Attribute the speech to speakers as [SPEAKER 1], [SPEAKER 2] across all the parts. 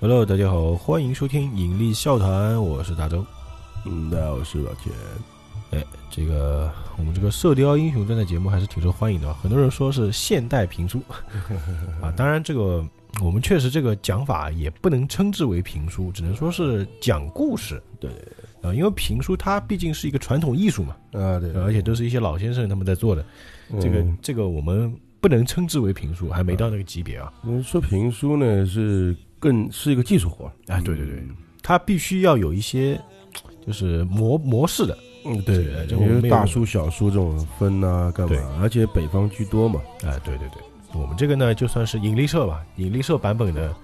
[SPEAKER 1] Hello，大家好，欢迎收听引力笑谈，我是大周。
[SPEAKER 2] 嗯，那我是老钱。
[SPEAKER 1] 哎，这个我们这个《射雕英雄传》的节目还是挺受欢迎的，很多人说是现代评 书啊。当然，这个我们确实这个讲法也不能称之为评书，只能说是讲故事。
[SPEAKER 2] 对
[SPEAKER 1] 啊，因为评书它毕竟是一个传统艺术嘛，
[SPEAKER 2] 啊，对，
[SPEAKER 1] 而且都是一些老先生他们在做的，
[SPEAKER 2] 嗯
[SPEAKER 1] 这个这个我们不能称之为评书，还没到那个级别啊。
[SPEAKER 2] 嗯说评书呢是更是一个技术活儿
[SPEAKER 1] 啊对对对，它必须要有一些就是模模式的。
[SPEAKER 2] 嗯，
[SPEAKER 1] 对
[SPEAKER 2] 对，
[SPEAKER 1] 这个我
[SPEAKER 2] 因
[SPEAKER 1] 没
[SPEAKER 2] 为
[SPEAKER 1] 有
[SPEAKER 2] 大书小书这种分啊，干嘛
[SPEAKER 1] 对？
[SPEAKER 2] 而且北方居 多嘛，
[SPEAKER 1] 啊，对对对，我们这个呢就算是引力社吧，引力社版本的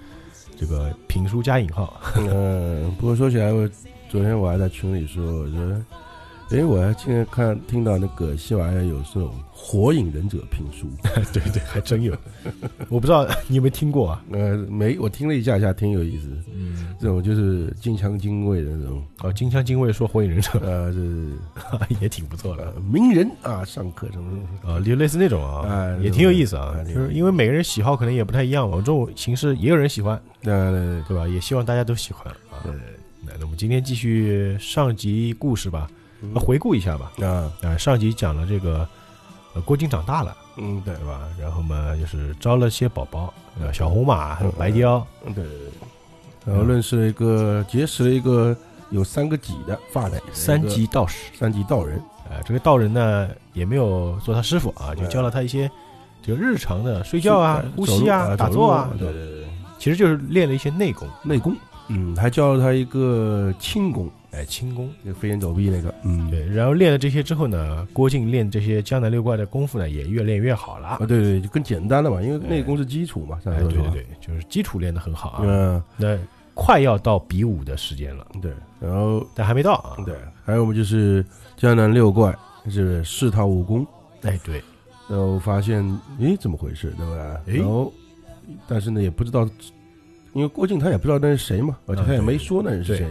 [SPEAKER 1] 这个评书加引号，
[SPEAKER 2] 嗯，不过说起来，我昨天我还在群里说，我说，哎，我还现在看听到那个西瓦有这种《火影忍者》评书，
[SPEAKER 1] 对对，还真有，我不知道 你有没有听过啊？
[SPEAKER 2] 呃，没，我听了一下下，挺有意思，
[SPEAKER 1] 嗯，
[SPEAKER 2] 这种就是金枪金卫的那种，
[SPEAKER 1] 哦，金枪金卫说火影忍者
[SPEAKER 2] 呃，是
[SPEAKER 1] 也挺不错的
[SPEAKER 2] 呃。鸣人啊，上课什么什么什么，
[SPEAKER 1] 啊，就类似那种
[SPEAKER 2] 哎
[SPEAKER 1] 啊，也挺有意思啊
[SPEAKER 2] 哎，挺
[SPEAKER 1] 就
[SPEAKER 2] 有意
[SPEAKER 1] 是
[SPEAKER 2] 思
[SPEAKER 1] 因为每个人喜好可能也不太一样嘛，这种形式也有人喜欢，
[SPEAKER 2] 呃，
[SPEAKER 1] 对吧？也希望大家都喜欢啊
[SPEAKER 2] 对。
[SPEAKER 1] 那那我们今天继续上集故事吧，
[SPEAKER 2] 嗯
[SPEAKER 1] 呃回顾一下吧。
[SPEAKER 2] 啊，
[SPEAKER 1] 啊，上集讲了这个，呃，郭靖长大了，
[SPEAKER 2] 嗯，对
[SPEAKER 1] 对，吧？然后嘛，就是招了些宝宝，呃，小红马、还有白貂，
[SPEAKER 2] 嗯对，
[SPEAKER 1] 嗯
[SPEAKER 2] 然后认识了一个，结识了一个有三个己的发带，
[SPEAKER 1] 三
[SPEAKER 2] 一个
[SPEAKER 1] 级道士。
[SPEAKER 2] 三级道人，
[SPEAKER 1] 呃，这个道人呢，也没有做他师傅啊，就
[SPEAKER 2] 嗯
[SPEAKER 1] 教了他一些就日常的睡觉啊
[SPEAKER 2] 呃、
[SPEAKER 1] 呼
[SPEAKER 2] 走路
[SPEAKER 1] 吸啊、打坐啊
[SPEAKER 2] 走，路对对对，
[SPEAKER 1] 其实就是练了一些内功，
[SPEAKER 2] 内功，嗯，还教了他一个轻功，
[SPEAKER 1] 哎，轻功。
[SPEAKER 2] 那个飞檐走壁那个，嗯，
[SPEAKER 1] 对，然后练了这些之后呢，郭靖练这些江南六怪的功夫呢，也越练越好了。
[SPEAKER 2] 啊，对对，就更简单了嘛，因为内功是基础嘛，
[SPEAKER 1] 哎，
[SPEAKER 2] 相
[SPEAKER 1] 对
[SPEAKER 2] 对
[SPEAKER 1] 对
[SPEAKER 2] 来说，
[SPEAKER 1] 对，就是基础练得很好啊。
[SPEAKER 2] 嗯，
[SPEAKER 1] 那快要到比武的时间了，
[SPEAKER 2] 对，然后
[SPEAKER 1] 但还没到啊。
[SPEAKER 2] 对，还有我们就是江南六怪，就是四套武功，
[SPEAKER 1] 哎，对，
[SPEAKER 2] 然后发现，诶，怎么回事，对吧？
[SPEAKER 1] 诶
[SPEAKER 2] 然后，但是呢，也不知道，因为郭靖他也不知道那是谁嘛，而且
[SPEAKER 1] 啊
[SPEAKER 2] 他也没说那人是谁。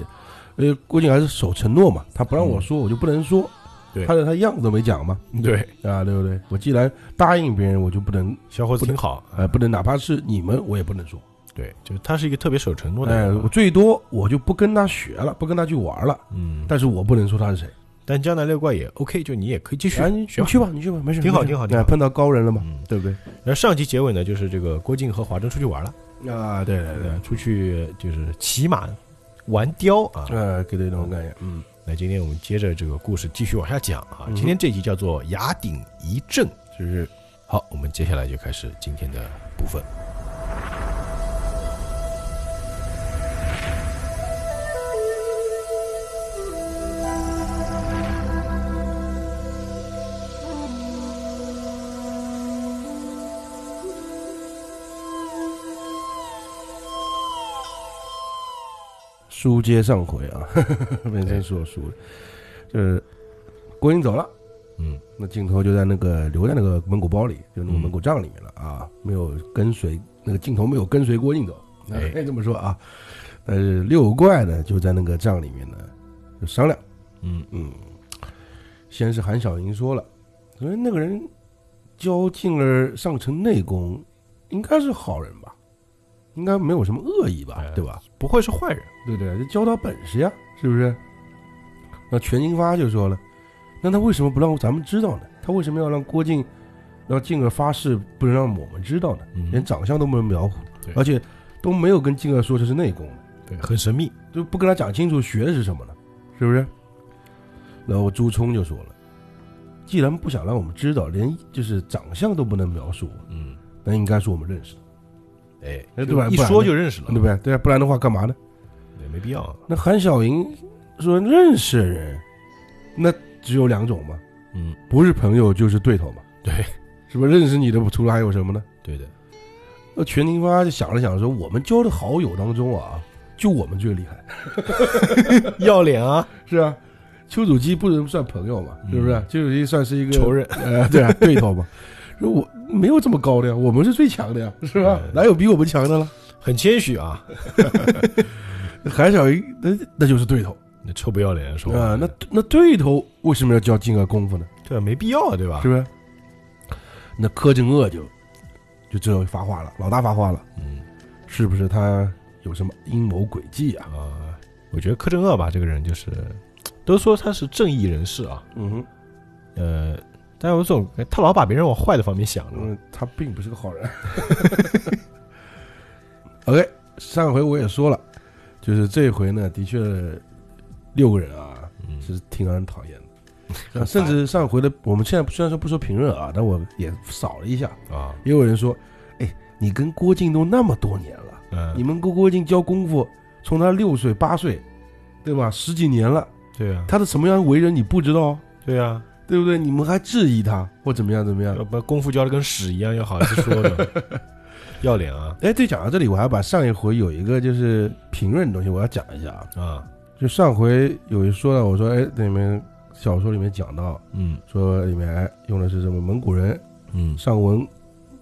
[SPEAKER 2] 呃，郭靖还是守承诺嘛，他不让我说，我就不能说。
[SPEAKER 1] 嗯对
[SPEAKER 2] 他的他样子都没讲嘛，
[SPEAKER 1] 对，
[SPEAKER 2] 啊，对不对？我既然答应别人，我就不能，
[SPEAKER 1] 小伙子挺好，
[SPEAKER 2] 呃，不能，哪怕是你们，我也不能说。
[SPEAKER 1] 对，就是他是一个特别守承诺的
[SPEAKER 2] 哎，
[SPEAKER 1] 人啊
[SPEAKER 2] 我
[SPEAKER 1] 嘛。
[SPEAKER 2] 最多我就不跟他学了，不跟他去玩了，
[SPEAKER 1] 嗯，但
[SPEAKER 2] 但是我不能说他是谁。
[SPEAKER 1] 但江南六怪也 OK，就你也可以继续
[SPEAKER 2] 哎，你
[SPEAKER 1] 学
[SPEAKER 2] 你。去吧，你去吧，没事，
[SPEAKER 1] 挺好
[SPEAKER 2] 没事
[SPEAKER 1] 挺好挺好
[SPEAKER 2] 哎碰到高人了嘛，
[SPEAKER 1] 嗯，
[SPEAKER 2] 对不对？
[SPEAKER 1] 然后上集结尾呢，就是这个郭靖和华筝出去玩了，
[SPEAKER 2] 啊，对对
[SPEAKER 1] 呃，出去就是骑马玩雕啊。
[SPEAKER 2] 对，呃，给对那种感觉，嗯。
[SPEAKER 1] 那今天我们接着这个故事继续往下讲啊。
[SPEAKER 2] 嗯
[SPEAKER 1] 今天这集叫做雅典一震，就是好，我们接下来就开始今天的部分。
[SPEAKER 2] 书接上回 啊，变成说书了，就是郭靖走了，
[SPEAKER 1] 嗯，
[SPEAKER 2] 那镜头就在那个留在那个蒙古包里，就那个
[SPEAKER 1] 嗯
[SPEAKER 2] 蒙古帐里面了啊，没有跟随那个镜头没有跟随郭靖走，那
[SPEAKER 1] 哎
[SPEAKER 2] 可以这么说啊。但是六怪呢就在那个帐里面呢就商量，
[SPEAKER 1] 嗯
[SPEAKER 2] 嗯，先是韩小莹说了，因为那个人教尽了上乘内功，应该是好人吧，应该没有什么恶意吧
[SPEAKER 1] 哎，
[SPEAKER 2] 对吧？
[SPEAKER 1] 不会是坏人，
[SPEAKER 2] 对不对，就教他本事呀，是不是？那全金发就说了，那他为什么不让咱们知道呢？他为什么要让郭靖，让靖儿发誓不能让我们知道呢？连
[SPEAKER 1] 嗯，
[SPEAKER 2] 长相都不能描绘
[SPEAKER 1] 对，
[SPEAKER 2] 而且都没有跟靖儿说这是内功，
[SPEAKER 1] 对，很神秘。
[SPEAKER 2] 就不跟他讲清楚学的是什么呢？是不是？然后朱冲就说了，既然不想让我们知道，连就是长相都不能描述，
[SPEAKER 1] 嗯，
[SPEAKER 2] 那应该是我们认识的，
[SPEAKER 1] 哎，
[SPEAKER 2] 哎对吧
[SPEAKER 1] 一
[SPEAKER 2] 不然
[SPEAKER 1] 说
[SPEAKER 2] 呢
[SPEAKER 1] 就认识了，
[SPEAKER 2] 对不对？对啊，不然的话干嘛呢？
[SPEAKER 1] 也没必要啊。
[SPEAKER 2] 那韩小莹说认识的人，那只有两种嘛，
[SPEAKER 1] 嗯，
[SPEAKER 2] 不是朋友就是对头嘛，
[SPEAKER 1] 对，
[SPEAKER 2] 是吧？认识你的除了还有什么呢？
[SPEAKER 1] 对的，
[SPEAKER 2] 那全宁发就想了想说，我们交的好友当中啊，就我们最厉害，
[SPEAKER 1] 要脸啊，
[SPEAKER 2] 是啊。丘处机不能算朋友嘛，是不是
[SPEAKER 1] 嗯？
[SPEAKER 2] 丘处机算是一个
[SPEAKER 1] 仇，人。
[SPEAKER 2] 呃，对啊，对头嘛。说我没有这么高的呀，我们是最强的呀，是吧
[SPEAKER 1] 哎？
[SPEAKER 2] 哪有比我们强的了？
[SPEAKER 1] 很谦虚啊，
[SPEAKER 2] 韩小莹，那那就是对头
[SPEAKER 1] 那臭不要脸说
[SPEAKER 2] 啊、那那对头为什么要教金额功夫呢？
[SPEAKER 1] 对没必要啊，对吧？
[SPEAKER 2] 是不是？那柯镇恶就就这发话了，老大发话了，
[SPEAKER 1] 嗯，
[SPEAKER 2] 是不是他有什么阴谋诡计啊？
[SPEAKER 1] 啊，我觉得柯镇恶吧，这个人就是，都说他是正义人士啊，
[SPEAKER 2] 嗯哼，
[SPEAKER 1] 呃，但是我总他老把别人往坏的方面想了。
[SPEAKER 2] 嗯，他并不是个好人。OK，上回我也说了，就是这回呢，的确六个人啊，
[SPEAKER 1] 嗯，
[SPEAKER 2] 是挺让人讨厌的。啊甚至上回的我们现在虽然说不说评论啊，但我也扫了一下，
[SPEAKER 1] 啊，
[SPEAKER 2] 也有人说，哎，你跟郭靖都那么多年了，
[SPEAKER 1] 嗯，
[SPEAKER 2] 你们跟郭靖教功夫，从他六岁八岁，对吧？十几年了，
[SPEAKER 1] 对啊，
[SPEAKER 2] 他的什么样为人你不知道，
[SPEAKER 1] 对啊，
[SPEAKER 2] 对不对？你们还质疑他或怎么样怎么样？
[SPEAKER 1] 要不然功夫教的跟屎一样，要好意思说的， 要脸啊
[SPEAKER 2] 哎，对，讲到这里，我还把上一回有一个就是评论的东西，我要讲一下啊。
[SPEAKER 1] 啊，
[SPEAKER 2] 就上回有一说了，我说，哎，里面小说里面讲到，
[SPEAKER 1] 嗯
[SPEAKER 2] 说里面哎用的是什么蒙古人
[SPEAKER 1] 嗯
[SPEAKER 2] 上文，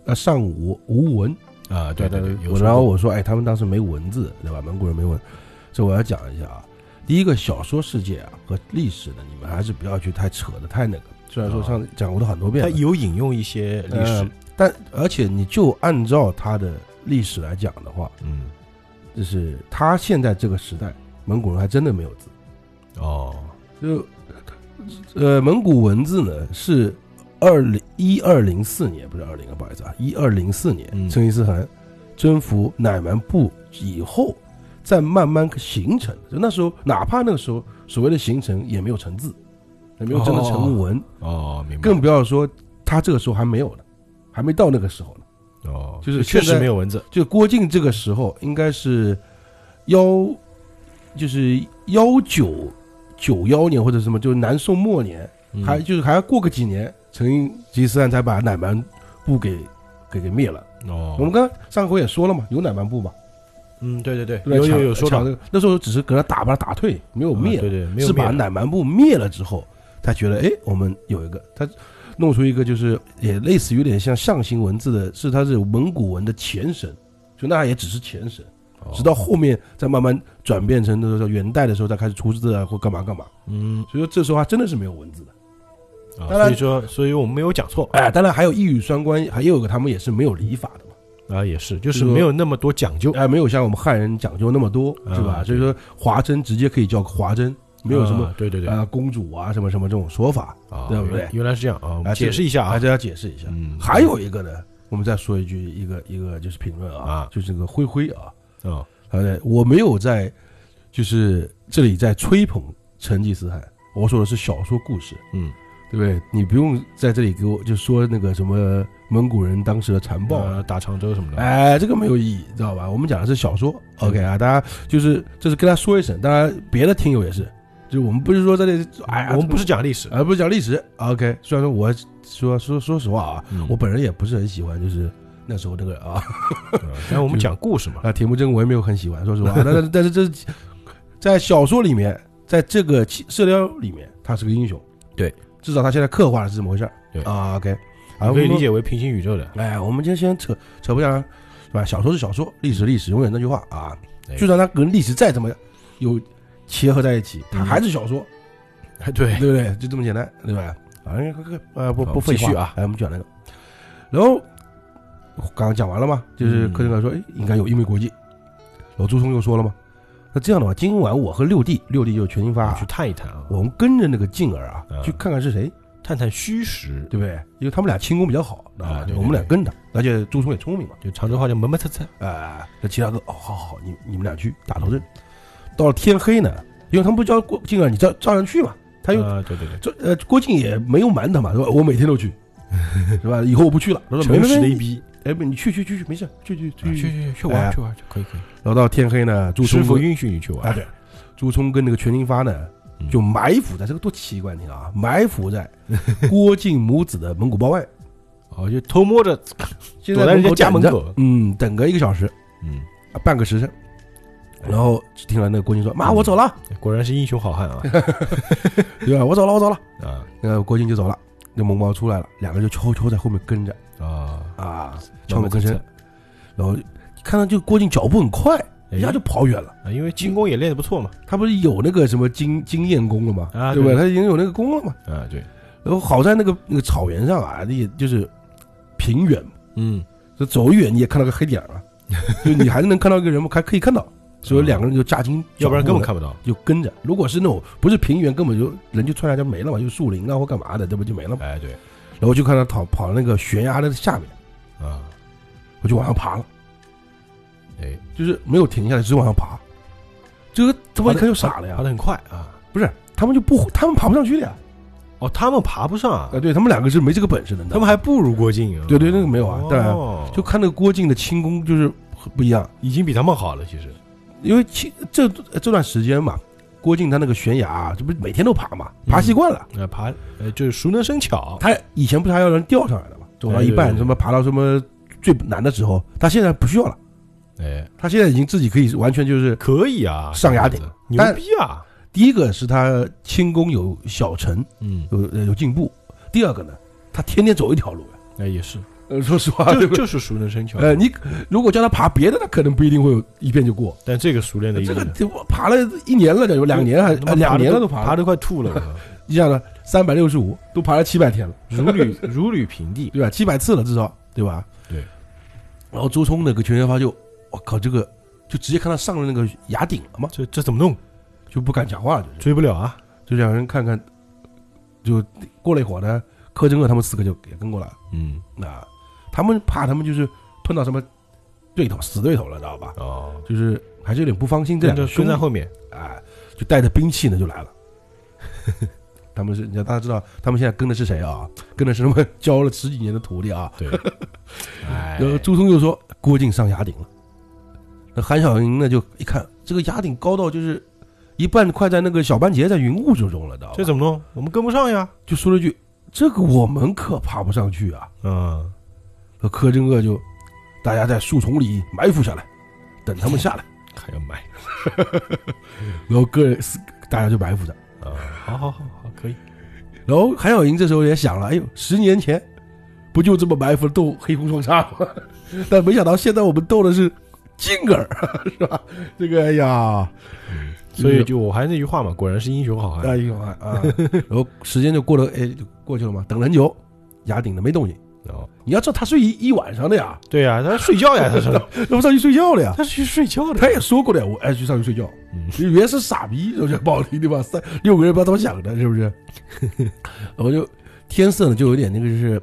[SPEAKER 2] 啊上武无文，
[SPEAKER 1] 啊，对对对，有
[SPEAKER 2] 我
[SPEAKER 1] 说
[SPEAKER 2] 然后
[SPEAKER 1] 过
[SPEAKER 2] 我说，哎，他们当时没文字，对吧？蒙古人没文，这我要讲一下啊。第一个，小说世界啊和历史呢，你们还是不要去太扯的太那个。虽然说上次讲过了很多遍
[SPEAKER 1] 他
[SPEAKER 2] 了，
[SPEAKER 1] 啊有引用一些历
[SPEAKER 2] 呃
[SPEAKER 1] 史，
[SPEAKER 2] 但而且你就按照它的历史来讲的话，
[SPEAKER 1] 嗯，
[SPEAKER 2] 就是他现在这个时代，蒙古人还真的没有字。
[SPEAKER 1] 哦，
[SPEAKER 2] 就呃，蒙古文字呢是二零一二零四年，不是二零啊，不好意思啊，一二零四年，
[SPEAKER 1] 嗯
[SPEAKER 2] 成吉思汗征服乃蛮部以后，再慢慢形成的。就那时候，哪怕那个时候所谓的形成，也没有成字，也没有真的成文，
[SPEAKER 1] 哦，明白，
[SPEAKER 2] 更不要说他这个时候还没有呢，还没到那个时候呢。
[SPEAKER 1] 哦，
[SPEAKER 2] 就是
[SPEAKER 1] 确
[SPEAKER 2] 现
[SPEAKER 1] 实
[SPEAKER 2] 在
[SPEAKER 1] 没有文字，
[SPEAKER 2] 就郭靖这个时候应该是幺，就是幺九九幺年或者什么，就是南宋末年，
[SPEAKER 1] 嗯
[SPEAKER 2] 还就是还要过个几年，成吉思汗才把乃蛮部给给给灭了。
[SPEAKER 1] 哦，
[SPEAKER 2] 我们刚上回也说了嘛，有乃蛮部嘛，
[SPEAKER 1] 嗯，对对对，
[SPEAKER 2] 对
[SPEAKER 1] 有
[SPEAKER 2] 吧
[SPEAKER 1] 有
[SPEAKER 2] 抢
[SPEAKER 1] 有说
[SPEAKER 2] 抢
[SPEAKER 1] 到
[SPEAKER 2] 这个那时候只是给他打把他打退，没有灭，
[SPEAKER 1] 啊对对，没有
[SPEAKER 2] 是把
[SPEAKER 1] 灭
[SPEAKER 2] 乃蛮部灭了之后，他觉得哎，我们有一个他。弄出一个就是也类似于有点像象形文字的，是它是蒙古文的前身，就那也只是前身，
[SPEAKER 1] 哦
[SPEAKER 2] 直到后面再慢慢转变成那个叫元代的时候，再开始出字啊或干嘛干嘛。
[SPEAKER 1] 嗯，
[SPEAKER 2] 所以说这时候还真的是没有文字的。
[SPEAKER 1] 啊
[SPEAKER 2] 当然
[SPEAKER 1] 所以说，所以我们没有讲错
[SPEAKER 2] 哎，当然还有一语双关，还有一个他们也是没有礼法的嘛，
[SPEAKER 1] 啊，也是，就是
[SPEAKER 2] 这个
[SPEAKER 1] 没有那么多讲究，
[SPEAKER 2] 哎，没有像我们汉人讲究那么多，
[SPEAKER 1] 啊
[SPEAKER 2] 是吧？
[SPEAKER 1] 对
[SPEAKER 2] 所以说华筝直接可以叫华筝，没有什么
[SPEAKER 1] 啊，对对对，
[SPEAKER 2] 啊公主啊什么什么这种说法
[SPEAKER 1] 啊，
[SPEAKER 2] 对不对
[SPEAKER 1] 原原来是这样啊，我们
[SPEAKER 2] 啊
[SPEAKER 1] 解释一下
[SPEAKER 2] 啊，
[SPEAKER 1] 啊，
[SPEAKER 2] 这要解释一下。
[SPEAKER 1] 嗯，
[SPEAKER 2] 还有一个呢，我们再说一句，一个一个就是评论啊
[SPEAKER 1] 啊，
[SPEAKER 2] 就是这个灰灰啊，
[SPEAKER 1] 啊，
[SPEAKER 2] 呃，我没有在，就是这里在吹捧成吉思汗，我说的是小说故事，
[SPEAKER 1] 嗯，
[SPEAKER 2] 对不对？你不用在这里给我就说那个什么蒙古人当时的残暴啊，
[SPEAKER 1] 啊，打常州什么的，
[SPEAKER 2] 哎，这个没有意义，知道吧？我们讲的是小说，OK
[SPEAKER 1] 嗯
[SPEAKER 2] 啊，大家就是这是跟他说一声，当然别的听友也是，就是我们不是说在这里，哎呀，
[SPEAKER 1] 我们不是讲历史，
[SPEAKER 2] 而不是讲历史，OK。虽然说我说说说实话啊，
[SPEAKER 1] 嗯
[SPEAKER 2] 我本人也不是很喜欢，就是那时候那个啊。
[SPEAKER 1] 啊但我们讲故事嘛，
[SPEAKER 2] 啊，铁木真我也没有很喜欢，说 实话。但是但是这是在小说里面，在这个七射雕里面，他是个英雄。
[SPEAKER 1] 对，
[SPEAKER 2] 至少他现在刻画的是怎么回事儿？
[SPEAKER 1] 对
[SPEAKER 2] 啊，OK，啊，
[SPEAKER 1] 你可以
[SPEAKER 2] 我们
[SPEAKER 1] 理。解为平行宇宙的，
[SPEAKER 2] 哎，我们今天先扯扯不下来，对吧？小说是小说，历史历史，永远那句话啊
[SPEAKER 1] 哎，
[SPEAKER 2] 就算它跟历史再怎么有结合在一起，它
[SPEAKER 1] 嗯
[SPEAKER 2] 还是 小说，
[SPEAKER 1] 对，
[SPEAKER 2] 哎对不啊对？就这么简单，对吧？啊，哎快快呃，不
[SPEAKER 1] 好
[SPEAKER 2] 不废
[SPEAKER 1] 继
[SPEAKER 2] 话
[SPEAKER 1] 续啊
[SPEAKER 2] 哎，我们讲那个，然后刚刚讲完了嘛，就是
[SPEAKER 1] 嗯
[SPEAKER 2] 柯震哥说，哎，应该有英美国际，老朱松又说了嘛，那这样的话，今晚我和六弟，六弟就是全金发
[SPEAKER 1] 我
[SPEAKER 2] 啊
[SPEAKER 1] 去，探一探啊，
[SPEAKER 2] 我们跟着那个静儿啊
[SPEAKER 1] 嗯，
[SPEAKER 2] 去看看是谁，
[SPEAKER 1] 探探虚实，
[SPEAKER 2] 对不对？因为他们俩轻功比较好，知道吧
[SPEAKER 1] 啊对？对
[SPEAKER 2] 我们俩
[SPEAKER 1] 对
[SPEAKER 2] 跟着，而且朱松也聪明嘛，
[SPEAKER 1] 就常州话叫门门擦擦，
[SPEAKER 2] 啊，那其他都哦，好好好，你你们俩去打头阵，到了天黑呢，因为他们不叫郭啊静儿，你照照样去嘛，他又
[SPEAKER 1] 啊，对对对，
[SPEAKER 2] 这呃，郭靖也没有瞒他嘛，是吧？我每天都去，是吧？以后我不去了。他说没
[SPEAKER 1] 诚
[SPEAKER 2] 没
[SPEAKER 1] 实的一
[SPEAKER 2] 没，
[SPEAKER 1] 逼，
[SPEAKER 2] 哎，不，你去去去去，没事，去去
[SPEAKER 1] 啊去
[SPEAKER 2] 去去。
[SPEAKER 1] 去去去
[SPEAKER 2] 哎
[SPEAKER 1] 玩去玩，去可以可以，
[SPEAKER 2] 然后到天黑呢，朱
[SPEAKER 1] 师
[SPEAKER 2] 冲
[SPEAKER 1] 傅
[SPEAKER 2] 跟
[SPEAKER 1] 允许你去玩
[SPEAKER 2] 啊，对，朱冲跟那个全金发呢，
[SPEAKER 1] 嗯
[SPEAKER 2] 就埋伏在这个多奇怪，你看啊，埋伏在郭靖母子的蒙古包外，
[SPEAKER 1] 哦，就偷摸着，
[SPEAKER 2] 现
[SPEAKER 1] 躲在人家家门
[SPEAKER 2] 等着
[SPEAKER 1] 口
[SPEAKER 2] 嗯，等个一个小时，
[SPEAKER 1] 嗯，
[SPEAKER 2] 啊半个时辰。然后听了那个郭靖说：“妈，我走了，
[SPEAKER 1] 嗯果然是英雄好汉 啊，
[SPEAKER 2] 对吧？我走了，我走了。
[SPEAKER 1] 啊”
[SPEAKER 2] 那个郭靖就走了，那蒙包出来了，两个人就悄悄在后面跟着
[SPEAKER 1] 啊，
[SPEAKER 2] 啊，
[SPEAKER 1] 慢
[SPEAKER 2] 悄
[SPEAKER 1] 慢
[SPEAKER 2] 无吭
[SPEAKER 1] 蹭
[SPEAKER 2] 声。然后看到就郭靖脚步很快，
[SPEAKER 1] 哎
[SPEAKER 2] 一下就跑远了。
[SPEAKER 1] 啊，因为轻功也练得不错嘛。
[SPEAKER 2] 他不是有那个什么经经验功了吗？
[SPEAKER 1] 啊
[SPEAKER 2] 对吧？
[SPEAKER 1] 对
[SPEAKER 2] 他已经有那个功了嘛。
[SPEAKER 1] 啊，对，
[SPEAKER 2] 然后好在那个那个草原上啊，也就是平原，
[SPEAKER 1] 嗯，
[SPEAKER 2] 这走远你也看到个黑点儿啊，就你还是能看到一个人物，还可以看到，所
[SPEAKER 1] 嗯
[SPEAKER 2] 以两个人就驾轻，
[SPEAKER 1] 要不然根本看不到。
[SPEAKER 2] 就跟着。如果是那种不是平原，根本就人就窜下就没了嘛，就树林啊或干嘛的，这不就没了嘛？
[SPEAKER 1] 哎，对，
[SPEAKER 2] 然后就看他跑跑那个悬崖的下面，
[SPEAKER 1] 啊，
[SPEAKER 2] 我就往上爬了，
[SPEAKER 1] 哎，
[SPEAKER 2] 就是没有停下来，只是往上爬。这个他们一看就傻了呀
[SPEAKER 1] 爬，得很快啊。
[SPEAKER 2] 不是他们就不他们爬不上去的呀，
[SPEAKER 1] 哦，他们爬不上啊
[SPEAKER 2] 啊，，对他们两个是没这个本事的，
[SPEAKER 1] 他们还不如郭靖啊。
[SPEAKER 2] 对对那个没有啊当然
[SPEAKER 1] 哦
[SPEAKER 2] 就看那个郭靖的轻功就是很不一样，
[SPEAKER 1] 已经比他们好了，其实。
[SPEAKER 2] 因为其这这段时间嘛，郭靖他那个悬崖啊这不是每天都爬嘛，爬习惯了，
[SPEAKER 1] 呃，爬，呃，就是熟能生巧。
[SPEAKER 2] 他以前不是还要人吊上来的嘛，走到一
[SPEAKER 1] 哎对对
[SPEAKER 2] 半
[SPEAKER 1] 对
[SPEAKER 2] 什么爬到什么最难的时候，他现在不需要了，
[SPEAKER 1] 哎，
[SPEAKER 2] 他现在已经自己可以完全就是
[SPEAKER 1] 可以啊，
[SPEAKER 2] 上崖
[SPEAKER 1] 这
[SPEAKER 2] 顶
[SPEAKER 1] 样子，牛
[SPEAKER 2] 但
[SPEAKER 1] 逼啊！
[SPEAKER 2] 第一个是他轻功有小成，
[SPEAKER 1] 嗯，
[SPEAKER 2] 有呃有进步，第二个呢，他天天走一条路呀，
[SPEAKER 1] 那哎也 是，
[SPEAKER 2] 呃，说实话，对
[SPEAKER 1] 就
[SPEAKER 2] 不对？
[SPEAKER 1] 就是熟能生巧。
[SPEAKER 2] 呃，你如果叫他爬别的，他可能不一定会有一遍就过。
[SPEAKER 1] 但这个熟练的一
[SPEAKER 2] 这
[SPEAKER 1] 定
[SPEAKER 2] 个就爬了一年了，有两年还
[SPEAKER 1] 他妈
[SPEAKER 2] 呃两年了都爬
[SPEAKER 1] 爬
[SPEAKER 2] 了，
[SPEAKER 1] 的快吐了，我 靠
[SPEAKER 2] 你想呢？三百六十五都爬了七百天了，
[SPEAKER 1] 如履如履平地。
[SPEAKER 2] 对吧？七百次了至少，对吧？
[SPEAKER 1] 对。
[SPEAKER 2] 然后周冲那个全员发就，我靠，这个就直接看他上了那个崖顶了嘛，
[SPEAKER 1] 这这怎么弄？
[SPEAKER 2] 就不敢讲话了，就是
[SPEAKER 1] 追不了啊！
[SPEAKER 2] 就两人看看，就过了一会儿呢，柯震恶他们四个就也跟过来了。
[SPEAKER 1] 嗯，
[SPEAKER 2] 那他们怕他们就是碰到什么对头死对头了，知道吧？
[SPEAKER 1] 哦，
[SPEAKER 2] 就是还是有点不放心这
[SPEAKER 1] 跟
[SPEAKER 2] 两
[SPEAKER 1] 着
[SPEAKER 2] 个
[SPEAKER 1] 跟
[SPEAKER 2] 兄弟
[SPEAKER 1] 在后面。
[SPEAKER 2] 啊，就带着兵器呢就来了。 他们是，你看大家知道，他们现在跟的是谁啊？跟的是他们教了十几年的徒弟啊。
[SPEAKER 1] 对， 哎
[SPEAKER 2] 然后朱通就说郭靖上崖顶了。那韩小莹呢就一看，这个崖顶高到就是一半快在那个小半截在云雾之中了，知道吧？
[SPEAKER 1] 这怎么弄？我们跟不上呀。
[SPEAKER 2] 就说了一句：“这个我们可爬不上去啊
[SPEAKER 1] 嗯，！”
[SPEAKER 2] 那柯镇恶就大家在树丛里埋伏下来，等他们下来。
[SPEAKER 1] 还要买
[SPEAKER 2] 然后个人四大家就埋伏着。
[SPEAKER 1] 啊？ 好好好好，可以。
[SPEAKER 2] 然后韩小莹这时候也想了，哎呦，十年前不就这么埋伏斗黑风双煞吗？ 但没想到现在我们斗的是静儿， 是吧？这个哎呀，
[SPEAKER 1] 所以就我还是那句话嘛，果然是英雄好汉
[SPEAKER 2] 哎呦啊啊！然后时间就过了，哎，就过去了嘛，等了很久，崖顶的没动静。
[SPEAKER 1] 哦。
[SPEAKER 2] 你要知道他睡一一晚上的呀，
[SPEAKER 1] 对呀，他睡觉呀，他是
[SPEAKER 2] 要不上去睡觉了呀。
[SPEAKER 1] 他是去睡觉
[SPEAKER 2] 他
[SPEAKER 1] 的。
[SPEAKER 2] 也说过的呀，我哎去上去睡觉
[SPEAKER 1] 嗯，
[SPEAKER 2] 原来是傻逼，我就不好听对吧？三六个人不知道怎么想的，是不是？ 我就天色呢就有点那个就是，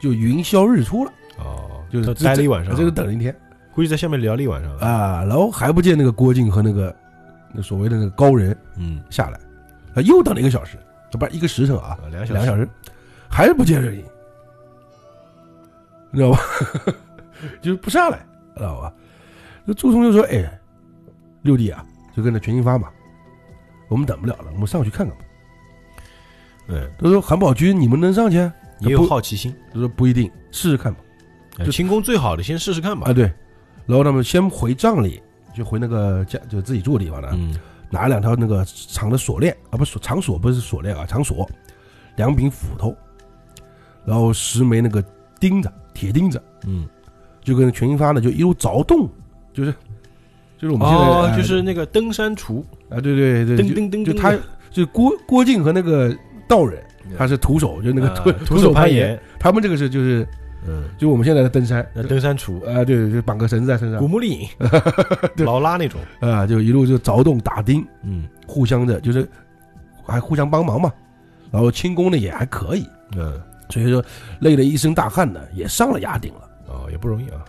[SPEAKER 2] 就云消日出了，
[SPEAKER 1] 哦，
[SPEAKER 2] 就是
[SPEAKER 1] 他
[SPEAKER 2] 这
[SPEAKER 1] 待了一晚上，啊
[SPEAKER 2] 这就等了一天
[SPEAKER 1] 估计在下面聊了一晚上。
[SPEAKER 2] 啊，然后还不见那个郭靖和那个那所谓的那个高人
[SPEAKER 1] 嗯，
[SPEAKER 2] 下来，啊，又等了一个小时，啊不是一个时辰啊，
[SPEAKER 1] 啊两个
[SPEAKER 2] 两
[SPEAKER 1] 小
[SPEAKER 2] 个小
[SPEAKER 1] 时。
[SPEAKER 2] 时，还是不见人影，你知道 吧？就不上来，知道吧？那朱冲就说：“哎，六弟啊，就跟着全金发嘛，我们等不了了，我们上去看看吧。
[SPEAKER 1] 嗯”，
[SPEAKER 2] 他说：“韩宝驹，你们能上去？”啊
[SPEAKER 1] 也有好奇心，
[SPEAKER 2] 他说：“不一定，试试看吧。
[SPEAKER 1] 哎
[SPEAKER 2] 就
[SPEAKER 1] 轻功最好的先试试看”吧
[SPEAKER 2] 啊，。对。然后他们先回帐里，就回那个家，就自己住的地方了，
[SPEAKER 1] 嗯，
[SPEAKER 2] 拿两条那个长的锁链啊，不是长锁，不是锁链啊，长锁，两柄斧头，然后十枚那个钉子，铁钉子。
[SPEAKER 1] 嗯，
[SPEAKER 2] 就跟全新发呢就一路凿洞，就是就是我们现在
[SPEAKER 1] 哦，
[SPEAKER 2] 哎
[SPEAKER 1] 就是那个登山厨，
[SPEAKER 2] 啊，对对对，
[SPEAKER 1] 噔
[SPEAKER 2] 就
[SPEAKER 1] 噔噔，
[SPEAKER 2] 就他就郭郭靖和那个道人，他是徒手，就那个 徒
[SPEAKER 1] 啊徒
[SPEAKER 2] 手
[SPEAKER 1] 攀
[SPEAKER 2] 岩，，他们这个是就是
[SPEAKER 1] 嗯，
[SPEAKER 2] 就我们现在的登山，
[SPEAKER 1] 那登山厨，
[SPEAKER 2] 啊，对对，就绑个绳子在身
[SPEAKER 1] 古
[SPEAKER 2] 上，
[SPEAKER 1] 墓 丽影，
[SPEAKER 2] 对
[SPEAKER 1] 劳拉那种，
[SPEAKER 2] 啊，就一路就凿洞打钉，
[SPEAKER 1] 嗯
[SPEAKER 2] 互相的就是还互相帮忙嘛，然后轻功呢也还可以，
[SPEAKER 1] 嗯，
[SPEAKER 2] 所以说累得一身大汗呢，也上了崖顶了，
[SPEAKER 1] 哦，也不容易啊，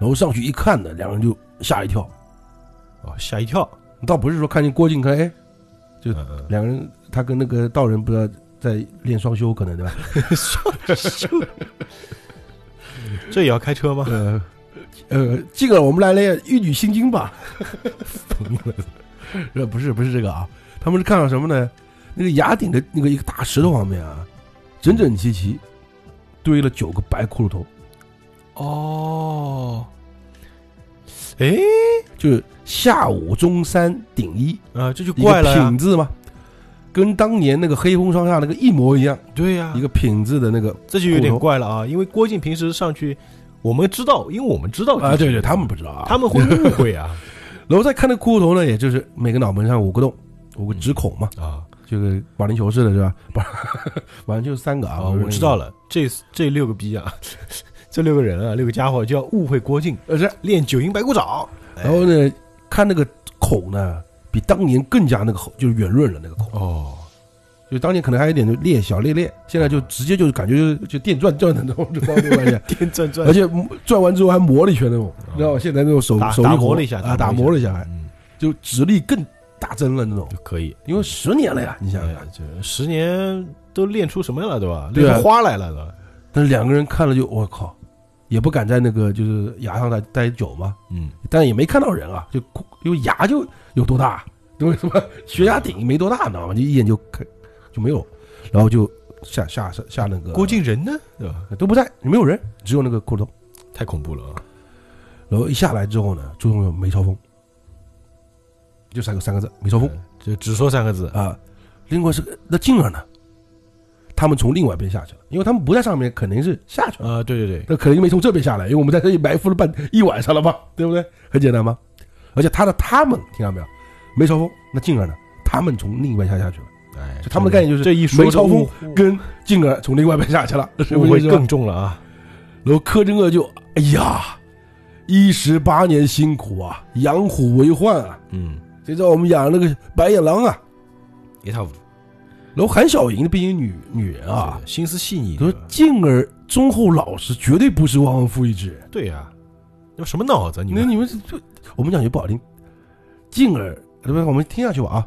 [SPEAKER 2] 然后上去一看呢，两人就吓一跳，
[SPEAKER 1] 哦，吓一跳，
[SPEAKER 2] 倒不是说看见郭靖看哎就
[SPEAKER 1] 嗯 嗯
[SPEAKER 2] 两个人，他跟那个道人不知道在练双修，可能 对吧？
[SPEAKER 1] 这也要开车吗？
[SPEAKER 2] 呃呃，进而我们来练《玉女心经》吧。 疯了，呃，不是不是这个啊，他们是看到什么呢？那个崖顶的那个一个大石头旁边啊，整整齐齐堆了九个白骷髅头，
[SPEAKER 1] 哦，哎，
[SPEAKER 2] 就是下午中山顶一，
[SPEAKER 1] 啊，这就
[SPEAKER 2] 一
[SPEAKER 1] 怪
[SPEAKER 2] 个
[SPEAKER 1] 了呀
[SPEAKER 2] 品，字嘛，跟当年那个黑风双煞那个一模一样，
[SPEAKER 1] 对呀
[SPEAKER 2] 一，个品字的那个
[SPEAKER 1] 这就有
[SPEAKER 2] 骨
[SPEAKER 1] 点
[SPEAKER 2] 头
[SPEAKER 1] 怪了啊，因为郭靖平时上去，我们知道，因为我们知道
[SPEAKER 2] 啊，对对，
[SPEAKER 1] 他
[SPEAKER 2] 他们不知道啊，
[SPEAKER 1] 哦他们会误会 啊
[SPEAKER 2] 然后再看那骷髅头呢，也就是每个脑门上五个洞，五个直孔嘛，
[SPEAKER 1] 啊
[SPEAKER 2] 这个保龄球 似的，是吧？不，反正就三个啊。
[SPEAKER 1] 啊，我知道了，这这六个逼啊， 这六个人啊，六个家伙就要误会郭靖，
[SPEAKER 2] 呃是，
[SPEAKER 1] 练九阴白骨爪。
[SPEAKER 2] 然后呢，看那个口呢，比当年更加那个厚，就是圆润了那个口，
[SPEAKER 1] 哦，
[SPEAKER 2] 就当年可能还有点就裂小裂裂，现在就直接就感觉就就电钻转的那种，就帮助 关系。
[SPEAKER 1] 电转转
[SPEAKER 2] 而且转完之后还磨了一圈那种，
[SPEAKER 1] 啊
[SPEAKER 2] 你知道吧？现在那种手
[SPEAKER 1] 打
[SPEAKER 2] 手
[SPEAKER 1] 打
[SPEAKER 2] 力活
[SPEAKER 1] 磨了一下
[SPEAKER 2] 啊，打磨
[SPEAKER 1] 磨
[SPEAKER 2] 了一下，还
[SPEAKER 1] 嗯，
[SPEAKER 2] 就指力更大增了那种。
[SPEAKER 1] 就可以。
[SPEAKER 2] 因为十年了呀，你想想
[SPEAKER 1] 哎
[SPEAKER 2] 看，
[SPEAKER 1] 这十年都练出什么了，对吧？
[SPEAKER 2] 对啊
[SPEAKER 1] 练出花来了都。
[SPEAKER 2] 但是两个人看了就我靠，也不敢在那个就是崖上待待久嘛，
[SPEAKER 1] 嗯，
[SPEAKER 2] 但也没看到人啊，就哭因为崖就有多大，因为什么悬崖顶没多大，你知道吗？就一眼就看就没有，然后就下下下下那个
[SPEAKER 1] 郭靖嗯人呢，对吧？
[SPEAKER 2] 都不在，没有人，只有那个骷髅头。
[SPEAKER 1] 太恐怖了啊！
[SPEAKER 2] 然后一下来之后呢，最后有梅超风，就三个三个字梅超风
[SPEAKER 1] 嗯就只说三个字，
[SPEAKER 2] 啊。另外是个那静儿呢，他们从另外一边下去了，因为他们不在上面，肯定是下去了。
[SPEAKER 1] 啊，对对对，
[SPEAKER 2] 那肯定没从这边下来，因为我们在这里埋伏了半一晚上了吧，对不对？很简单吧？而且他的他们听到没有？梅超风那静儿呢？他们从另外一边下去了，
[SPEAKER 1] 哎，
[SPEAKER 2] 就他们的概念就是
[SPEAKER 1] 这一说
[SPEAKER 2] 梅超风
[SPEAKER 1] 就误
[SPEAKER 2] 跟静儿从另外一边下去了，是
[SPEAKER 1] 误
[SPEAKER 2] 不
[SPEAKER 1] 会
[SPEAKER 2] 是？
[SPEAKER 1] 更重了啊！
[SPEAKER 2] 然后柯镇恶就哎呀，一十八年辛苦啊，养虎为患啊，
[SPEAKER 1] 嗯，
[SPEAKER 2] 谁知道我们养那个白眼狼啊？
[SPEAKER 1] 一塌糊涂
[SPEAKER 2] 然后韩小莹毕竟女女人啊，，
[SPEAKER 1] 对心思细腻。
[SPEAKER 2] 说
[SPEAKER 1] 对吧
[SPEAKER 2] 静儿忠厚老实，绝对不是忘恩负义之人。
[SPEAKER 1] 对呀，有什么脑子？你
[SPEAKER 2] 那
[SPEAKER 1] 们
[SPEAKER 2] 你们就我们讲句不好听，静儿对吧？我们听下去吧啊。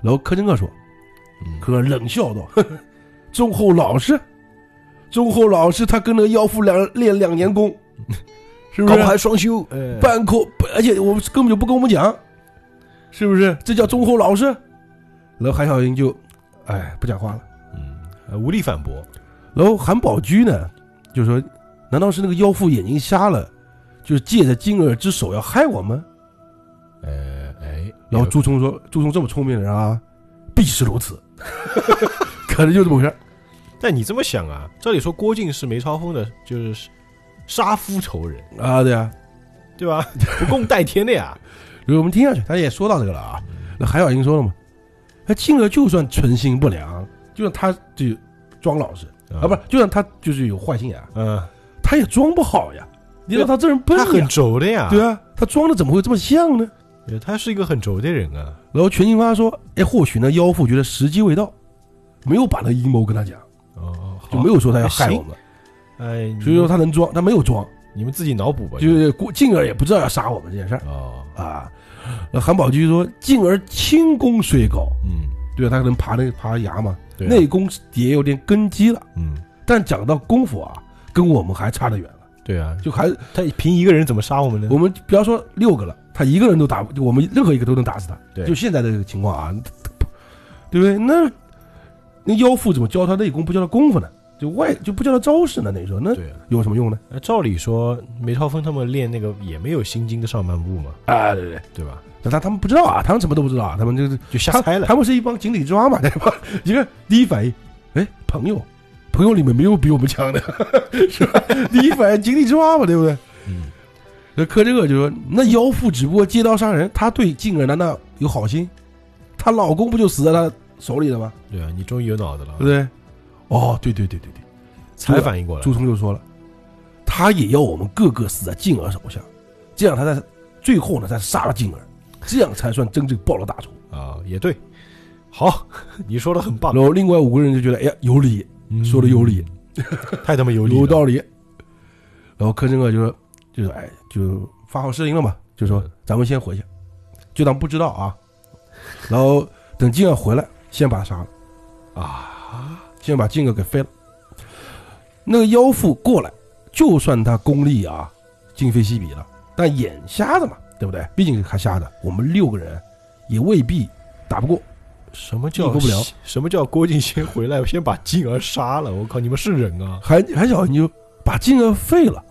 [SPEAKER 2] 然后柯镇恶说，
[SPEAKER 1] 嗯
[SPEAKER 2] 柯冷笑道：“ 忠厚老实，忠厚老实，他跟那个妖妇两练两年功，
[SPEAKER 1] 嗯
[SPEAKER 2] 是不
[SPEAKER 1] 高
[SPEAKER 2] 是？
[SPEAKER 1] 寒双修，哎
[SPEAKER 2] 半口，而且我们根本就不跟我们讲，是不是？这叫忠厚老实。”然后韩小英就，哎，不讲话了。
[SPEAKER 1] 嗯，呃无力反驳。
[SPEAKER 2] 然后韩宝驹呢，就说：“难道是那个妖妇眼睛瞎了，就是借着静儿之手要害我们？”
[SPEAKER 1] 呃，哎，
[SPEAKER 2] 然后朱冲说：“朱冲这么聪明的人啊，必是如此， 可能就这么回事儿。
[SPEAKER 1] 但你这么想啊，照理说郭靖是梅超风的，就是杀夫仇人，
[SPEAKER 2] 啊，对啊，
[SPEAKER 1] 对 吧？不共戴天的呀。
[SPEAKER 2] 所以我们听下去，他也说到这个了啊。那韩小英说了嘛，那静儿就算存心不良，就算他就装老实啊，不是，就算他就是有坏心眼，
[SPEAKER 1] 嗯，
[SPEAKER 2] 他也装不好呀。你说他这人笨
[SPEAKER 1] 他很
[SPEAKER 2] 呀，
[SPEAKER 1] 轴的呀，
[SPEAKER 2] 对啊，他装的怎么会这么像呢？
[SPEAKER 1] 对，他是一个很轴的人啊。
[SPEAKER 2] 然后全金发说，哎，或许呢，妖妇觉得时机未到，没有把那阴谋跟他讲，
[SPEAKER 1] 哦，
[SPEAKER 2] 就没
[SPEAKER 1] 有，
[SPEAKER 2] 有说他要害我们，
[SPEAKER 1] 哎，你
[SPEAKER 2] 所以说他能装，他没有装。”
[SPEAKER 1] 你们自己脑补吧，
[SPEAKER 2] 就是郭进而也不知道要杀我们这件事儿
[SPEAKER 1] 哦，
[SPEAKER 2] 啊。那韩宝驹说，进而轻功虽高，
[SPEAKER 1] 嗯，
[SPEAKER 2] 对吧？啊他可能爬那爬崖嘛，
[SPEAKER 1] 对啊，
[SPEAKER 2] 内功也有点根基了。
[SPEAKER 1] 嗯，
[SPEAKER 2] 但讲到功夫啊，跟我们还差得远了。
[SPEAKER 1] 对啊，
[SPEAKER 2] 就还
[SPEAKER 1] 他凭一个人怎么杀我们呢？
[SPEAKER 2] 我们不要说六个了，他一个人都打，不，我们任何一个都能打死他。
[SPEAKER 1] 对
[SPEAKER 2] 就现在的这个情况啊，对不对？那那妖妇怎么教他内功，不教他功夫呢？就外就不教他招式呢？那时候那
[SPEAKER 1] 对啊，
[SPEAKER 2] 有什么用呢？
[SPEAKER 1] 那照理说梅超风他们练那个也没有心经的上半部嘛，
[SPEAKER 2] 啊，对对，
[SPEAKER 1] 对吧？
[SPEAKER 2] 但他他们不知道啊，他们什么都不知道啊，他们就是
[SPEAKER 1] 就瞎
[SPEAKER 2] 他
[SPEAKER 1] 猜了，
[SPEAKER 2] 他们是一帮井底之蛙嘛，对吧？ 一个第一反应，哎，朋友，朋友里面没有比我们强的， 是吧？第一反应井底之蛙嘛，对不对？
[SPEAKER 1] 嗯，
[SPEAKER 2] 那柯镇恶就说，那妖妇只不过借刀杀人，她对静儿难道有好心？她老公不就死在她手里了吗？
[SPEAKER 1] 对啊，你终于有脑子了啊
[SPEAKER 2] 对不，对？哦，对对对对对，
[SPEAKER 1] 才反应过来
[SPEAKER 2] 朱，冲就说了，他也要我们个个死在静儿手下，这样他才最后呢才杀了静儿，这样才算真正报了大仇。
[SPEAKER 1] 啊，也对，好， 你说的很棒
[SPEAKER 2] 然，后另外五个人就觉得，哎呀，有理，
[SPEAKER 1] 嗯
[SPEAKER 2] 说得有理，
[SPEAKER 1] 太他妈有理
[SPEAKER 2] 有
[SPEAKER 1] 了，
[SPEAKER 2] 道理。然后柯镇恶就说，就是哎，就发号施令了嘛，就说
[SPEAKER 1] 嗯
[SPEAKER 2] 咱们先回去，就当不知道啊。然后等静儿回来，先把他杀了，
[SPEAKER 1] 啊，
[SPEAKER 2] 先把静儿给废了。那个妖妇过来，就算他功力啊今非昔比了，但眼瞎的嘛，对不对？毕竟是他瞎的，我们六个人也未必打不过。
[SPEAKER 1] 什么叫
[SPEAKER 2] 应付不了？
[SPEAKER 1] 什么叫郭靖先回来， 先把静儿杀了？我靠，你们是人啊？
[SPEAKER 2] 韩韩小你就把金额废了，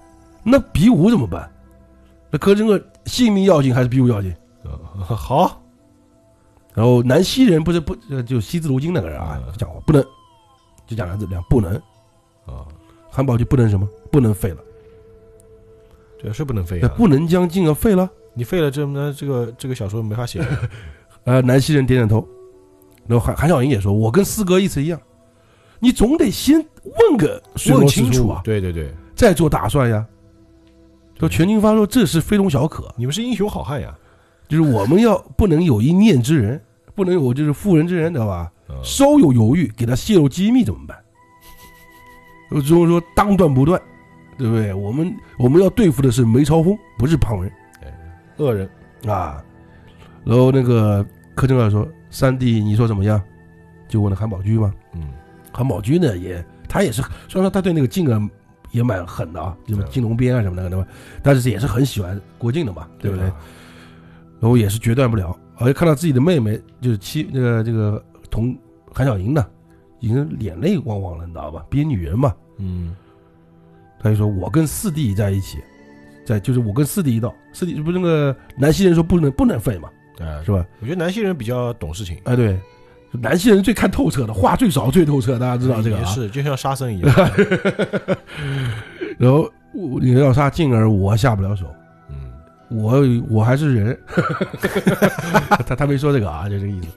[SPEAKER 2] 那比武怎么办？那柯镇恶性命要紧还是比武要紧？
[SPEAKER 1] 呃好，
[SPEAKER 2] 然后南溪人不是不呃就惜字如金那个人啊，
[SPEAKER 1] 嗯
[SPEAKER 2] 就讲我不能，就讲两字两不能，
[SPEAKER 1] 啊，
[SPEAKER 2] 韩宝就不能什么不能废了，
[SPEAKER 1] 对，是不能废
[SPEAKER 2] 那
[SPEAKER 1] 啊，
[SPEAKER 2] 不能将金额废了。
[SPEAKER 1] 你废了这么这个这个小说没法写了，啊
[SPEAKER 2] 呃，南溪人点点头，然后韩韩小莹也说，我跟四哥意思一样，你总得先问个水落
[SPEAKER 1] 问
[SPEAKER 2] 石
[SPEAKER 1] 清
[SPEAKER 2] 出
[SPEAKER 1] 楚
[SPEAKER 2] 啊，
[SPEAKER 1] 对对对，
[SPEAKER 2] 再做打算呀。说全军发说这是非同小可，
[SPEAKER 1] 你们是英雄好汉呀，
[SPEAKER 2] 就是我们要不能有一念之人，不能有就是妇人之仁，知道吧？
[SPEAKER 1] 嗯
[SPEAKER 2] 稍有犹豫，给他泄露机密怎么办？呃只能说当断不断，对不对？我们我们要对付的是梅超风，不是旁人
[SPEAKER 1] 恶人，
[SPEAKER 2] 啊。然后那个柯震东说：“三弟，你说怎么样？”就问了韩宝驹嘛。
[SPEAKER 1] 嗯，
[SPEAKER 2] 韩宝驹呢，也他也是，虽然说他对那个靖哥也蛮狠的啊，什么
[SPEAKER 1] 对
[SPEAKER 2] 金龙鞭啊什么的，对吧？但是也是很喜欢郭靖的嘛，对不对？
[SPEAKER 1] 吧？
[SPEAKER 2] 然后也是决断不了，而且看到自己的妹妹就是妻那个这个同韩小莹呢，已经脸泪汪汪了，你知道吧？憋女人嘛，
[SPEAKER 1] 嗯，
[SPEAKER 2] 他就说我跟四弟在一起，在就是我跟四弟一道，四弟不是那个南希人说不能不能废嘛，
[SPEAKER 1] 哎
[SPEAKER 2] 是，吧？
[SPEAKER 1] 我觉得南西人比较懂事情，
[SPEAKER 2] 哎，对，南希人最看透彻的，话最少啊最透彻，大家知道这个
[SPEAKER 1] 也
[SPEAKER 2] 啊。
[SPEAKER 1] 是就像沙僧一 样，
[SPEAKER 2] 然后我你要杀静儿，我下不了手，
[SPEAKER 1] 嗯，
[SPEAKER 2] 我我还是人， 他他没说这个啊，就这个意思。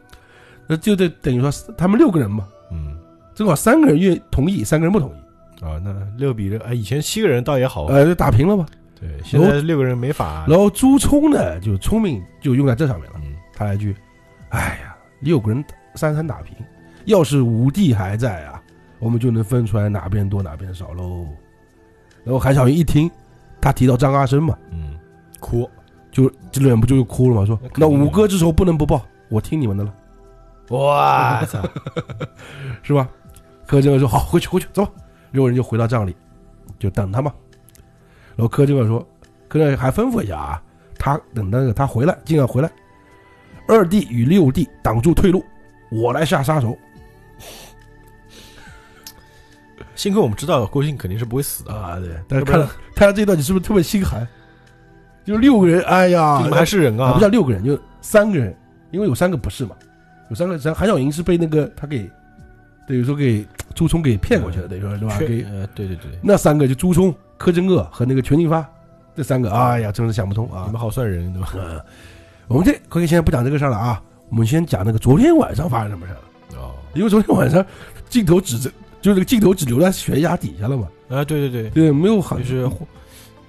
[SPEAKER 2] 那就得等于说他们六个人嘛，
[SPEAKER 1] 嗯
[SPEAKER 2] 正好三个人愿同意，三个人不同意，
[SPEAKER 1] 啊，那六比六，哎，以前七个人倒也好，
[SPEAKER 2] 呃，就打平了嘛。
[SPEAKER 1] 对，现在六个人没法，
[SPEAKER 2] 然后朱聪呢，就聪明就用在这上面了。
[SPEAKER 1] 嗯，
[SPEAKER 2] 他来一句：“哎呀，六个人三三打平，要是五弟还在啊，我们就能分出来哪边多哪边少喽。”然后韩小云一听，他提到张阿生嘛，
[SPEAKER 1] 嗯，哭，
[SPEAKER 2] 就就忍不住就哭了嘛，说
[SPEAKER 1] 那：“肯定
[SPEAKER 2] 那
[SPEAKER 1] 啊
[SPEAKER 2] 五哥之仇不能不报，我听你们的了，
[SPEAKER 1] 哇操，
[SPEAKER 2] 是吧？”柯震东说：“好，回去回去，走吧。”六个人就回到帐里，就等他嘛。然后柯震东说：“柯震东还吩咐一下啊，他等那个他回来，尽量回来。二弟与六弟挡住退路，我来下杀手。”
[SPEAKER 1] 幸亏我们知道郭靖肯定是不会死的，
[SPEAKER 2] 啊，对，但
[SPEAKER 1] 要
[SPEAKER 2] 是
[SPEAKER 1] 不然
[SPEAKER 2] 看到看到这一段，你是不是特别心寒？就六个人，哎呀，
[SPEAKER 1] 就你们还是人
[SPEAKER 2] 啊
[SPEAKER 1] 啊
[SPEAKER 2] 不，叫六个人，就三个人，因为有三个不是嘛，有三个，咱韩小莹是被那个他给，等于说给朱冲给骗过去的，等于说是吧？
[SPEAKER 1] 缺
[SPEAKER 2] 给
[SPEAKER 1] 呃，对对对，
[SPEAKER 2] 那三个就朱冲、柯镇恶和那个全金发这三个，哎呀，真是想不通
[SPEAKER 1] 你
[SPEAKER 2] 啊
[SPEAKER 1] 们。好算人对吧？
[SPEAKER 2] 嗯，我们这可以现在不讲这个事儿了啊，我们先讲那个昨天晚上发生什么事儿了，
[SPEAKER 1] 哦，
[SPEAKER 2] 因为昨天晚上镜头只在，就是那个镜头只留在悬崖底下了嘛，
[SPEAKER 1] 啊，对对对，
[SPEAKER 2] 对，没有好
[SPEAKER 1] 就是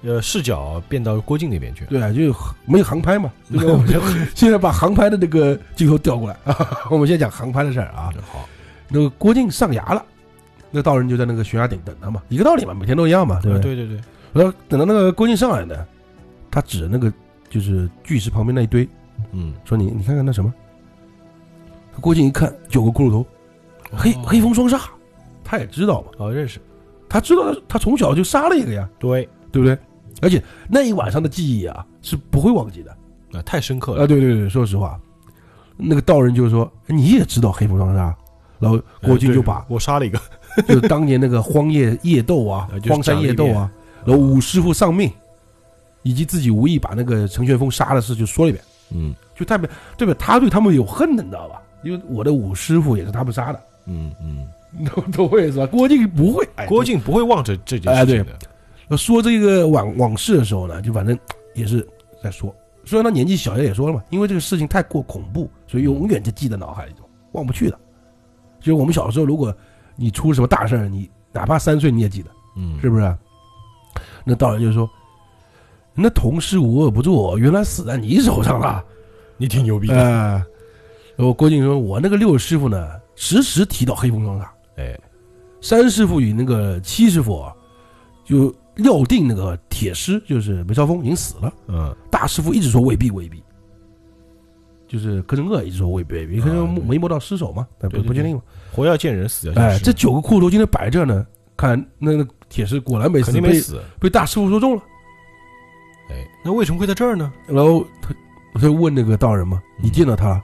[SPEAKER 1] 呃视角变到郭靖那边去，
[SPEAKER 2] 对啊，就没有航 拍嘛，对吧？
[SPEAKER 1] 没有
[SPEAKER 2] 我 们就现在把航拍的那个镜头调过来 啊，我们先讲航拍的事儿啊。
[SPEAKER 1] 好，
[SPEAKER 2] 那个郭靖上崖了，那道人就在那个悬崖顶等他嘛，一个道理嘛，每天都一样嘛，对
[SPEAKER 1] 啊
[SPEAKER 2] 不对？
[SPEAKER 1] 对对对，
[SPEAKER 2] 然后等到那个郭靖上来呢，他指着那个就是巨石旁边那一堆，
[SPEAKER 1] 嗯，
[SPEAKER 2] 说你你看看那什么。郭靖一看九个骷髅头，黑
[SPEAKER 1] 哦
[SPEAKER 2] 黑风双煞，他也知道嘛，
[SPEAKER 1] 哦认识，
[SPEAKER 2] 他知道他他从小就杀了一个呀，
[SPEAKER 1] 对，
[SPEAKER 2] 对不对？而且那一晚上的记忆啊是不会忘记的。
[SPEAKER 1] 啊太深刻
[SPEAKER 2] 啊，
[SPEAKER 1] 了，
[SPEAKER 2] 对对对，说实话，那个道人就说你也知道黑风双煞，然后郭靖就
[SPEAKER 1] 哎
[SPEAKER 2] 把
[SPEAKER 1] 对我杀了一个，
[SPEAKER 2] 就是当年那个荒野夜斗 啊
[SPEAKER 1] 啊就，是
[SPEAKER 2] 荒山夜斗啊，然后武师傅丧命，以及自己无意把那个陈玄风杀的事就说了一遍，
[SPEAKER 1] 嗯
[SPEAKER 2] 就代表代表他对他们有恨的，你知道吧？因为我的武师傅也是他们杀的，
[SPEAKER 1] 嗯嗯，
[SPEAKER 2] 你懂懂我意思吧？郭靖不会，哎
[SPEAKER 1] 郭靖不会忘这这件
[SPEAKER 2] 哎
[SPEAKER 1] 事
[SPEAKER 2] 对
[SPEAKER 1] 情的，
[SPEAKER 2] 说这个往往事的时候呢，就反正也是在说。虽然他年纪小，也说了嘛，因为这个事情太过恐怖，所以永远就记在脑海里头，忘不去的。就是我们小时候，如果你出什么大事儿，你哪怕三岁你也记得，
[SPEAKER 1] 嗯，
[SPEAKER 2] 是不是？那道人就说：“那童师无恶不作，原来死在你手上了。
[SPEAKER 1] 你挺牛逼”的，
[SPEAKER 2] 哎，然后郭靖说：“我那个六师傅呢，时时提到黑风双煞，
[SPEAKER 1] 哎，
[SPEAKER 2] 三师傅与那个七师傅啊，就料定那个铁师就是梅超风已经死了。
[SPEAKER 1] 嗯，
[SPEAKER 2] 大师傅一直说未必未必，就是柯镇恶一直说未必未必，
[SPEAKER 1] 啊
[SPEAKER 2] 柯镇恶
[SPEAKER 1] 对
[SPEAKER 2] 没摸到尸首嘛，但不
[SPEAKER 1] 对对
[SPEAKER 2] 不确定嘛。
[SPEAKER 1] 活要见人，死要见
[SPEAKER 2] 哎，
[SPEAKER 1] 尸，
[SPEAKER 2] 这九个骷髅今天摆这儿呢，看那那铁师果然没死，
[SPEAKER 1] 肯定没
[SPEAKER 2] 被
[SPEAKER 1] 死，
[SPEAKER 2] 被大师傅说中了。
[SPEAKER 1] 哎，那为什么会在这儿呢？
[SPEAKER 2] 然后他他就问那个道人嘛，
[SPEAKER 1] 嗯
[SPEAKER 2] 你见到他了？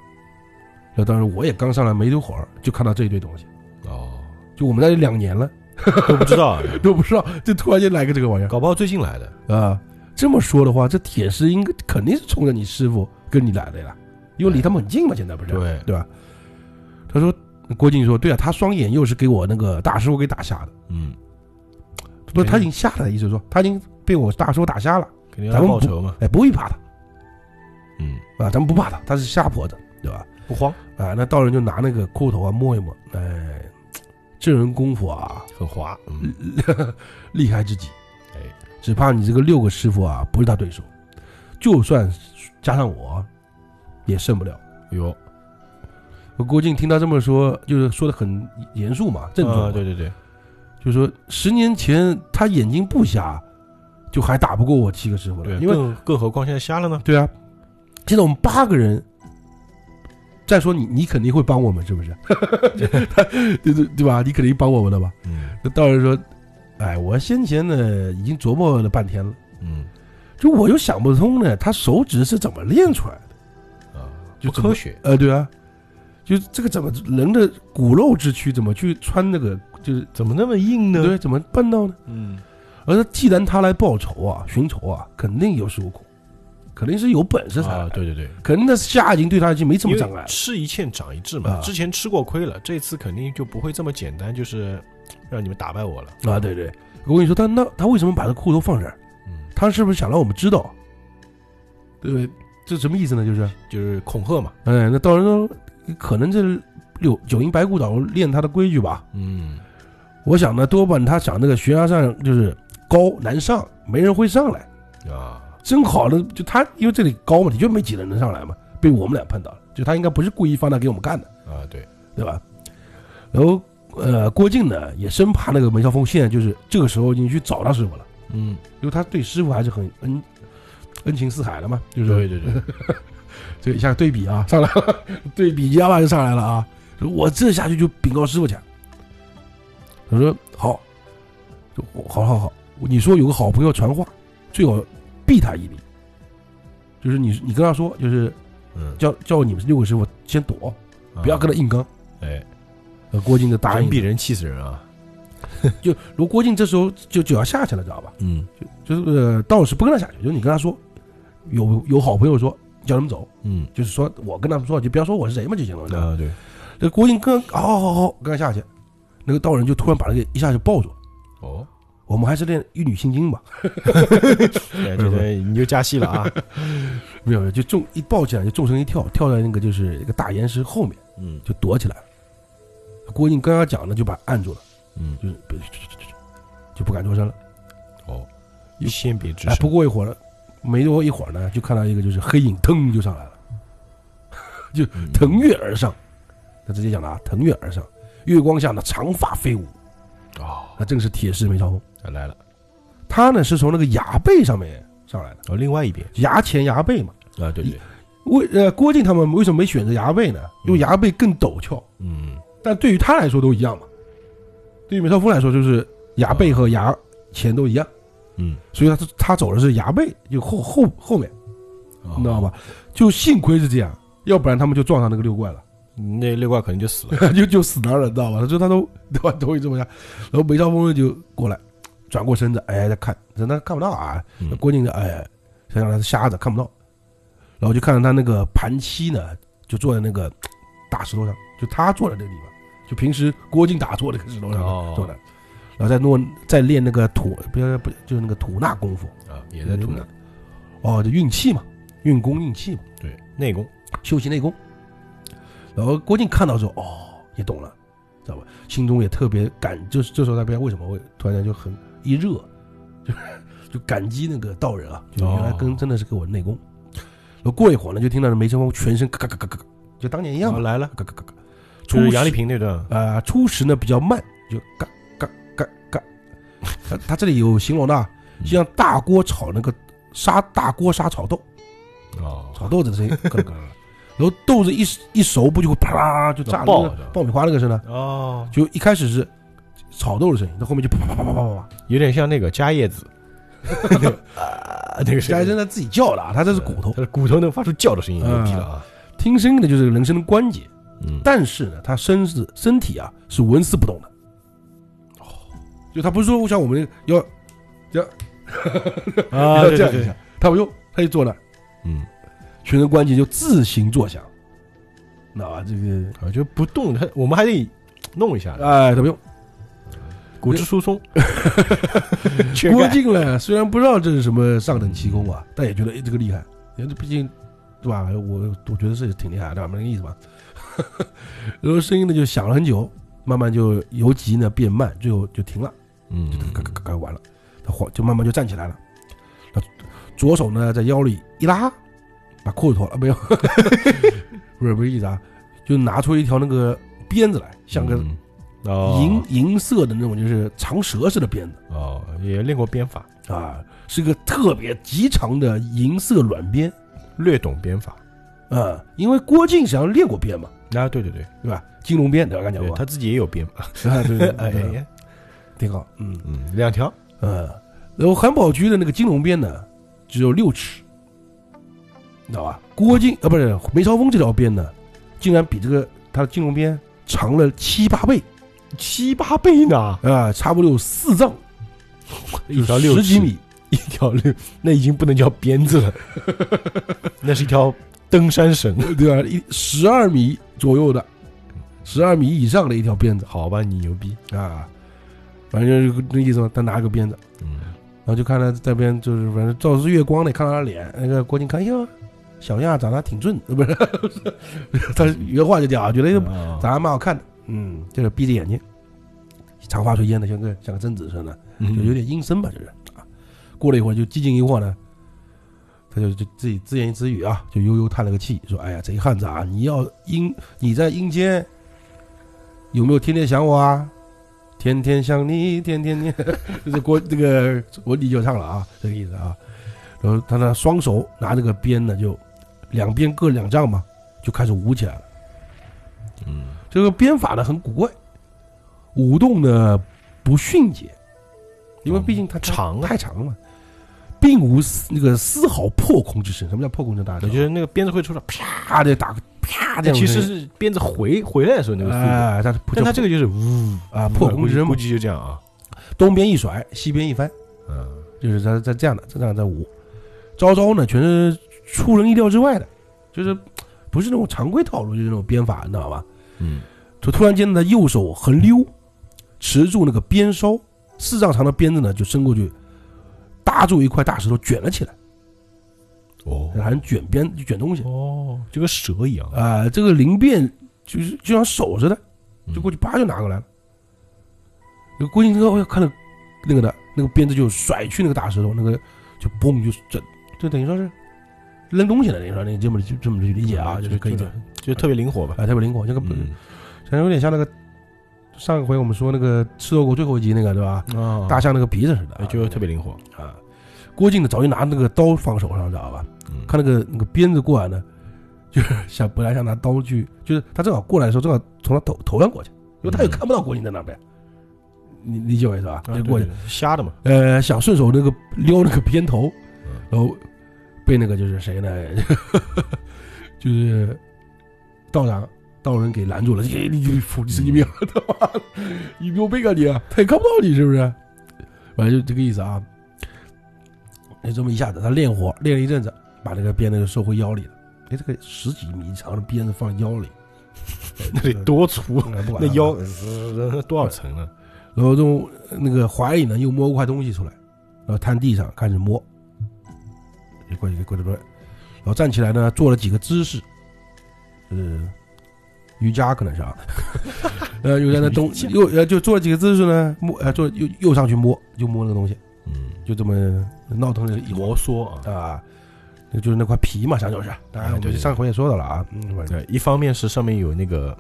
[SPEAKER 2] 然后当时我也刚上来没多会儿，就看到这一堆东西，
[SPEAKER 1] 哦，
[SPEAKER 2] 就我们在这两年了
[SPEAKER 1] 都不知道，啊
[SPEAKER 2] 都不知道，就突然间来个这个玩意儿。
[SPEAKER 1] 搞不好最近来的，
[SPEAKER 2] 啊，这么说的话，这铁石应该肯定是冲着你师傅跟你来的呀，因为离他们很近嘛，现在不是？
[SPEAKER 1] 对
[SPEAKER 2] 对吧？他说，郭靖说，对啊，他双眼又是给我那个大师傅给打瞎的，
[SPEAKER 1] 嗯，
[SPEAKER 2] 不是他已经瞎了，意思说他已经被我大师傅打瞎了，
[SPEAKER 1] 肯定
[SPEAKER 2] 咱
[SPEAKER 1] 要
[SPEAKER 2] 们
[SPEAKER 1] 报
[SPEAKER 2] 不
[SPEAKER 1] 仇嘛，
[SPEAKER 2] 哎，不会怕他
[SPEAKER 1] 嗯，
[SPEAKER 2] 啊，咱们不怕他，他是瞎婆子，对吧？
[SPEAKER 1] 不慌，
[SPEAKER 2] 啊，那道人就拿那个骷头啊摸一摸，哎，这人功夫啊
[SPEAKER 1] 很滑，嗯
[SPEAKER 2] 厉害至极，
[SPEAKER 1] 哎，
[SPEAKER 2] 只怕你这个六个师傅啊不是他对手，就算加上我，也胜不了。
[SPEAKER 1] 有
[SPEAKER 2] 我郭靖听他这么说，就是说的很严肃嘛，郑重嘛、
[SPEAKER 1] 啊，对对对，
[SPEAKER 2] 就是说十年前他眼睛不瞎，就还打不过我七个师傅了，
[SPEAKER 1] 对，
[SPEAKER 2] 因为
[SPEAKER 1] 更更何况现在瞎了呢？
[SPEAKER 2] 对啊，现在我们八个人。再说你，你肯定会帮我们，是不是？ 对对对吧？你肯定帮我们的吧？
[SPEAKER 1] 嗯
[SPEAKER 2] 那道士说：“哎，我先前呢已经琢磨了半天了，
[SPEAKER 1] 嗯
[SPEAKER 2] 就我又想不通呢，他手指是怎么练出来的？
[SPEAKER 1] 啊，
[SPEAKER 2] 就
[SPEAKER 1] 不
[SPEAKER 2] 怎么
[SPEAKER 1] 科学，
[SPEAKER 2] 呃，对啊，就这个怎么人的骨肉之躯怎么去穿那个就是
[SPEAKER 1] 怎么那么硬呢？
[SPEAKER 2] 对，怎么办到呢？
[SPEAKER 1] 嗯，
[SPEAKER 2] 而他既然他来报仇啊，寻仇啊，肯定有恃无恐，肯定是有本事才来，
[SPEAKER 1] 啊，对对对，
[SPEAKER 2] 肯定那下已经对他已经没什
[SPEAKER 1] 因
[SPEAKER 2] 么
[SPEAKER 1] 为
[SPEAKER 2] 障碍了。
[SPEAKER 1] 吃一堑长一智
[SPEAKER 2] 啊
[SPEAKER 1] 嘛，之前吃过亏了，这次肯定就不会这么简单，就是让你们打败我了。
[SPEAKER 2] 啊，对对，我跟你说，他那他为什么把这裤头放这儿？
[SPEAKER 1] 嗯，
[SPEAKER 2] 他是不是想让我们知道？对不对？这什么意思呢？就是。”
[SPEAKER 1] 就是恐吓嘛。
[SPEAKER 2] 哎，那到时候可能这六九阴白骨爪练他的规矩吧。
[SPEAKER 1] 嗯，
[SPEAKER 2] 我想呢，多半他想那个悬崖上就是高难上，没人会上来。
[SPEAKER 1] 啊，
[SPEAKER 2] 正好呢，就他因为这里高嘛，的确没几个人能上来嘛，被我们俩碰到了。就他应该不是故意放他给我们干的，
[SPEAKER 1] 啊，对，
[SPEAKER 2] 对吧？然后呃，郭靖呢也生怕那个梅超风现在就是这个时候已经去找他师傅了，
[SPEAKER 1] 嗯，
[SPEAKER 2] 因为他对师傅还是很恩恩情似海的嘛，就是
[SPEAKER 1] 对对对，
[SPEAKER 2] 这一下对比啊， 上来了，对比一下吧就上来了啊。说我这下去就禀告师傅去。他说好，就好好好，你说有个好朋友传话，最好避他一里。就是你你跟他说，就是
[SPEAKER 1] 嗯，
[SPEAKER 2] 叫叫你们六个师傅先躲，不要跟他硬刚。
[SPEAKER 1] 他，哎，
[SPEAKER 2] 呃，郭靖就答
[SPEAKER 1] 人
[SPEAKER 2] 应
[SPEAKER 1] 比
[SPEAKER 2] 了。
[SPEAKER 1] 人气死人啊。
[SPEAKER 2] 就如果郭靖这时候就就要下去了，知道吧？
[SPEAKER 1] 嗯
[SPEAKER 2] 就是呃，道士不跟他下去，就是你跟他说，有有好朋友说叫他们走，
[SPEAKER 1] 嗯，
[SPEAKER 2] 就是说我跟他们说，就不要说我是谁嘛就行了。对吧
[SPEAKER 1] 啊，对，
[SPEAKER 2] 这郭靖跟好好好好跟他下去，那个道人就突然把那个一下就抱住了。
[SPEAKER 1] 哦，
[SPEAKER 2] 我们还是练《玉女心经》吧，
[SPEAKER 1] 对对对，哎你就加戏了啊。
[SPEAKER 2] 没有，没有就众一抱起来就纵身一跳，跳在那个就是一个大岩石后面
[SPEAKER 1] 嗯
[SPEAKER 2] 就躲起来了。郭靖刚刚讲的就把他按住了，
[SPEAKER 1] 嗯，
[SPEAKER 2] 就是别就不敢作声了。
[SPEAKER 1] 哦，先别吱
[SPEAKER 2] 哎，不
[SPEAKER 1] 声。
[SPEAKER 2] 过一会儿，没多一会儿呢，就看到一个就是黑影腾就上来了，
[SPEAKER 1] 嗯
[SPEAKER 2] 腾跃而上。他直接讲了啊，腾跃而上，月光下呢长发飞舞，
[SPEAKER 1] 哦，
[SPEAKER 2] 那正是铁狮梅超风。
[SPEAKER 1] 来了，
[SPEAKER 2] 他呢是从那个崖背上面上来的，
[SPEAKER 1] 哦，另外一边
[SPEAKER 2] 崖前崖背嘛。
[SPEAKER 1] 啊，对对，
[SPEAKER 2] 为呃，郭靖他们为什么没选择崖背呢？因为崖背更陡峭，
[SPEAKER 1] 嗯，
[SPEAKER 2] 但对于他来说都一样嘛。对于梅超风来说，就是崖背和崖前都一样，
[SPEAKER 1] 嗯，
[SPEAKER 2] 所以他他走的是崖背，就后后后面，
[SPEAKER 1] 哦
[SPEAKER 2] 你知道？吧？就幸亏是这样，要不然他们就撞上那个六怪了，
[SPEAKER 1] 那六怪肯定就死了。
[SPEAKER 2] 就就死那儿了， 你知道吧？他说他都对吧？都会这么样，然后梅超风就过来，转过身子，哎，他看，人他看不到啊，那
[SPEAKER 1] 嗯
[SPEAKER 2] 郭靖呢，哎，想想他是瞎子，看不到，然后就看到他那个盘膝呢，就坐在那个大石头上，就他坐在这个地方，就平时郭靖打坐那个石头上
[SPEAKER 1] 哦
[SPEAKER 2] 坐着，然后再弄再练那个吐，不要不就是那个吐纳功夫，
[SPEAKER 1] 啊，也在吐呢。
[SPEAKER 2] 哦，就运气嘛，运功运气嘛，
[SPEAKER 1] 对，嗯内功。
[SPEAKER 2] 修习内功。然后郭靖看到之后，哦，也懂了，知道吧？心中也特别感，就是这时候他不知道为什么会突然间就很一热， 就就感激那个道人啊，就原来跟
[SPEAKER 1] 哦
[SPEAKER 2] 真的是给我内功。然后过一会儿呢，就听到那梅超风全身嘎嘎嘎嘎嘎，就当年一样
[SPEAKER 1] 哦，
[SPEAKER 2] 嘛，
[SPEAKER 1] 来了，
[SPEAKER 2] 嘎嘎嘎嘎。
[SPEAKER 1] 就
[SPEAKER 2] 初
[SPEAKER 1] 是
[SPEAKER 2] 时
[SPEAKER 1] 杨丽萍那段。
[SPEAKER 2] 啊，初时呢比较慢，就嘎嘎嘎嘎。他他这里有形容的啊，
[SPEAKER 1] 嗯
[SPEAKER 2] 就像大锅炒那个沙大锅沙炒豆，
[SPEAKER 1] 哦，
[SPEAKER 2] 炒豆子的声音，咯咯咯咯然后豆子一一熟不就会啪啦就炸
[SPEAKER 1] 爆是
[SPEAKER 2] 那个
[SPEAKER 1] 吧
[SPEAKER 2] 爆米花那个声呢？
[SPEAKER 1] 哦，
[SPEAKER 2] 就一开始是炒豆的声音，到后面就啪啪啪啪啪啪啪，
[SPEAKER 1] 有点像那个加叶 子，啊，那个
[SPEAKER 2] 这还真的自己叫的啊，它这是骨头，
[SPEAKER 1] 它的骨头能发出叫的声音，
[SPEAKER 2] 嗯
[SPEAKER 1] 牛逼了啊！
[SPEAKER 2] 听声音呢就是人声的关节，
[SPEAKER 1] 嗯，
[SPEAKER 2] 但是呢，它身是身体啊是纹丝不动的，就它不是说像我们要
[SPEAKER 1] 啊
[SPEAKER 2] 要
[SPEAKER 1] 对
[SPEAKER 2] 这
[SPEAKER 1] 对
[SPEAKER 2] 样一
[SPEAKER 1] 对
[SPEAKER 2] 下，，它不用，它就坐那儿，
[SPEAKER 1] 嗯，
[SPEAKER 2] 全身关节就自行作响，那啊这个
[SPEAKER 1] 啊，就不动，它我们还得弄一下的，
[SPEAKER 2] 哎，它不用。
[SPEAKER 1] 骨质疏松， 缺
[SPEAKER 2] 郭
[SPEAKER 1] 钙
[SPEAKER 2] 靖呢，虽然不知道这是什么上等奇功啊，但也觉得哎这个厉害，因为这毕竟对吧？我我觉得是挺厉害的，对吧没那个意思吧。 然后声音呢就响了很久，慢慢就由急呢变慢，最后就停了，
[SPEAKER 1] 嗯
[SPEAKER 2] 就，嘎嘎嘎嘎完了。他晃就慢慢就站起来了。那左手呢在腰里一拉，把裤子脱了没有？ 不是不是意思啊，就拿出一条那个鞭子来，像个
[SPEAKER 1] 嗯哦
[SPEAKER 2] 银、银色的那种就是长蛇似的鞭子
[SPEAKER 1] 哦，也练过鞭法，
[SPEAKER 2] 啊，是一个特别极长的银色软鞭
[SPEAKER 1] 略懂鞭法。
[SPEAKER 2] 啊，因为郭靖实际上练过鞭嘛，
[SPEAKER 1] 啊，对对对，
[SPEAKER 2] 对吧？金龙鞭对吧？刚才讲
[SPEAKER 1] 对
[SPEAKER 2] 过，
[SPEAKER 1] 他自己也有鞭，
[SPEAKER 2] 啊对对
[SPEAKER 1] 哎
[SPEAKER 2] 对，挺好，嗯。
[SPEAKER 1] 嗯，两条，
[SPEAKER 2] 呃，然后韩宝驹的那个金龙鞭呢，只有六尺，你知道吧？郭靖啊，不是梅超风这条鞭呢，竟然比这个他的金龙鞭长了七八倍
[SPEAKER 1] 七八倍呢，
[SPEAKER 2] 啊、差不多有四丈，
[SPEAKER 1] 一条六
[SPEAKER 2] 十几
[SPEAKER 1] 尺，
[SPEAKER 2] 米，
[SPEAKER 1] 一条六，那已经不能叫鞭子了，那是一条登山绳。
[SPEAKER 2] 对吧？一十二米左右的，十二米以上的一条鞭子
[SPEAKER 1] 好吧，你牛逼，
[SPEAKER 2] 啊，反正就是那意思嘛。他拿个鞭子，
[SPEAKER 1] 嗯，
[SPEAKER 2] 然后就看他这边就是反正照着月光的看到他脸，那个郭靖看，哎呀，小样长得还挺俊，呃不是？ 他原话就讲啊，觉得哎呀
[SPEAKER 1] 啊
[SPEAKER 2] 长得蛮好看的，嗯，就是闭着眼睛，长发垂肩的，像个像个贞子似的，就有
[SPEAKER 1] 嗯
[SPEAKER 2] 点阴森吧，就是啊。过了一会儿，就寂静一会儿呢，他就就自己自言自语啊，就悠悠叹了个气，说：“哎呀，贼汉子啊，你要阴你在阴间有没有天天想我啊？天天想你，天天念， 就是国这个文迪就唱了啊，这个意思啊。然后他的双手拿这个鞭呢，就两边各两丈嘛，就开始舞起来了。
[SPEAKER 1] 嗯，
[SPEAKER 2] 这个鞭法呢很古怪，舞动呢不迅捷，因为毕竟它
[SPEAKER 1] 长啊，
[SPEAKER 2] 太长了，并无丝那个丝毫破空之声。什么叫破空之声？大家
[SPEAKER 1] 我
[SPEAKER 2] 知
[SPEAKER 1] 觉
[SPEAKER 2] 道
[SPEAKER 1] 得那个鞭子会出来，啪，
[SPEAKER 2] 啪的打个啪这样
[SPEAKER 1] 哎其
[SPEAKER 2] 的声音，
[SPEAKER 1] 实是鞭子回回来的时候那个速度，
[SPEAKER 2] 哎，它是
[SPEAKER 1] 但他这个就是呜，
[SPEAKER 2] 啊破空之声
[SPEAKER 1] 估
[SPEAKER 2] 嘛，
[SPEAKER 1] 计就这样啊，
[SPEAKER 2] 东边一甩，西边一翻，
[SPEAKER 1] 嗯，
[SPEAKER 2] 就是它在这样的这样在舞，招招呢全是出人意料之外的，就是不是那种常规套路，就是那种鞭法，你知道吧？
[SPEAKER 1] 嗯，
[SPEAKER 2] 就突然间呢，右手横溜，持住那个鞭梢，四丈长的鞭子呢就伸过去，搭住一块大石头卷了起来，
[SPEAKER 1] 哦
[SPEAKER 2] 还是卷鞭卷东西
[SPEAKER 1] 哦，就跟蛇一样，
[SPEAKER 2] 啊、这个灵变就是就像手似的，就过
[SPEAKER 1] 去，
[SPEAKER 2] 去啪就拿过来了。那郭靖之后看到那个的那个鞭子就甩去那个大石头，那个就嘣就整，就等于说是扔东西了，等于说你这么就这么去理解啊，就是可以的
[SPEAKER 1] 嗯就特别灵活吧，
[SPEAKER 2] 啊，特别灵活，这个
[SPEAKER 1] 嗯，
[SPEAKER 2] 像有点像那个上一回我们说那个赤裸狗最后一集那个对吧？
[SPEAKER 1] 啊
[SPEAKER 2] 大象那个鼻子似的啊，
[SPEAKER 1] 就特别灵活，
[SPEAKER 2] 啊。郭靖呢，早就拿那个刀放手上，知道吧？
[SPEAKER 1] 嗯，
[SPEAKER 2] 看那个那个鞭子过来呢， 就是想本来想拿刀去，就是他正好过来的时候，正好从他头头上过去，因为他也看不到郭靖在那边，你理解我意思吧？
[SPEAKER 1] 嗯啊
[SPEAKER 2] 就过去，
[SPEAKER 1] 对对对瞎的嘛，
[SPEAKER 2] 呃，想顺手那个撩那个鞭头
[SPEAKER 1] 嗯，
[SPEAKER 2] 然后被那个就是谁呢？ 就是道长道人给拦住了，哎你你你你神经病，他妈的，你有病啊你啊！他也看不到你是不是？反正就这个意思啊。就这么一下子，他练活练了一阵子，把那个鞭子就收回腰里了。哎，这个十几米长的鞭子放腰里，
[SPEAKER 1] 那得多粗，
[SPEAKER 2] 哎不管
[SPEAKER 1] 那
[SPEAKER 2] 它
[SPEAKER 1] 腰呃多少层呢？
[SPEAKER 2] 然后从那个怀里呢又摸一块东西出来，然后摊地上开始摸，一块一块的摸，然后站起来呢做了几个姿势，就是瑜伽可能是啊， 呃又在那东
[SPEAKER 1] 瑜伽
[SPEAKER 2] 又呃就做了几个姿势呢摸呃做又又上去摸就摸那个东西，
[SPEAKER 1] 嗯，
[SPEAKER 2] 就这么闹腾了一会
[SPEAKER 1] 摩挲啊，
[SPEAKER 2] 儿啊，那就是那块皮嘛，想就是，当然我
[SPEAKER 1] 哎对
[SPEAKER 2] 们
[SPEAKER 1] 对
[SPEAKER 2] 上回也说到了啊，嗯反正
[SPEAKER 1] 对，一方面是上面有那个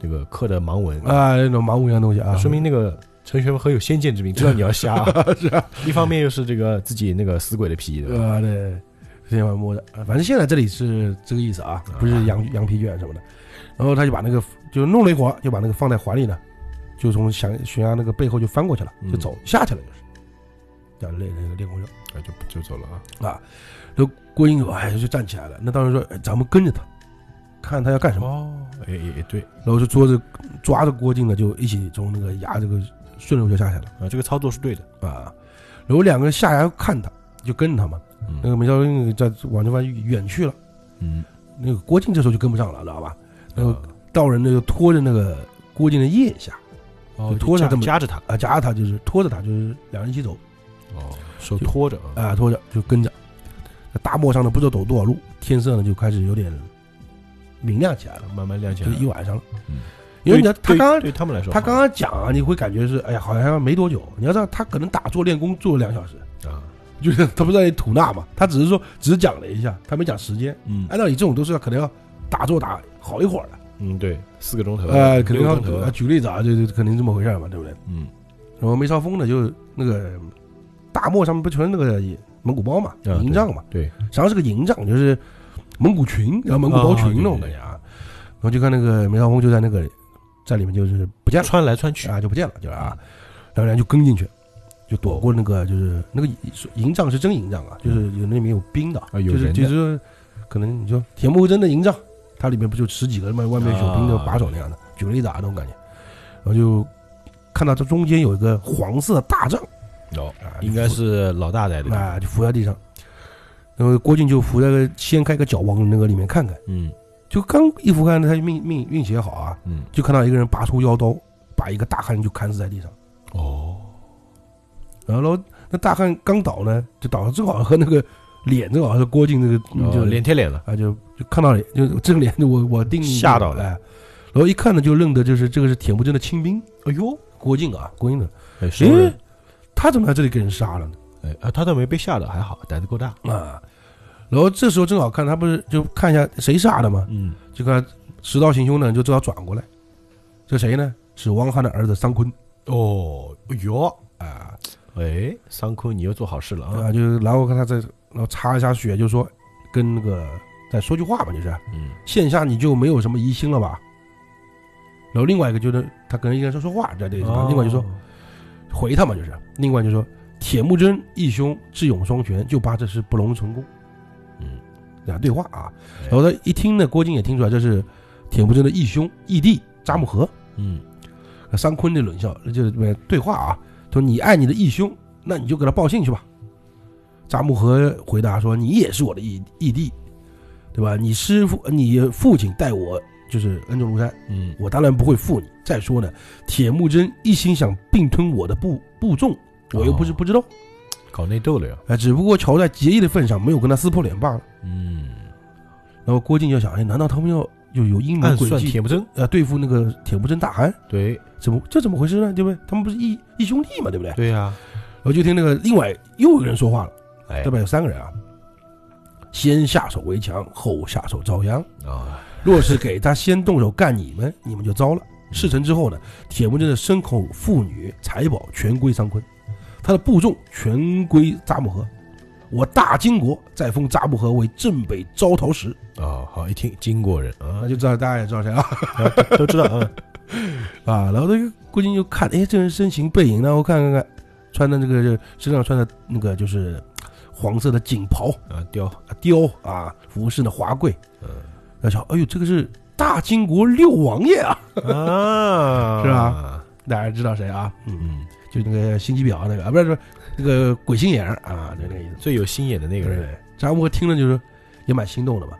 [SPEAKER 1] 那个刻的盲文，
[SPEAKER 2] 啊那种盲物一样东西啊，
[SPEAKER 1] 说明那个陈学文很有先见之明，知道你要瞎啊，
[SPEAKER 2] 是啊。
[SPEAKER 1] 一方面又是这个自己那个死鬼的皮，对吧？
[SPEAKER 2] 呃，对，是这样摸的。呃反正现在这里是这个意思啊，不是羊羊皮卷什么的。然后他就把那个就弄了一会儿，就把那个放在怀里呢，就从悬悬崖那个背后就翻过去了，就
[SPEAKER 1] 嗯
[SPEAKER 2] 走、下去了，就是。叫练那个练功了
[SPEAKER 1] 啊，就就走了啊，
[SPEAKER 2] 啊。然后郭靖哎就站起来了，那当时说、哎咱们跟着他，看他要干什么。
[SPEAKER 1] 哦，哎也也对，
[SPEAKER 2] 然后就捉着抓着郭靖呢，就一起从那个崖这个顺流就下去了
[SPEAKER 1] 啊，这个操作是对的，
[SPEAKER 2] 啊。然后两个人下崖看他，就跟着他嘛。那
[SPEAKER 1] 嗯
[SPEAKER 2] 个梅超风在往这边远去了。
[SPEAKER 1] 嗯，呃
[SPEAKER 2] 那个郭靖这时候就跟不上了，知道吧？那个道人呢就拖着那个郭靖的腋下
[SPEAKER 1] 哦
[SPEAKER 2] 就拖着
[SPEAKER 1] 这
[SPEAKER 2] 这么
[SPEAKER 1] 夹着他，
[SPEAKER 2] 啊，夹着他就是拖着他，就是两人一起走
[SPEAKER 1] 哦，手拖着啊，
[SPEAKER 2] 啊，拖着就跟着。那大漠上呢不知道走多少路，天色呢就开始有点明亮起来了，
[SPEAKER 1] 慢慢亮起
[SPEAKER 2] 就
[SPEAKER 1] 来
[SPEAKER 2] 一晚上了。
[SPEAKER 1] 嗯
[SPEAKER 2] 因为你要他
[SPEAKER 1] 对
[SPEAKER 2] 刚刚
[SPEAKER 1] 对他们来说好，
[SPEAKER 2] 他刚刚讲啊，你会感觉是哎呀，好像没多久。你要知道，他可能打坐练功坐了两小时，
[SPEAKER 1] 刚啊，
[SPEAKER 2] 就是他不是在那里吐纳嘛，他只是说只讲了一下，他没讲时间。
[SPEAKER 1] 嗯
[SPEAKER 2] 按道理这种都是可能要打坐打好一会儿了，
[SPEAKER 1] 嗯，对，四个钟头，
[SPEAKER 2] 呃，可能
[SPEAKER 1] 六
[SPEAKER 2] 要
[SPEAKER 1] 个钟
[SPEAKER 2] 啊
[SPEAKER 1] 头，
[SPEAKER 2] 举例子啊，就就肯定这么回事儿嘛，对不对？
[SPEAKER 1] 嗯
[SPEAKER 2] 然后梅超风呢，就是那个大漠上面不全是那个蒙古包嘛，
[SPEAKER 1] 啊
[SPEAKER 2] 营帐嘛，
[SPEAKER 1] 对，
[SPEAKER 2] 实际上是个营帐，就是蒙古群，然后蒙古包群那种东西啊。然后就看那个梅超风就在那个在里面就是不见了
[SPEAKER 1] 穿来穿去，
[SPEAKER 2] 啊，就不见了，就是啊，然后人家就跟进去，就躲过那个就是那个营帐是真营帐啊，就是有那里面有兵的，
[SPEAKER 1] 嗯啊有
[SPEAKER 2] 就是
[SPEAKER 1] 人的
[SPEAKER 2] 就是可能你说铁木真的营帐，它里面不就十几个嘛，外面有兵的
[SPEAKER 1] 啊
[SPEAKER 2] 把守那样的，举个例子啊那种感觉，然后就看到这中间有一个黄色的大帐
[SPEAKER 1] 哦，
[SPEAKER 2] 啊，
[SPEAKER 1] 应该是老大在的，
[SPEAKER 2] 啊就伏在地上，然后郭靖就伏在个掀开个脚往那个里面看看，
[SPEAKER 1] 嗯
[SPEAKER 2] 就刚一俯瞰，他就命命运气也好啊，
[SPEAKER 1] 嗯，
[SPEAKER 2] 就看到一个人拔出腰刀，把一个大汉就砍死在地上。
[SPEAKER 1] 哦，
[SPEAKER 2] 然后那大汉刚倒呢，就倒了，正好和那个脸正好是郭靖那个，嗯
[SPEAKER 1] 就
[SPEAKER 2] 就
[SPEAKER 1] 哦脸贴脸了，
[SPEAKER 2] 啊就就看到就这个脸就我我定义
[SPEAKER 1] 吓到了
[SPEAKER 2] 哎，然后一看呢就认得就是这个是铁木真的亲兵
[SPEAKER 1] 哎呦，
[SPEAKER 2] 郭靖啊，郭靖的，
[SPEAKER 1] 哎，熟
[SPEAKER 2] 诶
[SPEAKER 1] 人，，
[SPEAKER 2] 他怎么在这里给人杀了呢？
[SPEAKER 1] 哎，啊他倒没被吓到，还好，胆子够大，
[SPEAKER 2] 啊，然后这时候正好看他不是就看一下谁杀的嘛，
[SPEAKER 1] 嗯，
[SPEAKER 2] 就看石刀行凶呢就正好转过来，这谁呢？是汪涵的儿子桑坤
[SPEAKER 1] 哦，哎呦，
[SPEAKER 2] 啊
[SPEAKER 1] 哎，桑坤，你又做好事了啊，
[SPEAKER 2] 啊，就然后看他在然后擦一下血，就说跟那个再说句话嘛，就是。
[SPEAKER 1] 嗯
[SPEAKER 2] 线下你就没有什么疑心了吧？然后另外一个就是他可能应该说说话在这个地方，另外就说
[SPEAKER 1] 哦
[SPEAKER 2] 回他嘛，就是另外就说铁木真义兄智勇双全，就怕这事不容成功，
[SPEAKER 1] 嗯，
[SPEAKER 2] 俩对话啊。
[SPEAKER 1] 哎
[SPEAKER 2] 然后他一听呢，郭靖也听出来这是铁木真的义兄义弟扎木合，
[SPEAKER 1] 嗯，
[SPEAKER 2] 桑呃坤的冷笑，就是呃对话啊。他说你爱你的义兄，那你就给他报信去吧。扎木合回答说：“你也是我的义义弟，对吧？你师傅，你父亲待我就是恩重如山，
[SPEAKER 1] 嗯，
[SPEAKER 2] 我当然不会负你。再说呢，铁木真一心想并吞我的部部众，我又不
[SPEAKER 1] 哦
[SPEAKER 2] 是不知道，
[SPEAKER 1] 搞内斗了呀，
[SPEAKER 2] 啊，只不过瞧在结义的份上，没有跟他撕破脸罢了。
[SPEAKER 1] 嗯，
[SPEAKER 2] 然后郭靖就想，哎，难道他们要就有阴谋
[SPEAKER 1] 暗
[SPEAKER 2] 诡
[SPEAKER 1] 算
[SPEAKER 2] 计，
[SPEAKER 1] 铁木真，
[SPEAKER 2] 呃，对付那个铁木真大汗？
[SPEAKER 1] 对，
[SPEAKER 2] 怎么这怎么回事呢？对不对？他们不是义义兄弟嘛，对不对？
[SPEAKER 1] 对呀，
[SPEAKER 2] 然后就听那个另外又有个人说话了，
[SPEAKER 1] 哎
[SPEAKER 2] 这，边有三个人啊，先下手为强，后下手遭殃。
[SPEAKER 1] 啊，
[SPEAKER 2] 若是给他先动手干你们，你们就糟了。事成之后呢，铁木真的牲口、妇女、财宝全归桑坤，他的部众全归扎木合。我大金国再封扎木合为镇北招陶使，
[SPEAKER 1] 哦，好，一听金国人啊
[SPEAKER 2] 那，就知道大家也知道谁了
[SPEAKER 1] 都知道啊，
[SPEAKER 2] 啊。然后那个郭靖就看，哎，这人身形背影，然后看看看，穿的那个就身上穿的那个就是黄色的锦袍
[SPEAKER 1] 啊， 雕，
[SPEAKER 2] 啊貂啊，服饰呢华贵，
[SPEAKER 1] 嗯
[SPEAKER 2] 然后想，哎呦，这个是大金国六王爷啊，
[SPEAKER 1] 啊，
[SPEAKER 2] 是吧？大家知道谁啊？嗯。
[SPEAKER 1] 嗯，
[SPEAKER 2] 就那个心机婊那个啊，不是不是那个鬼心眼儿啊，就那个意思。
[SPEAKER 1] 最有心眼的那
[SPEAKER 2] 对
[SPEAKER 1] 个
[SPEAKER 2] 对
[SPEAKER 1] 人，
[SPEAKER 2] 对，张伯听了就是也蛮心动的吧？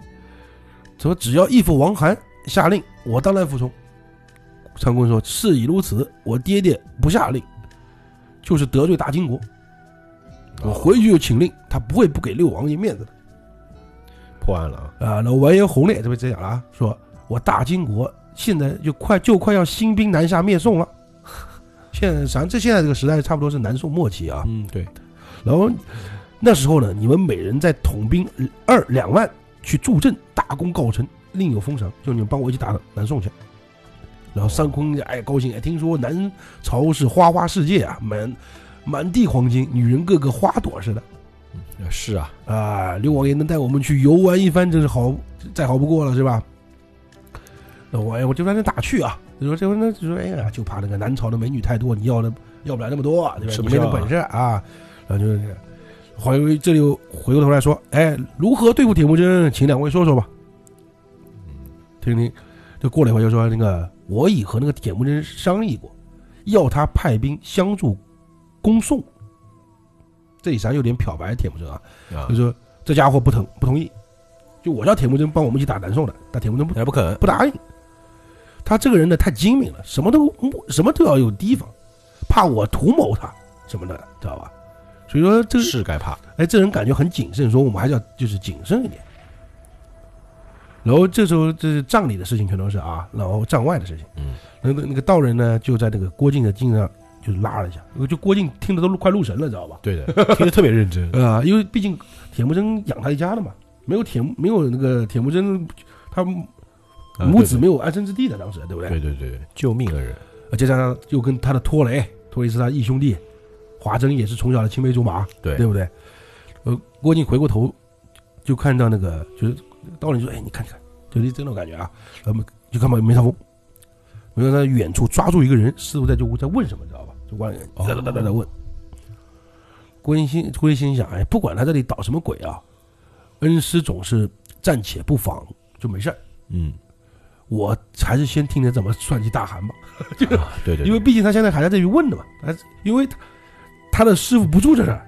[SPEAKER 2] 说只要义父王涵下令，我当然服从。长坤说：“事已如此，我爹爹不下令，就是得罪大金国。
[SPEAKER 1] 哦
[SPEAKER 2] 我回去就请令，他不会不给六王爷面子的。
[SPEAKER 1] 破案了啊，”
[SPEAKER 2] 啊，那完颜洪烈这边直接讲了啊，说我大金国现在就快就快要兴兵南下灭宋了。现在咱这现在这个时代差不多是南宋末期啊，
[SPEAKER 1] 嗯，对，
[SPEAKER 2] 然后那时候呢，你们每人再统兵二两万去助阵，大功告成，另有封赏，就你们帮我一起打南宋去。然后三坤哎高兴哎，听说南朝是花花世界啊，满满地黄金，女人个个花朵似的
[SPEAKER 1] 啊是啊，
[SPEAKER 2] 啊。刘王爷能带我们去游玩一番，真是好再好不过了，是吧？那我哎，我这边就打去啊。就说这回呢，就说哎呀，就怕那个南朝的美女太多，你要的要不了那么多，对吧？
[SPEAKER 1] 吃不
[SPEAKER 2] 你没那
[SPEAKER 1] 消啊
[SPEAKER 2] 本事啊。然后就是这样黄云这里又回过头来说，哎，如何对付铁木真，请两位说说吧。
[SPEAKER 1] 嗯
[SPEAKER 2] 听听，就过了一会儿就说那个，我已和那个铁木真商议过，要他派兵相助攻宋。这里实际上有点漂白铁木真啊，
[SPEAKER 1] 啊
[SPEAKER 2] 就，说这家伙不同不同意，就我叫铁木真帮我们一起打南宋的，但铁木真不
[SPEAKER 1] 还不肯，
[SPEAKER 2] 不答应。他这个人呢太精明了，什么都什么都要有提防，怕我图谋他什么的，知道吧？所以说这个
[SPEAKER 1] 是该怕，
[SPEAKER 2] 哎，这人感觉很谨慎，说我们还是要就是谨慎一点。然后这时候这是帐里的事情全都是啊，然后帐外的事情。
[SPEAKER 1] 嗯，
[SPEAKER 2] 那个那个道人呢，就在那个郭靖的颈上就拉了一下，就郭靖听得都快入神了，知道吧？
[SPEAKER 1] 对的， 听得特别认真。
[SPEAKER 2] 啊、因为毕竟铁木真养他一家的嘛，没有铁没有那个铁木真，他
[SPEAKER 1] 啊
[SPEAKER 2] 母子没有安身之地的，当时对不对？
[SPEAKER 1] 对对对对，救命恩人，
[SPEAKER 2] 啊，再加上又跟他的托雷，托雷是他义兄弟，华筝也是从小的青梅竹马，
[SPEAKER 1] 对
[SPEAKER 2] 对不对？呃，郭靖回过头就看到那个，就是道人就说：“哎，你看你看，就是这种感觉啊。”然后就看到梅超风，梅超风在远处抓住一个人，似乎在就在问什么，你知道吧？就问人
[SPEAKER 1] 哦
[SPEAKER 2] 在在在在问。郭靖心郭靖心想：“哎，不管他这里捣什么鬼啊，恩师总是暂且不防，就没事儿。
[SPEAKER 1] 嗯，
[SPEAKER 2] 我还是先听他怎么算计大韩吧。”
[SPEAKER 1] 啊对对，对
[SPEAKER 2] 因为毕竟他现在还在这里问的嘛，他因为他他的师傅不住这儿，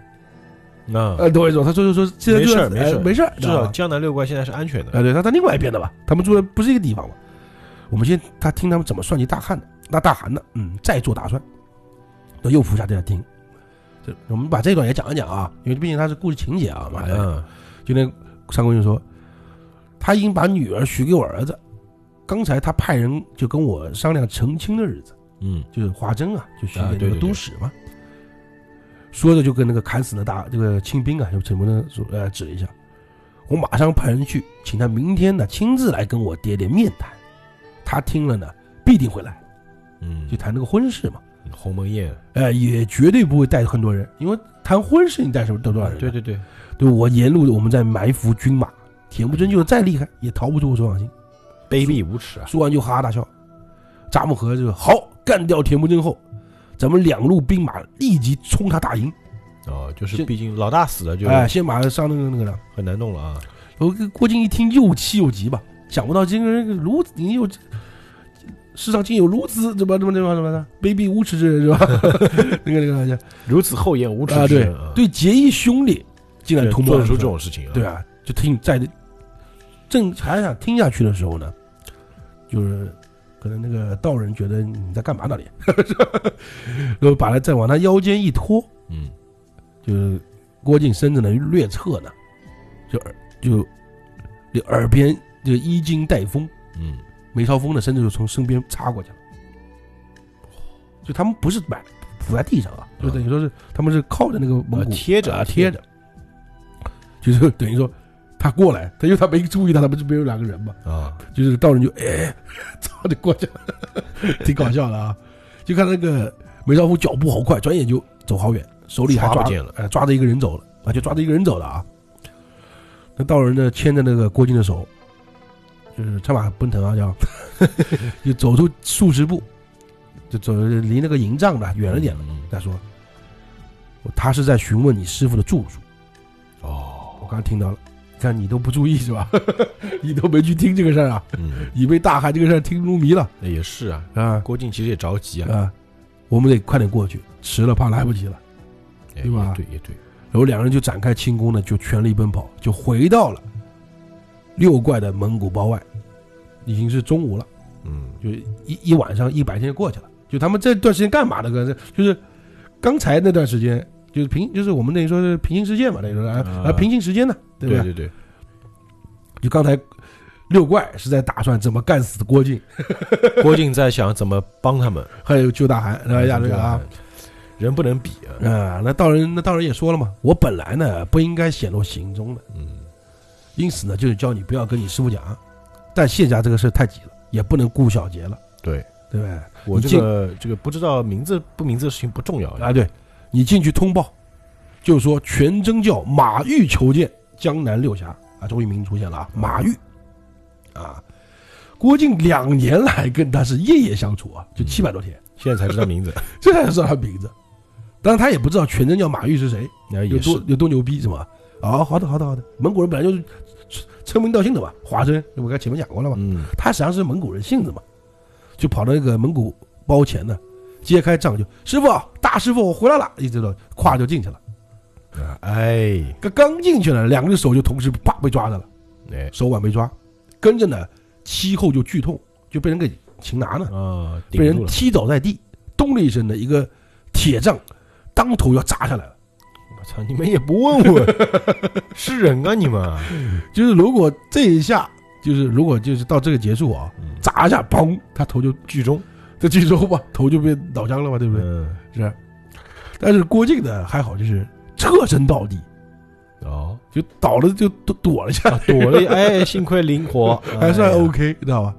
[SPEAKER 1] 啊，
[SPEAKER 2] 呃，懂我意思吧？他所以说现在就在
[SPEAKER 1] 没事儿没事儿
[SPEAKER 2] 哎没事儿，
[SPEAKER 1] 至少江南六怪现在是安全
[SPEAKER 2] 啊，
[SPEAKER 1] 的。
[SPEAKER 2] 对，他在另外一边的吧，他们住的不是一个地方嘛。我们先他听他们怎么算计大汉的，那大韩的，嗯，再做打算。那又伏下在那听，这我们把这段也讲一讲啊，因为毕竟它是故事情节啊嘛。
[SPEAKER 1] 嗯，
[SPEAKER 2] 今天三公就说，他已经把女儿许给我儿子，刚才他派人就跟我商量成亲的日子。
[SPEAKER 1] 嗯，
[SPEAKER 2] 就是华筝啊，就
[SPEAKER 1] 啊对
[SPEAKER 2] 巡演那
[SPEAKER 1] 对
[SPEAKER 2] 个
[SPEAKER 1] 对
[SPEAKER 2] 都使嘛。说着就跟那个砍死的大这个清兵啊，就陈伯能说呃指了一下，我马上派人去，请他明天呢亲自来跟我爹爹面谈。他听了呢，必定会来，
[SPEAKER 1] 嗯，
[SPEAKER 2] 就谈那个婚事嘛。
[SPEAKER 1] 鸿门宴，
[SPEAKER 2] 呃，也绝对不会带很多人，因为谈婚事你带什么多多少人啊？
[SPEAKER 1] 对对对，
[SPEAKER 2] 对，我沿路我们在埋伏军马，铁
[SPEAKER 1] 嗯
[SPEAKER 2] 木真就是再厉害也逃不出我手掌心。
[SPEAKER 1] 卑鄙无耻啊！
[SPEAKER 2] 说完就哈哈大笑。扎木合就说好干掉铁木真后，咱们两路兵马立即冲他大营。
[SPEAKER 1] 哦，就是
[SPEAKER 2] 是
[SPEAKER 1] 毕竟老大死了，就
[SPEAKER 2] 哎，先把上那个那个了。
[SPEAKER 1] 很难弄了啊。
[SPEAKER 2] 然后郭靖一听又气又急吧，想不到今个人如此你有世上竟有如此怎么怎么怎么怎么的卑鄙无耻之人是吧？ 那个那个那个
[SPEAKER 1] 如此厚颜无耻
[SPEAKER 2] 啊，
[SPEAKER 1] 之
[SPEAKER 2] 对
[SPEAKER 1] 人啊，
[SPEAKER 2] 对，结义兄弟竟然
[SPEAKER 1] 对，
[SPEAKER 2] 图谋
[SPEAKER 1] 做得
[SPEAKER 2] 暗
[SPEAKER 1] 出
[SPEAKER 2] 算
[SPEAKER 1] 这种事情啊。
[SPEAKER 2] 对，啊，就听在正还想听下去的时候呢，就是可能那个道人觉得你在干嘛呢你， 然后把他再往他腰间一拖，
[SPEAKER 1] 嗯，
[SPEAKER 2] 就是郭靖身子呢略侧呢，就耳就就耳边就衣襟带风，
[SPEAKER 1] 嗯，
[SPEAKER 2] 梅超风的身子就从身边插过去了，就他们不是埋伏在地上啊，就等于说是他们是靠着那个
[SPEAKER 1] 嗯
[SPEAKER 2] 蒙
[SPEAKER 1] 呃
[SPEAKER 2] 古
[SPEAKER 1] 贴着
[SPEAKER 2] 啊贴，着，就是等于说他过来，他因为他没注意到他们这边有两个人嘛，
[SPEAKER 1] 着啊，
[SPEAKER 2] 就是道人就哎，操就过去了， 挺搞笑的啊。就看那个梅超风脚步好快，转眼就走好远，手里还
[SPEAKER 1] 抓
[SPEAKER 2] 抓
[SPEAKER 1] 不见了
[SPEAKER 2] 哎，抓着一个人走了啊，就抓着一个人走了啊。那道人呢，牵着那个郭靖的手，就是策马奔腾啊，叫 就走出数十步，就走离那个营帐呢远了点了。
[SPEAKER 1] 嗯。
[SPEAKER 2] 他说，他是在询问你师傅的住处。
[SPEAKER 1] 哦，
[SPEAKER 2] 我刚听到了，你看你都不注意是吧？ 你都没去听这个事儿啊，
[SPEAKER 1] 嗯，
[SPEAKER 2] 你被大汉这个事儿听入迷了
[SPEAKER 1] 那也是啊。
[SPEAKER 2] 啊
[SPEAKER 1] 郭靖其实也着急啊，
[SPEAKER 2] 啊！我们得快点过去，迟了怕来不及了。
[SPEAKER 1] 哎
[SPEAKER 2] 对吧
[SPEAKER 1] 也对，也对，
[SPEAKER 2] 然后两人就展开轻功呢，就全力奔跑，就回到了六怪的蒙古包外，已经是中午了，
[SPEAKER 1] 嗯，
[SPEAKER 2] 就一一晚上一白天就过去了。就他们这段时间干嘛的？哥，就是刚才那段时间，就是平，就是我们等于说是平行世界嘛，等于说啊
[SPEAKER 1] 啊
[SPEAKER 2] 啊平行时间呢，对不
[SPEAKER 1] 对
[SPEAKER 2] 对？
[SPEAKER 1] 对对，
[SPEAKER 2] 就刚才六怪是在打算怎么干死郭靖，
[SPEAKER 1] 郭靖在想怎么帮他们，
[SPEAKER 2] 还有救大韩，然后亚
[SPEAKER 1] 这
[SPEAKER 2] 这个啊，，
[SPEAKER 1] 人不能比啊，
[SPEAKER 2] 啊，那道人那道人也说了嘛，我本来呢不应该显露行踪的，
[SPEAKER 1] 嗯，
[SPEAKER 2] 因此呢就是叫你不要跟你师傅讲，但谢家这个事太急了，也不能顾小节了，
[SPEAKER 1] 对
[SPEAKER 2] 对不对？
[SPEAKER 1] 我
[SPEAKER 2] 你
[SPEAKER 1] 这个这个不知道名字不名字的事情不重要
[SPEAKER 2] 啊，对，你进去通报，就说全真教马钰求见江南六侠啊，终于名字出现了啊，马钰啊，郭靖两年来跟他是夜夜相处啊，就七百多天，
[SPEAKER 1] 现在才知道名 字，
[SPEAKER 2] 这才知道他名字，当然他也不知道全真教马钰是谁。
[SPEAKER 1] 那也
[SPEAKER 2] 有
[SPEAKER 1] 是
[SPEAKER 2] 多，有多牛逼是吧？啊、好的，好的，好的。蒙古人本来就是称称名道姓的嘛，华筝，我刚前面讲过了嘛，
[SPEAKER 1] 嗯，
[SPEAKER 2] 他实际上是蒙古人性子嘛，就跑到那个蒙古包前呢，揭开帐就师傅，大师傅，我回来了，一直到咵就进去了，啊
[SPEAKER 1] 哎
[SPEAKER 2] 刚刚进去了，两个手就同时啪被抓着了，
[SPEAKER 1] 哎
[SPEAKER 2] 手腕被抓，跟着呢，膝后就剧痛，就被人给擒拿呢，
[SPEAKER 1] 啊，
[SPEAKER 2] 被
[SPEAKER 1] 顶住
[SPEAKER 2] 人
[SPEAKER 1] 了，
[SPEAKER 2] 踢倒在地，咚的一声呢，一个铁杖当头要砸下来了。
[SPEAKER 1] 我操， 你们也不问问，是人啊你们啊，
[SPEAKER 2] 就是如果这一下就是如果就是到这个结束啊，
[SPEAKER 1] 嗯，
[SPEAKER 2] 砸一下，砰，他头就
[SPEAKER 1] 剧中，
[SPEAKER 2] 在剧中吧，头就被脑浆了 嘛，对不对？
[SPEAKER 1] 嗯，
[SPEAKER 2] 是。但是郭靖呢还好，就是侧身倒地，
[SPEAKER 1] 哦，
[SPEAKER 2] 就倒了就躲躲了一下，
[SPEAKER 1] 躲了一，哎，幸亏灵活，
[SPEAKER 2] 还算
[SPEAKER 1] 哎呀
[SPEAKER 2] OK，、你知道吧？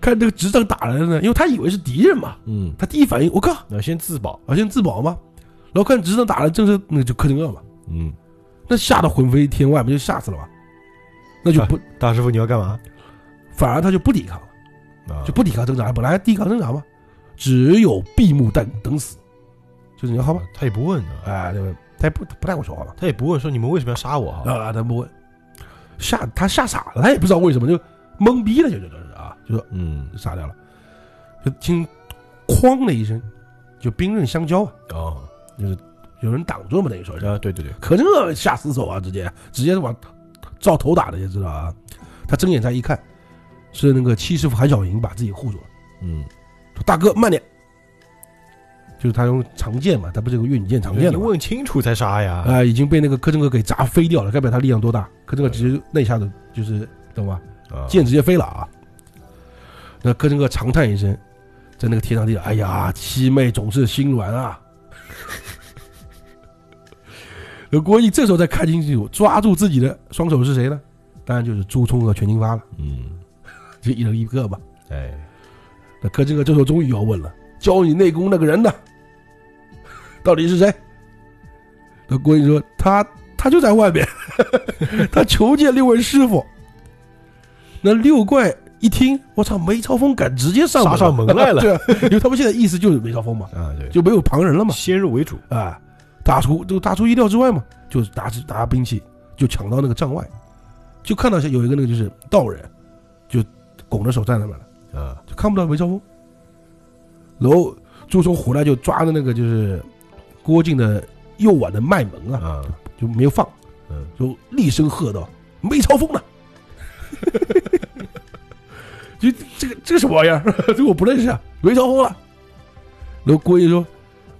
[SPEAKER 2] 看这个执政打来的呢，因为他以为是敌人嘛，
[SPEAKER 1] 嗯，
[SPEAKER 2] 他第一反应我靠，
[SPEAKER 1] 那先自保，
[SPEAKER 2] 好像自保嘛。然后看执政打来正是那就柯镇恶嘛，
[SPEAKER 1] 嗯，
[SPEAKER 2] 那吓得魂飞天外，不就吓死了吗？那就不、
[SPEAKER 1] 大师傅你要干嘛？
[SPEAKER 2] 反而他就不抵抗了，
[SPEAKER 1] 啊
[SPEAKER 2] 就不抵抗挣扎，本来抵抗挣扎嘛，只有闭目等等死，就是你要好吧？，
[SPEAKER 1] 他也不问啊，
[SPEAKER 2] 哎，对不对？他也不他不太会说话嘛，
[SPEAKER 1] 他也不问说你们为什么要杀我哈，
[SPEAKER 2] 啊，他不会，吓他吓傻了，他也不知道为什么就懵逼了，就就就是啊，就说
[SPEAKER 1] 嗯，
[SPEAKER 2] 傻掉了，就听哐的一声，就兵刃相交啊，
[SPEAKER 1] 哦，
[SPEAKER 2] 有人挡住了嘛，等于说是，
[SPEAKER 1] 啊，对对对，
[SPEAKER 2] 可这个下死手啊，直接直接往照头打的，就知道啊。他睁眼再一看，是那个七师傅韩小莹把自己护住了，
[SPEAKER 1] 嗯，
[SPEAKER 2] 说大哥慢点，就是他用长剑嘛，他不是有个越女剑长剑
[SPEAKER 1] 你
[SPEAKER 2] 了吗？
[SPEAKER 1] 问清楚才杀呀，
[SPEAKER 2] 啊、已经被那个柯镇哥给砸飞掉了，该不了他力量多大，柯镇哥直接那一下子就是懂吧，
[SPEAKER 1] 啊
[SPEAKER 2] 剑直接飞了啊！那柯镇哥长叹一声，在那个天上地下，哎呀，七妹总是心软啊。 那郭靖这时候才看清楚，抓住自己的双手是谁呢？当然就是朱冲和全金发了，
[SPEAKER 1] 嗯，
[SPEAKER 2] 就一人一个吧。
[SPEAKER 1] 哎，
[SPEAKER 2] 那柯镇哥这时候终于要问了：教你内功那个人呢？ 到底是谁？那郭靖说：“他他就在外面， 他求见六位师傅。”那六怪一听，我操，梅超风敢直接上
[SPEAKER 1] 杀上门来了
[SPEAKER 2] 对啊，因为他们现在意思就是梅超风嘛，
[SPEAKER 1] 啊，对，
[SPEAKER 2] 就没有旁人了嘛，
[SPEAKER 1] 先入为主，
[SPEAKER 2] 啊，打出就打出意料之外嘛，就拿起拿兵器就抢到那个帐外，就看到有一个那个就是道人，就拱着手站那边了。
[SPEAKER 1] 啊，
[SPEAKER 2] 就看不到梅超风。然后朱冲回来就抓着那个就是郭靖的右腕的脉门啊，
[SPEAKER 1] 啊，
[SPEAKER 2] 就没有放，
[SPEAKER 1] 嗯，
[SPEAKER 2] 就厉声喝道：“梅超风呢？” 就这个这个什么玩意儿？ 这我不认识啊，梅超风了。然后郭靖说：“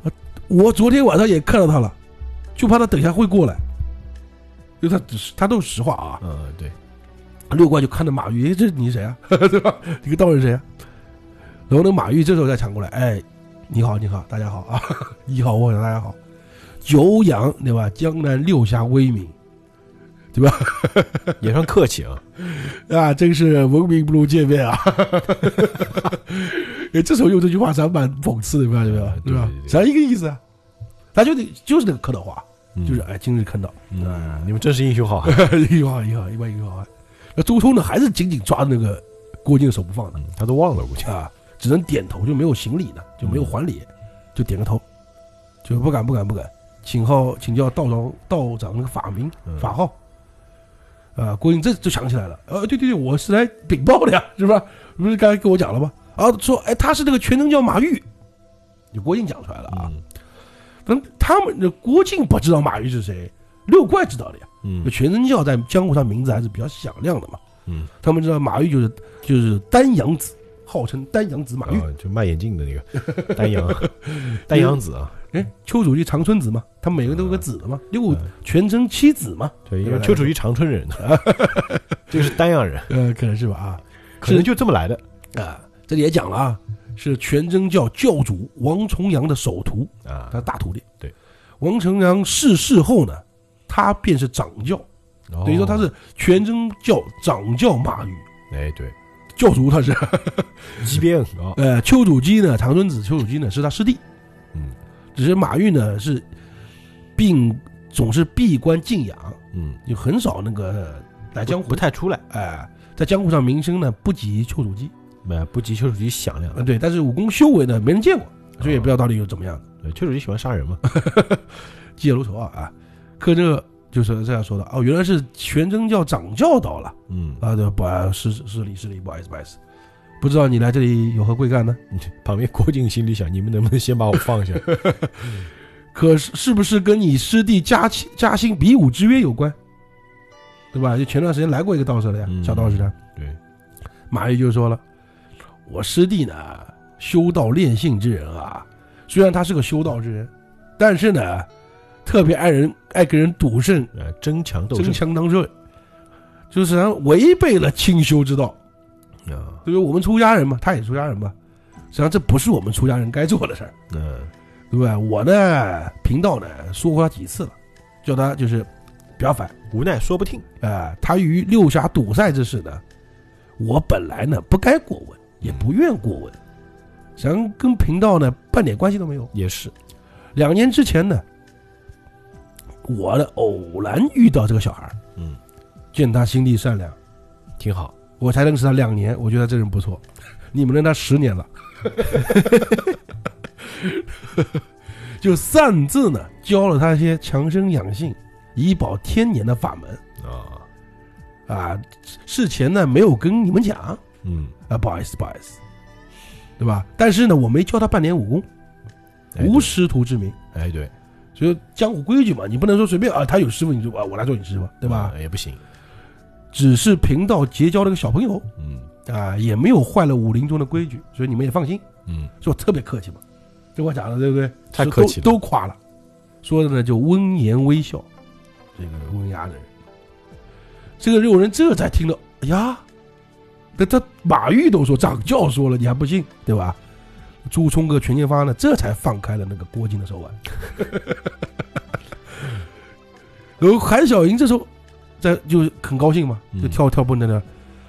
[SPEAKER 2] 啊我昨天晚上也看到他了，就怕他等一下会过来。”就他他都是实话啊，
[SPEAKER 1] 嗯，对，
[SPEAKER 2] 六怪就看着马玉，哎，这你谁啊？ 对吧？你个道人谁啊？然后那马玉这时候再抢过来，哎，你好，你好，大家好啊， 你好，我好，大家好，久仰对吧？江南六侠威名
[SPEAKER 1] 也算客气啊，
[SPEAKER 2] 啊，真是闻名不如见面啊！ 哎，这时候用这句话是还蛮讽刺的，你发现没有
[SPEAKER 1] 哎？对
[SPEAKER 2] 对吧
[SPEAKER 1] 对？对
[SPEAKER 2] 啥一个意思啊？他就得就是那个客套话，
[SPEAKER 1] 嗯
[SPEAKER 2] 就是，啊哎，今日看到，
[SPEAKER 1] 嗯，你们真是英雄好汉，
[SPEAKER 2] 一好一好，一般一好啊。那周通呢，还是紧紧抓着那个郭靖的手不放的。
[SPEAKER 1] 嗯他都忘了，估计，
[SPEAKER 2] 啊，只能点头，就没有行礼呢，就没有还礼，就点个头，就不敢不敢不敢，请号请教道长道长那个法名
[SPEAKER 1] 嗯
[SPEAKER 2] 法号。啊，郭靖这就想起来了，呃，对对对，我是来禀报的呀，是吧？不是刚才跟我讲了吗？啊，说哎，他是这个全能叫马玉，就郭靖讲出来了啊。
[SPEAKER 1] 嗯
[SPEAKER 2] 但他们那郭靖不知道马玉是谁，六怪知道的呀。就
[SPEAKER 1] 嗯
[SPEAKER 2] 全真教在江湖上名字还是比较响亮的嘛。
[SPEAKER 1] 嗯，
[SPEAKER 2] 他们知道马玉就是就是丹阳子，号称丹阳子马玉。
[SPEAKER 1] 啊，就卖眼镜的那 个丹阳，丹阳子啊，
[SPEAKER 2] 哎，丘处机长春子嘛，他每个都有个子的嘛，六
[SPEAKER 1] 嗯
[SPEAKER 2] 全称七子嘛，
[SPEAKER 1] 对，因为丘处机长春人， 这个是丹阳人，
[SPEAKER 2] 呃， 可能是吧啊
[SPEAKER 1] 可能就这么来的
[SPEAKER 2] 啊，这里也讲了啊，是全真教教主王重阳的首徒，
[SPEAKER 1] 啊
[SPEAKER 2] 他，是大徒弟。
[SPEAKER 1] 对，
[SPEAKER 2] 王重阳逝世后呢，他便是掌教，
[SPEAKER 1] 等
[SPEAKER 2] 等于说他，是全真教掌教马玉
[SPEAKER 1] 哦哎，对，哦
[SPEAKER 2] 教主，他是
[SPEAKER 1] 级 别很高，
[SPEAKER 2] 呃，丘处机呢，长春子丘处机呢是他师弟，
[SPEAKER 1] 嗯
[SPEAKER 2] 只是马玉呢是并总是闭关静养，
[SPEAKER 1] 嗯，
[SPEAKER 2] 就很少那个来江湖
[SPEAKER 1] 不，太出来，
[SPEAKER 2] 哎、在江湖上名声呢不及丘处机，
[SPEAKER 1] 哎，不及丘处机响亮
[SPEAKER 2] 啊，，对，但是武功修为呢没人见过，所以也不知道到底又怎么样，
[SPEAKER 1] 对丘处机喜欢杀人嘛，
[SPEAKER 2] 嫉恶如仇啊啊！柯镇恶就是这样说的哦，原来是全真教掌教到了
[SPEAKER 1] 嗯，
[SPEAKER 2] 啊，对，不啊，是是礼是礼，不好意思不好意思，不知道你来这里有何贵干呢？
[SPEAKER 1] 旁边郭靖心里想，你们能不能先把我放下？
[SPEAKER 2] 可是是不是跟你师弟嘉庆嘉兴比武之约有关？对吧？就前段时间来过一个道士了呀，
[SPEAKER 1] 嗯
[SPEAKER 2] 小道士啊的
[SPEAKER 1] 对，
[SPEAKER 2] 马玉就说了：“我师弟呢，修道炼性之人啊，虽然他是个修道之人，但是呢，特别爱人爱跟人赌胜，
[SPEAKER 1] 呃，争强斗
[SPEAKER 2] 争
[SPEAKER 1] 胜，
[SPEAKER 2] 强当顺。就是然后违背了清修之道。
[SPEAKER 1] 啊，
[SPEAKER 2] 对于我们出家人嘛，他也出家人嘛，实际上这不是我们出家人该做的事儿，
[SPEAKER 1] 嗯
[SPEAKER 2] 对吧？我呢，贫道呢说过他几次了，叫他就是不要烦。
[SPEAKER 1] 无奈说不听，
[SPEAKER 2] 啊、他于六侠堵塞之事呢，我本来呢不该过问，也不愿过问，实际上跟贫道呢半点关系都没有。
[SPEAKER 1] 也是，
[SPEAKER 2] 两年之前呢，我呢偶然遇到这个小孩儿，
[SPEAKER 1] 嗯，
[SPEAKER 2] 见他心地善良，
[SPEAKER 1] 挺好。
[SPEAKER 2] 我才认识他两年，我觉得这人不错。 你们认他十年了， 就擅自呢教了他一些强身养性、以保天年的法门
[SPEAKER 1] 啊，
[SPEAKER 2] 啊。事前呢没有跟你们讲
[SPEAKER 1] 嗯，
[SPEAKER 2] 啊，不好意思，不好意思，对吧？但是呢，我没教他半点武功，
[SPEAKER 1] 哎
[SPEAKER 2] 无
[SPEAKER 1] 对
[SPEAKER 2] 师徒之名。
[SPEAKER 1] 哎对，
[SPEAKER 2] 所以江湖规矩嘛，你不能说随便啊，他有师傅你就啊，我来做你师傅，对吧？
[SPEAKER 1] 啊也不行，
[SPEAKER 2] 只是贫道结交了个小朋友
[SPEAKER 1] 嗯
[SPEAKER 2] 啊，也没有坏了武林中的规矩，所以你们也放心。
[SPEAKER 1] 嗯，
[SPEAKER 2] 所以我特别客气嘛，这我讲的对不对？
[SPEAKER 1] 太客气了
[SPEAKER 2] 都都夸了，说的呢就温言微笑，这个温雅的人，这个有人这才听到，哎呀，那他马玉都说掌教说了，你还不信对吧？朱冲哥、全剑发呢，这才放开了那个郭靖的手腕。 然后韩小莹这时候在就很高兴嘛，就
[SPEAKER 1] 嗯
[SPEAKER 2] 跳跳蹦在那儿，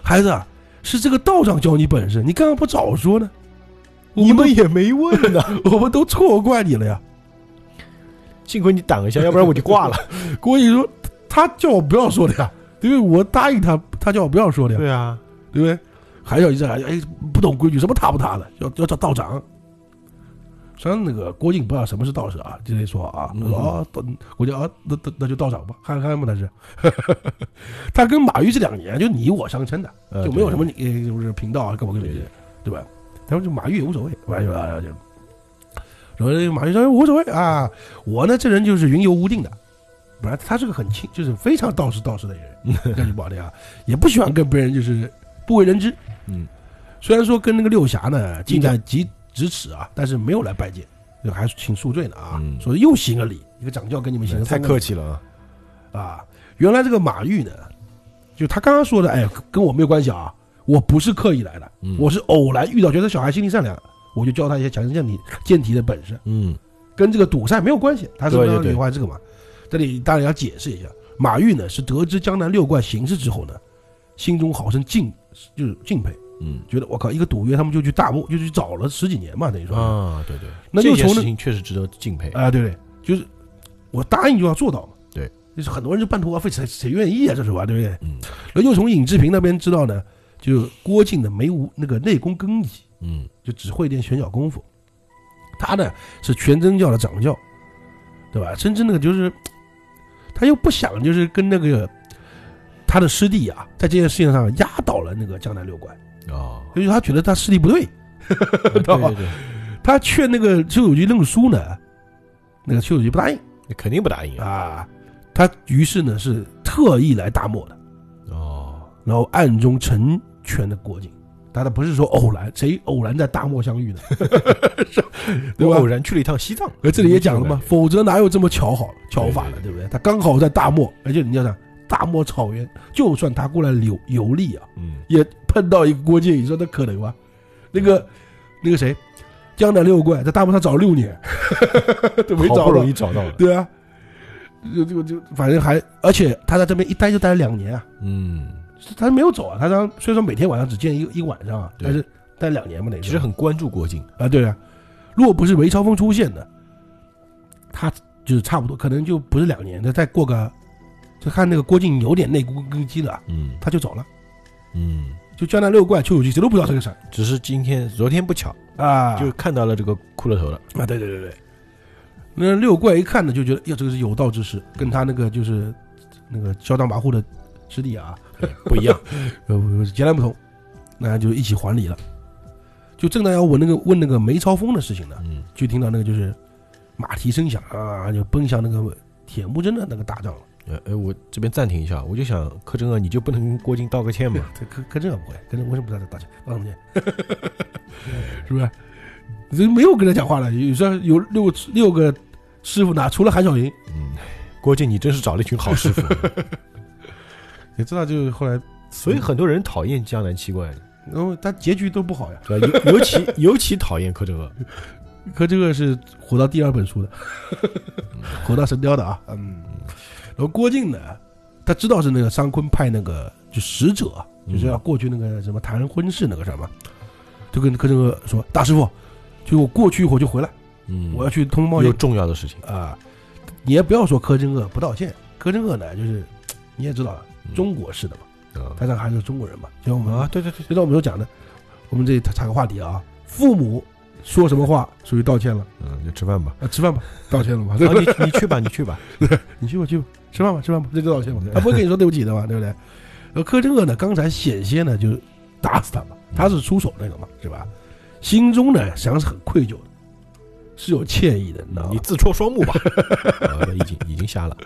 [SPEAKER 2] 孩子啊，是这个道长教你本事，你干嘛不早说呢？我
[SPEAKER 1] 你
[SPEAKER 2] 们都
[SPEAKER 1] 们也没问呢，
[SPEAKER 2] 我们都错怪你了呀。
[SPEAKER 1] 幸亏你挡一下，要不然我就挂了。
[SPEAKER 2] 郭靖说，他叫我不要说的呀，因为我答应他，他叫我不要说的呀，
[SPEAKER 1] 啊，
[SPEAKER 2] 对不对？还有一个，哎，不懂规矩，什么他不他的，要要找道长。虽然那个郭靖不知道什么是道士啊，就得说啊，
[SPEAKER 1] 嗯
[SPEAKER 2] 我说啊，道我就啊，那那那就道长吧，憨憨嘛他是， 他跟马玉这两年就你我相称的，
[SPEAKER 1] 呃
[SPEAKER 2] 就没有什么
[SPEAKER 1] 对
[SPEAKER 2] 你呃就是频道啊，跟我跟你
[SPEAKER 1] 对对
[SPEAKER 2] 对吧？他们就马玉也无所谓，完就啊就，然后这个马玉说哎无所谓啊，我呢这人就是云游无定的，本来他是个很清，就是非常道士道士的人， 那就不好听啊，也不喜欢跟别人就是不为人知。
[SPEAKER 1] 嗯，
[SPEAKER 2] 虽然说跟那个六侠呢近
[SPEAKER 1] 一
[SPEAKER 2] 在咫咫尺啊，但是没有来拜见，就还是请恕罪呢啊，
[SPEAKER 1] 嗯
[SPEAKER 2] 说又行个礼，一个掌教跟你们行了
[SPEAKER 1] 太
[SPEAKER 2] 三个
[SPEAKER 1] 客气了啊，
[SPEAKER 2] 啊，原来这个马玉呢，就他刚刚说的，哎，跟我没有关系啊，我不是刻意来的，
[SPEAKER 1] 嗯
[SPEAKER 2] 我是偶然遇到，觉得小孩心地善良，我就教他一些强身健体健体的本事，
[SPEAKER 1] 嗯
[SPEAKER 2] 跟这个赌赛没有关系。他是
[SPEAKER 1] 对
[SPEAKER 2] 不是
[SPEAKER 1] 对对
[SPEAKER 2] 有关这个嘛？这里当然要解释一下，马玉呢是得知江南六怪形势之后呢，心中好生敬，就是敬佩，
[SPEAKER 1] 嗯
[SPEAKER 2] 觉得我靠，一个赌约他们就去大漠，就去找了十几年嘛，等于说，
[SPEAKER 1] 啊，对对，
[SPEAKER 2] 那
[SPEAKER 1] 这
[SPEAKER 2] 又
[SPEAKER 1] 件
[SPEAKER 2] 从
[SPEAKER 1] 事
[SPEAKER 2] 那
[SPEAKER 1] 情确实值得敬佩。
[SPEAKER 2] 啊、对对，就是我答应就要做到嘛。
[SPEAKER 1] 对，
[SPEAKER 2] 就是很多人就半途而废，谁谁愿意啊？这是吧？对不对？
[SPEAKER 1] 嗯
[SPEAKER 2] 那又从尹志平那边知道呢，就郭靖呢没无那个内功根基，
[SPEAKER 1] 嗯
[SPEAKER 2] 就只会一点拳脚功夫。他呢是全真教的掌教，对吧？甚至那个就是，他又不想就是跟那个他的师弟啊，在这件事情上压倒了那个江南六怪，
[SPEAKER 1] 哦，
[SPEAKER 2] 所以他觉得他师弟不对，
[SPEAKER 1] 啊对
[SPEAKER 2] 道吧
[SPEAKER 1] 对对，
[SPEAKER 2] 他劝那个邱九局认输呢，那个邱九局不答应。
[SPEAKER 1] 那肯定不答应啊。
[SPEAKER 2] 啊，他于是呢是特意来打磨的，
[SPEAKER 1] 哦，
[SPEAKER 2] 然后暗中成全的郭靖。但他不是说偶然，谁偶然在大漠相 遇的，是对
[SPEAKER 1] 我偶
[SPEAKER 2] 吧？
[SPEAKER 1] 然去了一趟西藏，
[SPEAKER 2] 而这里也讲了嘛，
[SPEAKER 1] 这种
[SPEAKER 2] 否则哪有这么巧好巧法呢？
[SPEAKER 1] 对
[SPEAKER 2] 对不对？他刚好在大漠，而且你要想，大漠草原，就算他过来游游历啊，
[SPEAKER 1] 感觉，嗯
[SPEAKER 2] 也碰到一个郭靖，你说那可能吗？那个那个谁，江南六怪在大漠上找了六年， 都没，找
[SPEAKER 1] 好
[SPEAKER 2] 到
[SPEAKER 1] 不容易找到了，
[SPEAKER 2] 对啊，就就就反正还，而且他在这边一待就待了两年啊，
[SPEAKER 1] 嗯，
[SPEAKER 2] 他没有走啊，他当虽然说每天晚上只见一一晚上啊，
[SPEAKER 1] 对
[SPEAKER 2] 但是待两年嘛，那
[SPEAKER 1] 其实很关注郭靖，
[SPEAKER 2] 啊，对啊，如果不是韦超风出现的，他就是差不多，可能就不是两年，他再过个，就看那个郭靖有点内功根基了啊，
[SPEAKER 1] 嗯
[SPEAKER 2] 他就走了，
[SPEAKER 1] 嗯，
[SPEAKER 2] 就江南六怪、邱处机谁都不知道这个事儿
[SPEAKER 1] 只是今天昨天不巧
[SPEAKER 2] 啊，
[SPEAKER 1] 就看到了这个骷髅 头了，
[SPEAKER 2] 啊，对对对对，那六怪一看呢，就觉得哟，这个是有道之士，跟他那个就是那个嚣张跋扈的师弟啊，
[SPEAKER 1] 对不一样，
[SPEAKER 2] 呃，截然不同，那就一起还礼了。就正当要问那个问那个梅超风的事情呢，
[SPEAKER 1] 嗯
[SPEAKER 2] 就听到那个就是马蹄声响啊，就奔向那个铁木真的那个大帐了。
[SPEAKER 1] 呃哎，我这边暂停一下，我就想柯震恶，你就不能跟郭靖道个歉 吗？
[SPEAKER 2] 哎这跟跟这个不会，跟这个为什么不在这打架？道 什么歉？是不是？这没有跟他讲话了。有时候有六六个师傅呢，除了韩小莹，
[SPEAKER 1] 嗯，郭靖你真是找了一群好师傅，
[SPEAKER 2] 谁知道就是后来，
[SPEAKER 1] 所以很多人讨厌江南七 怪，
[SPEAKER 2] 然后他结局都不好呀。
[SPEAKER 1] 对吧？尤尤其尤其讨厌柯镇恶，
[SPEAKER 2] 可这个是火到第二 本书的，火到神雕的啊。嗯，然后郭靖呢，他知道是那个商坤派那个就使者啊，
[SPEAKER 1] 嗯
[SPEAKER 2] 就是要过去那个什么谈婚事那个什么，就跟柯镇恶说：“大师傅，就我过去一会儿就回来，
[SPEAKER 1] 嗯，
[SPEAKER 2] 我要去通报一
[SPEAKER 1] 有
[SPEAKER 2] 个
[SPEAKER 1] 重要的事情，
[SPEAKER 2] 啊，你也不要说柯镇恶不道歉，柯镇恶呢，就是你也知道了，啊
[SPEAKER 1] 嗯
[SPEAKER 2] 中国式的嘛，
[SPEAKER 1] 啊
[SPEAKER 2] 他这还是中国人嘛，就像我们
[SPEAKER 1] 啊，对对对，
[SPEAKER 2] 就像我们都讲的，我们这里插个话题啊，父母说什么话属于道歉了
[SPEAKER 1] 嗯，就吃饭 吧，
[SPEAKER 2] 啊？吃饭吧，道歉了嘛，对
[SPEAKER 1] 啊
[SPEAKER 2] 吧？
[SPEAKER 1] 你你去吧，你去 吧，
[SPEAKER 2] 你去吧去吧，吃饭吧吃饭吧，这就道歉嘛，他不会跟你说对不起的嘛，对不对？然后柯镇恶呢，刚才险些呢就打死他嘛，他是出手那个嘛，是吧？心中呢实际上是很愧疚的，是有歉意的，你知道吗
[SPEAKER 1] 你？自戳双目 吧，啊已经已经瞎了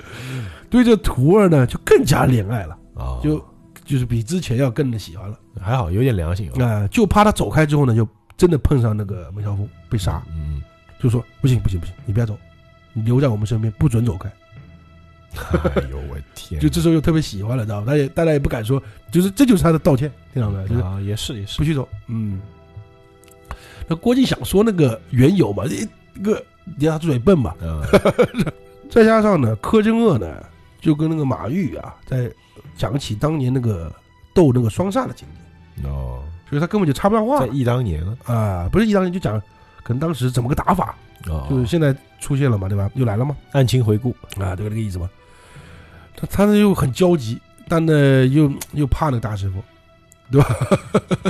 [SPEAKER 2] 对这徒儿呢就更加怜爱了。
[SPEAKER 1] 啊，
[SPEAKER 2] 就就是比之前要更的喜欢了。
[SPEAKER 1] 还好有点良心啊，
[SPEAKER 2] 啊、就怕他走开之后呢，就真的碰上那个梅超风被杀，
[SPEAKER 1] 嗯，
[SPEAKER 2] 就说不行不行不行，你不要走，你留在我们身边，不准走开。
[SPEAKER 1] 哎呦我天，
[SPEAKER 2] 就这时候又特别喜欢了，知道吧？大家也大家也不敢说，就是这就是他的道歉，听到没有？就是
[SPEAKER 1] 啊，也是也
[SPEAKER 2] 不
[SPEAKER 1] 是，
[SPEAKER 2] 许走。嗯。那郭靖想说那个缘由嘛，一一个你让他嘴笨嘛，
[SPEAKER 1] 嗯，
[SPEAKER 2] 再加上呢，柯镇恶呢就跟那个马玉啊，在讲起当年那个斗那个双煞的经历，
[SPEAKER 1] 哦，
[SPEAKER 2] 所以他根本就插不上话。
[SPEAKER 1] 在忆当年呢，
[SPEAKER 2] 啊，不是一当年就讲，可能当时怎么个打法，
[SPEAKER 1] 哦，
[SPEAKER 2] 就是现在出现了嘛，对吧？又来了嘛，
[SPEAKER 1] 案情回顾，
[SPEAKER 2] 啊，对吧？这个意思嘛。他他呢又很焦急，但呢又又怕那个大师傅，对吧？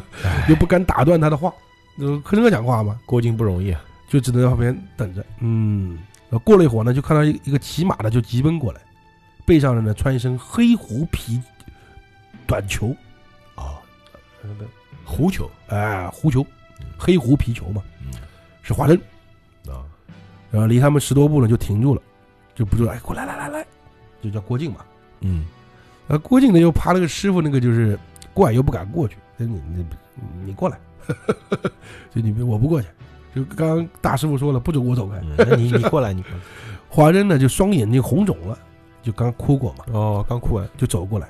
[SPEAKER 2] 又不敢打断他的话，呃，柯镇恶讲话嘛，
[SPEAKER 1] 郭靖不容易啊，
[SPEAKER 2] 就只能在旁边等着。嗯，然后过了一会儿呢，就看到一一个骑马的就急奔过来，背上的呢穿一身黑狐皮短裘，
[SPEAKER 1] 哦，狐裘，
[SPEAKER 2] 哎、狐裘，黑狐皮裘嘛，
[SPEAKER 1] 嗯，
[SPEAKER 2] 是华筝。
[SPEAKER 1] 啊，
[SPEAKER 2] 然后离他们十多步呢就停住了，就不住了，哎，过来来来来，就叫郭靖嘛。
[SPEAKER 1] 嗯，
[SPEAKER 2] 呃，郭靖呢又怕那个师傅那个就是过来又不敢过去，哎你你你过来， 就你我不过去。就刚刚大师傅说了，不准我走开。
[SPEAKER 1] 嗯那你你过来，你过来，
[SPEAKER 2] 华筝呢就双眼睛红肿了，就刚哭过嘛，
[SPEAKER 1] 哦，刚哭完，
[SPEAKER 2] 就走过来，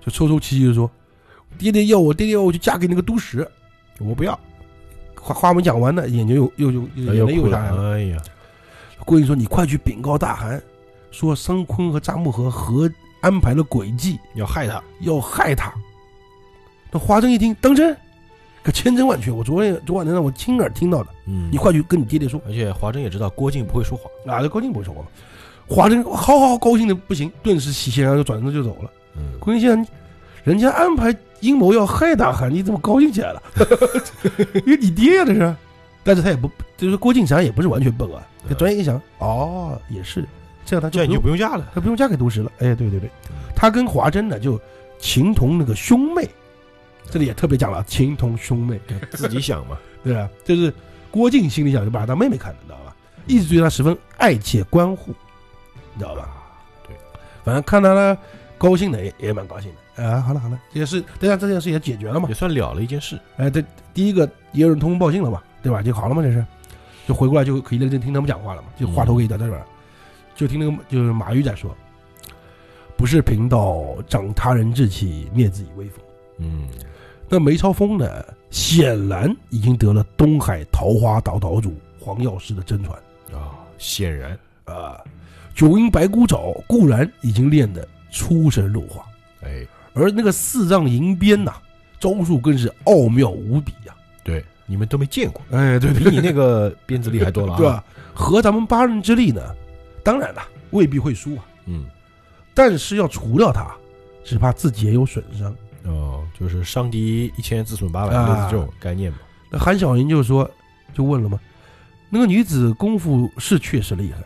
[SPEAKER 2] 就抽抽泣泣的说：“爹爹要我，爹爹要我去嫁给那个都史，我不要。”话话没讲完呢，眼睛又又又又眼泪
[SPEAKER 1] 哭
[SPEAKER 2] 又
[SPEAKER 1] 了
[SPEAKER 2] 下来了。，
[SPEAKER 1] 哎呀，
[SPEAKER 2] 郭靖说：“你快去禀告大汗，说商坤和扎木合合安排了诡计，
[SPEAKER 1] 要害他，
[SPEAKER 2] 要害他。”那华筝一听，当真？可千真万确，我昨天昨晚上我亲耳听到的。
[SPEAKER 1] 嗯
[SPEAKER 2] 你，快去跟你爹爹说
[SPEAKER 1] 而且华筝也知道郭靖不会说谎，
[SPEAKER 2] 啊！这郭靖不会说话吗？华筝好好好高兴的不行，顿时喜然后就转身就走了。
[SPEAKER 1] 嗯，
[SPEAKER 2] 郭靖心想，人家安排阴谋要害大汗，你怎么高兴起 来了？因为你爹呀、这是。但是他也不，就是郭靖想也不是完全笨啊，他转眼一想，哦，也是，这样他
[SPEAKER 1] 嗯
[SPEAKER 2] 就
[SPEAKER 1] 这样你
[SPEAKER 2] 不用
[SPEAKER 1] 就不用嫁了，
[SPEAKER 2] 她不用嫁给都石了。哎，对对对，她跟华筝呢就情同那个兄妹，这里也特别讲了情同兄妹，
[SPEAKER 1] 自己想嘛，
[SPEAKER 2] 对吧？就是郭靖心里想就把她当妹妹看，你知道吧？一直对她十分爱且关护，你知道吧？
[SPEAKER 1] 对，
[SPEAKER 2] 反正看她呢高兴的也也蛮高兴的。啊，好了好了，也是，对呀，这件事也解决了嘛
[SPEAKER 1] 也。算了了一件事，
[SPEAKER 2] 哎，这第一个也有人通风报信了嘛，对吧？就好了嘛，这是，就回过来就可以认真听他们讲话了嘛，就话头给你在这边，就听那个就是马玉在说，不是贫道长他人志气，灭自己威风。
[SPEAKER 1] 嗯，
[SPEAKER 2] 那梅超风呢，显然已经得了东海桃花岛岛主黄药师的真传
[SPEAKER 1] 啊，显然
[SPEAKER 2] 啊、九阴白骨爪固然已经练得出神入化，
[SPEAKER 1] 哎，
[SPEAKER 2] 而那个四丈银鞭呐、招数更是奥妙无比啊呀、
[SPEAKER 1] 对，你们都没 见过，
[SPEAKER 2] 哎，对
[SPEAKER 1] 比你那个鞭子厉害 多了啊，
[SPEAKER 2] 对吧？合咱们八人之力呢，当然了，未必会输啊。
[SPEAKER 1] 嗯，
[SPEAKER 2] 但是要除掉他，只怕自己也有损伤。
[SPEAKER 1] 哦，就是伤敌一千自损八百，类
[SPEAKER 2] 啊
[SPEAKER 1] 似这种概念嘛，
[SPEAKER 2] 那韩小云就说，就问了嘛，那个女子功夫是确实厉害，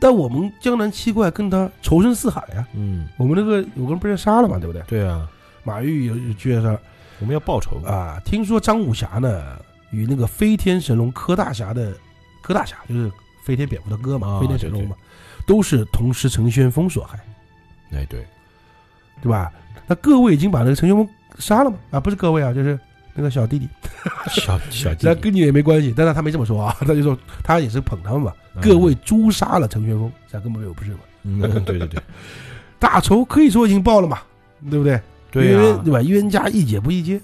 [SPEAKER 2] 但我们江南七怪跟她仇深似海呀、
[SPEAKER 1] 嗯，
[SPEAKER 2] 我们那个有个人被人杀了嘛，对不对？
[SPEAKER 1] 对啊，
[SPEAKER 2] 马玉有有觉着
[SPEAKER 1] 我们要报仇，
[SPEAKER 2] 啊，听说张武侠呢与那个飞天神龙柯大侠的柯大侠就是飞天蝙蝠的哥嘛，
[SPEAKER 1] 啊
[SPEAKER 2] 飞天神龙嘛，都是同时成旋风所害。
[SPEAKER 1] 哎，对，
[SPEAKER 2] 对吧？那各位已经把那个陈学峰杀了吗？啊，不是各位啊，就是那个小弟弟，
[SPEAKER 1] 小小弟
[SPEAKER 2] 那
[SPEAKER 1] 弟，
[SPEAKER 2] 跟你也没关系。但是他没这么说啊， 他就说他也是捧他们嘛。
[SPEAKER 1] 嗯
[SPEAKER 2] 各位诛杀了陈学峰，这根本没有不是嘛？
[SPEAKER 1] 嗯，嗯，对对对，
[SPEAKER 2] 大仇可以说已经报了嘛，对不对？
[SPEAKER 1] 对
[SPEAKER 2] 因
[SPEAKER 1] 呀、
[SPEAKER 2] 为对啊吧？冤家宜解不宜结，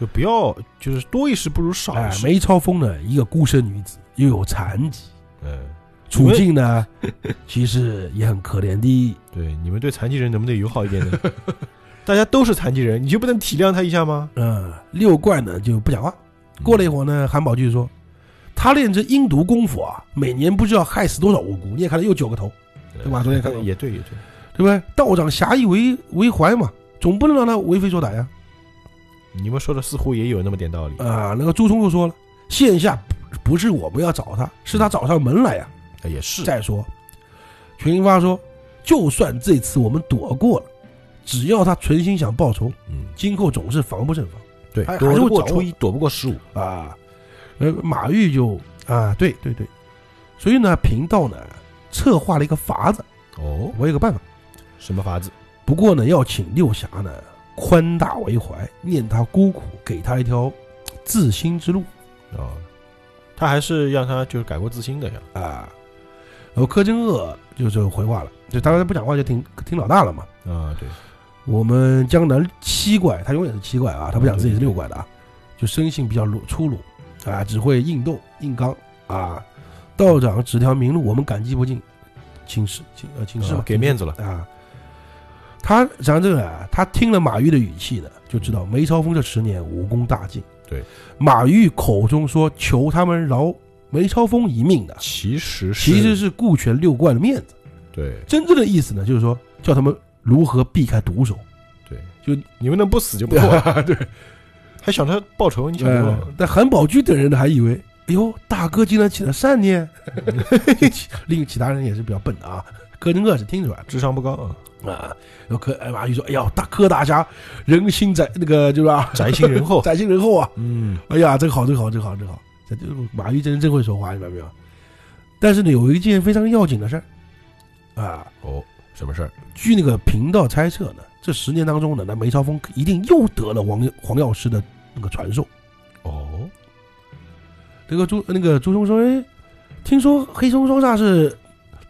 [SPEAKER 1] 就不要就是多一事不如少
[SPEAKER 2] 哎
[SPEAKER 1] 一，事。
[SPEAKER 2] 梅超风呢，一个孤身女子，又有残疾，
[SPEAKER 1] 嗯，
[SPEAKER 2] 处境 呢，其实也很可怜的。
[SPEAKER 1] 对，你们对残疾人能不能友好一点呢？ 大家都是残疾人，你就不能体谅他一下吗？
[SPEAKER 2] 嗯，六怪呢就不讲话。过了一会儿呢，韩宝继续说，他练这阴毒功夫啊，每年不知道害死多少无辜。你也看了又九个头，
[SPEAKER 1] 嗯，
[SPEAKER 2] 对吧昨天看到
[SPEAKER 1] 也对，也对，
[SPEAKER 2] 对不对？道长侠义为为怀嘛，总不能让他为非作歹呀。
[SPEAKER 1] 你们说的似乎也有那么点道理。
[SPEAKER 2] 啊，那个朱冲又说了，线下不不是我们要找他，是他找上门来呀。
[SPEAKER 1] 哎也是，
[SPEAKER 2] 再说，群英发说，就算这次我们躲过了，只要他存心想报仇，
[SPEAKER 1] 嗯，
[SPEAKER 2] 今后总是防不胜
[SPEAKER 1] 对
[SPEAKER 2] 还，
[SPEAKER 1] 躲
[SPEAKER 2] 还是
[SPEAKER 1] 得
[SPEAKER 2] 会
[SPEAKER 1] 过
[SPEAKER 2] 找
[SPEAKER 1] 初一，躲不过十五。
[SPEAKER 2] 防啊。呃，马玉就啊，对对对，所以呢，贫道呢策划了一个法子，
[SPEAKER 1] 哦，
[SPEAKER 2] 我有个办法。
[SPEAKER 1] 什么法子？
[SPEAKER 2] 不过呢，要请六侠呢宽大为怀，念他孤苦，给他一条自新之路
[SPEAKER 1] 哦，他还是让他就是改过自新的呀。
[SPEAKER 2] 啊。然后柯镇恶就就回话了，就当然不讲话，就听听老大了嘛。
[SPEAKER 1] 啊，对，
[SPEAKER 2] 我们江南七怪，他永远是七怪啊，
[SPEAKER 1] 嗯
[SPEAKER 2] 他不讲自己是六怪的啊，就生性比较鲁粗鲁
[SPEAKER 1] 嗯
[SPEAKER 2] 啊，只会硬斗硬刚啊。道长指条明路，我们感激不尽，请示请呃请示
[SPEAKER 1] 啊
[SPEAKER 2] 吧，
[SPEAKER 1] 给面子了。
[SPEAKER 2] 啊。他讲这个啊，他听了马玉的语气呢，就知道梅超风这十年武功大进。
[SPEAKER 1] 嗯对，
[SPEAKER 2] 马玉口中说求他们饶梅超风一命的，
[SPEAKER 1] 其实是
[SPEAKER 2] 其实是顾全六怪的面子。
[SPEAKER 1] 对
[SPEAKER 2] 真正的意思呢，就是说叫他们如何避开毒手。
[SPEAKER 1] 对，
[SPEAKER 2] 就
[SPEAKER 1] 你们能不死就不错嗯了。
[SPEAKER 2] 对，
[SPEAKER 1] 还想着报仇，你想多
[SPEAKER 2] 呃
[SPEAKER 1] 了。，
[SPEAKER 2] 但韩宝驹等人呢，还以为，哎呦，大哥竟然起了 善念。就其另一其他人也是比较笨的啊，柯镇恶是听出来了。
[SPEAKER 1] 智商不高啊，
[SPEAKER 2] 啊，然后柯哎马玉说：“哎呀，大柯大侠，人心窄，那个就是啊，
[SPEAKER 1] 宅心仁厚。
[SPEAKER 2] 宅心仁厚啊！
[SPEAKER 1] 嗯，
[SPEAKER 2] 哎呀，这个好，这个好，这个好，这个好。这就马玉真真会说话，你明白没有？但是呢，有一件非常要紧的事儿啊，
[SPEAKER 1] 哦，什么事儿？
[SPEAKER 2] 据那个频道猜测呢，这十年当中呢，那梅超风一定又得了黄黄药师的那个传授。
[SPEAKER 1] 哦，
[SPEAKER 2] 那个朱那个朱兄说：哎，听说黑松双煞是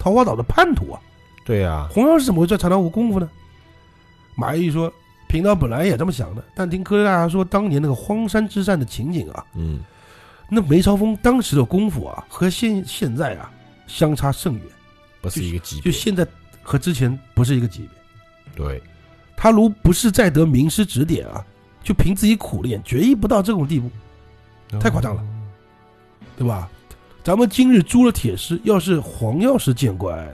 [SPEAKER 2] 桃花岛的叛徒啊，
[SPEAKER 1] 对呀，
[SPEAKER 2] 红药是怎么会在长岛武功夫呢？马玉说，贫道本来也这么想的，但听科大侠说当年那个荒山之战的情景啊，
[SPEAKER 1] 嗯，
[SPEAKER 2] 那梅超风当时的功夫啊，和现现在啊相差甚远，
[SPEAKER 1] 不是一个级
[SPEAKER 2] 就
[SPEAKER 1] 别。
[SPEAKER 2] 现在和之前不是一个级别。
[SPEAKER 1] 对，
[SPEAKER 2] 他如不是再得名师指点啊，就凭自己苦练，决意不到这种地步，太夸张了
[SPEAKER 1] 哦。
[SPEAKER 2] 对吧？咱们今日诛了铁狮，要是黄药师见怪，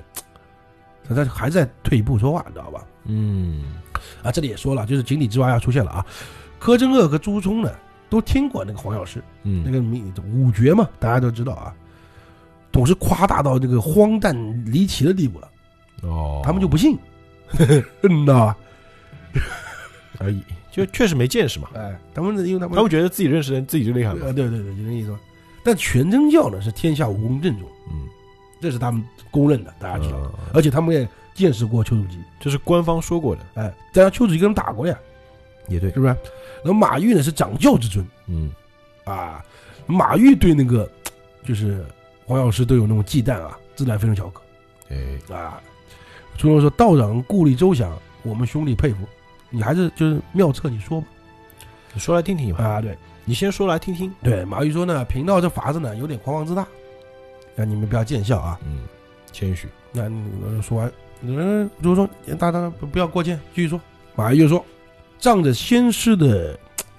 [SPEAKER 2] 他他还在退一步说话，你知道吧？
[SPEAKER 1] 嗯，
[SPEAKER 2] 啊，这里也说了，就是井底之蛙要出现了啊。柯镇恶和朱冲呢，都听过那个黄药师，
[SPEAKER 1] 嗯，
[SPEAKER 2] 那个名五绝嘛，大家都知道啊，总是夸大到这个荒诞离奇的地步了，
[SPEAKER 1] 哦，
[SPEAKER 2] 他们就不信， 嗯呐，
[SPEAKER 1] 而已，就确实没见识嘛。
[SPEAKER 2] 哎，他们因为他们
[SPEAKER 1] 哎他们觉啊得自己认识人，自己就厉害嘛
[SPEAKER 2] 呃，。对对对，就这个意思嘛。但全真教呢是天下武功正宗，
[SPEAKER 1] 嗯，
[SPEAKER 2] 这是他们公认的，大家知道，
[SPEAKER 1] 嗯
[SPEAKER 2] 而且他们也见识过丘处机，
[SPEAKER 1] 这是官方说过的，
[SPEAKER 2] 哎，大家丘处机跟他们打过呀，
[SPEAKER 1] 也对
[SPEAKER 2] 是。不是？然后马玉呢是掌教之尊。
[SPEAKER 1] 嗯，
[SPEAKER 2] 啊，马玉对那个就是黄药师都有那种忌惮啊，自然非常小可
[SPEAKER 1] 哎，
[SPEAKER 2] 啊。朱龙说：“道长顾虑周详，我们兄弟佩服。你还是就是妙策，你说吧。
[SPEAKER 1] 你说来听听”吧。
[SPEAKER 2] 啊，对
[SPEAKER 1] 你先说来听听。
[SPEAKER 2] 对，马玉说呢，贫道这法子呢有点狂妄自大，啊，你们不要见笑啊。
[SPEAKER 1] 嗯，谦虚。
[SPEAKER 2] 那你们说完，嗯，朱龙说：“大大不不要过谦，继续说。”马玉就说：“仗着先师的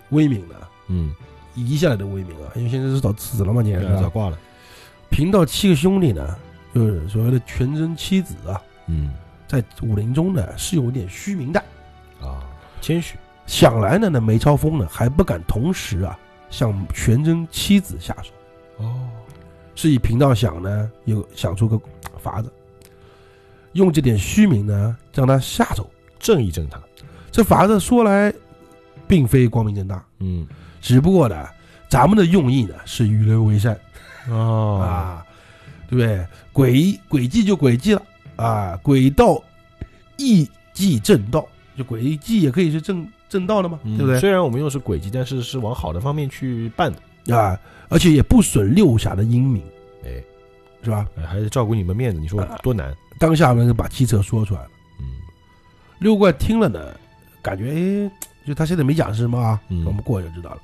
[SPEAKER 2] 威名呢，
[SPEAKER 1] 嗯，啊
[SPEAKER 2] 移下来的威名啊，因为先师是早死了嘛，你也知道
[SPEAKER 1] 早，挂了。
[SPEAKER 2] 贫道七个兄弟呢，就是所谓的全真七子啊，
[SPEAKER 1] 嗯，
[SPEAKER 2] 在武林中呢是有点虚名的。
[SPEAKER 1] 啊，谦虚。
[SPEAKER 2] 想来呢，那梅超风呢还不敢同时啊向全真七子下手，
[SPEAKER 1] 哦，
[SPEAKER 2] 是以贫道想呢有想出个法子，用这点虚名呢让他下手。
[SPEAKER 1] 正义正他。
[SPEAKER 2] 这法子说来，并非光明正大，
[SPEAKER 1] 嗯，
[SPEAKER 2] 只不过呢，咱们的用意呢是与人为善。
[SPEAKER 1] 哦，
[SPEAKER 2] 啊，对不对？诡诡计就诡计了啊，诡道亦即正道，就诡计也可以是正正道的嘛，
[SPEAKER 1] 嗯
[SPEAKER 2] 对不对？
[SPEAKER 1] 虽然我们用的是诡计，但是是往好的方面去办的。
[SPEAKER 2] 啊，而且也不损六侠的英名，
[SPEAKER 1] 哎，
[SPEAKER 2] 是吧？
[SPEAKER 1] 哎还是照顾你们面子，你说
[SPEAKER 2] 啊
[SPEAKER 1] 多难？
[SPEAKER 2] 当下呢，就把计策说出来了。
[SPEAKER 1] 嗯，
[SPEAKER 2] 六怪听了呢，感觉哎，就他现在没讲是什么啊，
[SPEAKER 1] 嗯
[SPEAKER 2] 我们过就知道了。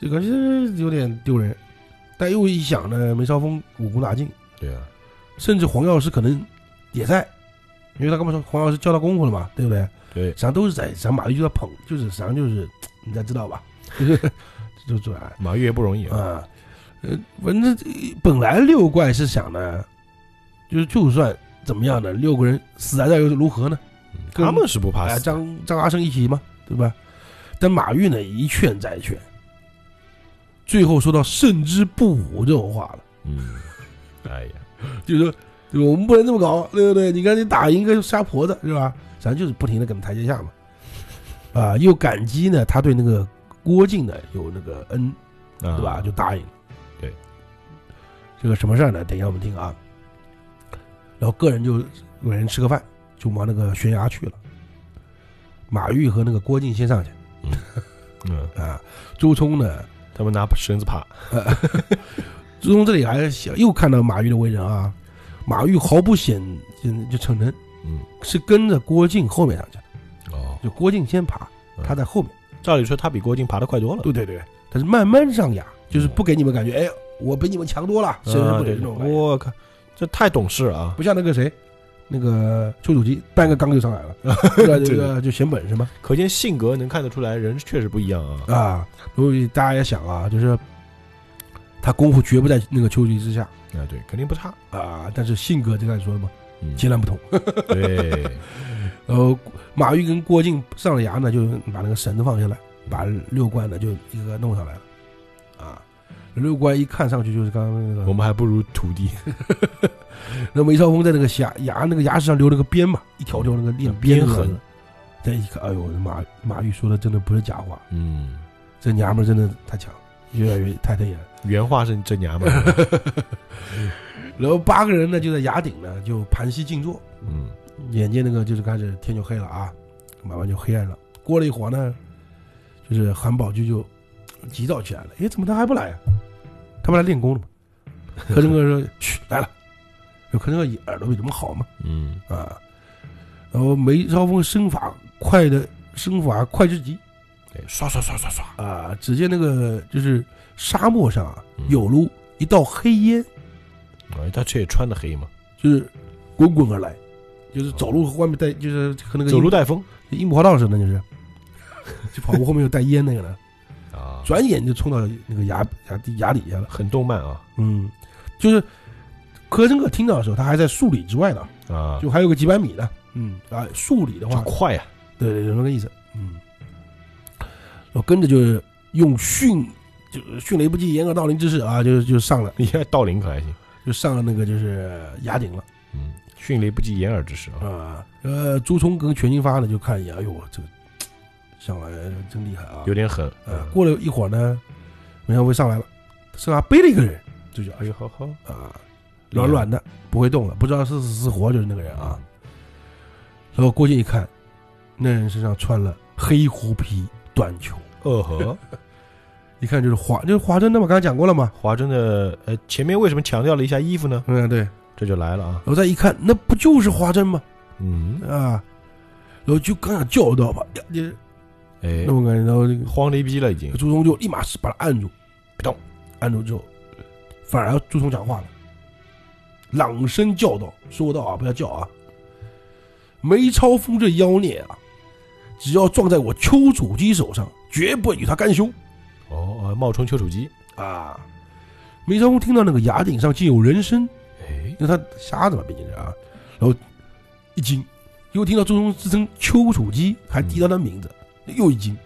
[SPEAKER 2] 这个是有点丢人，但又一想呢，梅超风武功大进，
[SPEAKER 1] 对啊，
[SPEAKER 2] 甚至黄药师可能也在，因为他刚才说黄药师教他功夫了嘛，对不对？
[SPEAKER 1] 对
[SPEAKER 2] 实，际上都是在，实际上马玉就在捧，就是实际上就是你才知道吧， 就是就这样
[SPEAKER 1] 马月也不容易啊，
[SPEAKER 2] 啊，呃，反正这本来六怪是想呢，就是就算怎么样呢，六个人死在这儿又如何呢？
[SPEAKER 1] 嗯
[SPEAKER 2] 跟
[SPEAKER 1] 他们是不怕
[SPEAKER 2] 哎，
[SPEAKER 1] 死的，
[SPEAKER 2] 张张阿生一起嘛，对吧？但马玉呢，一劝再劝，最后说到胜之不武这种话了。
[SPEAKER 1] 嗯，哎呀，
[SPEAKER 2] 就是说对吧我们不能这么搞，对不对？你看你打赢个瞎婆子是吧？咱就是不停的给他们台阶下嘛。啊，又感激呢，他对那个郭靖呢有那个恩，
[SPEAKER 1] 啊
[SPEAKER 2] 对吧？就答应了。
[SPEAKER 1] 对，
[SPEAKER 2] 这个什么事儿呢？等一下我们听啊。然后个人就有人吃个饭，就往那个悬崖去了。马玉和那个郭靖先上去
[SPEAKER 1] 嗯，
[SPEAKER 2] 啊，周冲呢
[SPEAKER 1] 他们拿绳子爬，
[SPEAKER 2] 朱从这里还写又看到马玉的为人啊，马玉毫不显就就逞能，
[SPEAKER 1] 嗯，
[SPEAKER 2] 是跟着郭靖后面上去的，
[SPEAKER 1] 哦，
[SPEAKER 2] 就郭靖先爬，他在后面，
[SPEAKER 1] 嗯照理说他比郭靖爬得快多了，
[SPEAKER 2] 对对对，他是慢慢上崖，就是不给你们感觉，哎，我比你们强多了，
[SPEAKER 1] 啊
[SPEAKER 2] 谁也不
[SPEAKER 1] 对
[SPEAKER 2] 得那种感觉，
[SPEAKER 1] 我靠，这太懂事了啊！
[SPEAKER 2] 不像那个谁，那个丘处机搬个缸就上来了，对吧？这
[SPEAKER 1] 对
[SPEAKER 2] 个就显本事嘛，
[SPEAKER 1] 可见性格能看得出来，人确实不一样啊。
[SPEAKER 2] 啊，所以大家也想啊，就是他功夫绝不在那个丘处机之下
[SPEAKER 1] 啊，对，肯定不差。
[SPEAKER 2] 啊，但是性格就像你说的嘛，
[SPEAKER 1] 嗯，
[SPEAKER 2] 截然不同。
[SPEAKER 1] 对，
[SPEAKER 2] 然后马玉跟郭靖上了崖呢，就把那个绳子放下来，把六关呢就一个个弄上来了，啊，六关一看上去就是刚刚那
[SPEAKER 1] 我
[SPEAKER 2] 个，
[SPEAKER 1] 们还不如徒弟，
[SPEAKER 2] 那梅超风在那个峡崖那个崖石上留了个边嘛，一条条那个练
[SPEAKER 1] 边
[SPEAKER 2] 痕
[SPEAKER 1] 痕，
[SPEAKER 2] 再啊一看，哎呦，马马玉说的真的不是假话，
[SPEAKER 1] 嗯，
[SPEAKER 2] 这娘们儿真的太强，越来越太太演了。
[SPEAKER 1] 原话是这娘们儿，
[SPEAKER 2] 然后八个人呢就在崖顶呢就盘膝静坐，
[SPEAKER 1] 嗯，
[SPEAKER 2] 眼见那个就是开始天就黑了啊，慢慢就黑暗了。过了一会儿呢，就是韩宝驹就急躁起来了，诶，怎么他还不来呀、他们来练功了嘛。柯 震哥说：“去，来了。”柯震哥耳朵比他们好嘛
[SPEAKER 1] 嗯，
[SPEAKER 2] 啊。然后梅超风身法快的身法快之极
[SPEAKER 1] 对，刷刷刷刷刷，
[SPEAKER 2] 啊！只见那个就是沙漠上啊，
[SPEAKER 1] 嗯
[SPEAKER 2] 有如一道黑烟，
[SPEAKER 1] 哎，他这也穿的黑嘛，
[SPEAKER 2] 就是滚滚而来，就是走路和外面带就是和那个
[SPEAKER 1] 走路带风
[SPEAKER 2] 樱木花道似的，那就是， 就跑步后面有带烟那个呢，
[SPEAKER 1] 啊，
[SPEAKER 2] 转眼就冲到那个崖崖底崖底下了。
[SPEAKER 1] 很动漫啊
[SPEAKER 2] 嗯，就是柯震哥听到的时候，他还在数里之外呢，
[SPEAKER 1] 啊，
[SPEAKER 2] 就还有个几百米呢。嗯啊，数里的
[SPEAKER 1] 就
[SPEAKER 2] 话，
[SPEAKER 1] 快啊 呀，
[SPEAKER 2] 对对对，那个意思。嗯，我跟着就是用训，就是迅雷不及掩耳盗铃之势啊，就就上了，
[SPEAKER 1] 你看盗铃可还行，
[SPEAKER 2] 就上了那个就是崖顶了
[SPEAKER 1] 嗯，迅雷不及掩耳之势啊，
[SPEAKER 2] 啊。呃，朱冲跟全金发呢就看一眼，哎呦，这个上来真厉害啊，
[SPEAKER 1] 有点狠，
[SPEAKER 2] 呃，
[SPEAKER 1] 嗯
[SPEAKER 2] 过了一会儿呢，梅超风上来了，身上背了一个人，就叫哎
[SPEAKER 1] 哎
[SPEAKER 2] 呦
[SPEAKER 1] 呦，好好
[SPEAKER 2] 啊，软软的，不会动了，不知道是死是活，就是那个人啊。，然后郭靖一看，那人身上穿了黑狐皮短袖，
[SPEAKER 1] 二和
[SPEAKER 2] 一看就是华，就是华筝的嘛，刚才讲过了嘛。
[SPEAKER 1] 华筝的，呃，前面为什么强调了一下衣服呢？
[SPEAKER 2] 嗯，对。然
[SPEAKER 1] 这就来了啊，
[SPEAKER 2] 后再一看，那不就是华筝吗？
[SPEAKER 1] 嗯，
[SPEAKER 2] 啊，然后就刚想叫到吧，呀你
[SPEAKER 1] 哎
[SPEAKER 2] 那，种感觉，然后这个
[SPEAKER 1] 慌了一逼了已经，
[SPEAKER 2] 朱冲就立马是把他按住，扑通，按住之后，反而朱冲讲话了，朗声叫道：“说道啊，不要叫啊！梅超风这妖孽啊，只要撞在我丘处机手上，绝不会与他干休
[SPEAKER 1] 哦，啊冒充丘处机，
[SPEAKER 2] 啊！”梅超风听到那个崖顶上竟有人声，
[SPEAKER 1] 哎，
[SPEAKER 2] 因为他瞎子嘛，毕竟是啊，然后一惊，又听到朱冲之称丘处机，还提到他名字，又一惊，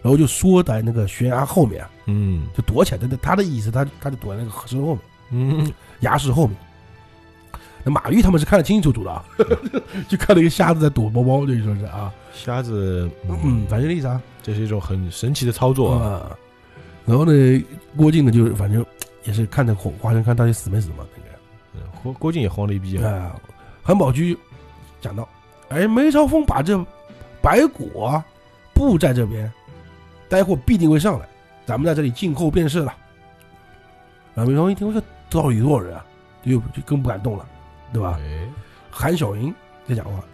[SPEAKER 2] 然后就缩在那个悬崖后面啊。
[SPEAKER 1] 嗯
[SPEAKER 2] 就躲起来。他他的意思，他他就躲在那个石头后面，
[SPEAKER 1] 嗯，
[SPEAKER 2] 崖石后面。那马玉他们是看得清清楚楚的啊， 就看到一个瞎子在躲包包，就是说是啊，
[SPEAKER 1] 瞎子，
[SPEAKER 2] 嗯，反正这个意思啊。
[SPEAKER 1] 这是一种很神奇的操作啊，
[SPEAKER 2] 啊，然后呢，郭靖呢，就是反正也是看着火花生看到底死没死嘛，
[SPEAKER 1] 嗯郭郭靖也慌了一逼
[SPEAKER 2] 那个
[SPEAKER 1] 啊，
[SPEAKER 2] 啊，韩宝驹讲到，哎，梅超风把这白骨啊布在这边，待会儿必定会上来，咱们在这里静候便是了。然后梅超风一听，我说到底多少人啊，就就更不敢动了，对吧？
[SPEAKER 1] 哎，
[SPEAKER 2] 韩小云在讲话，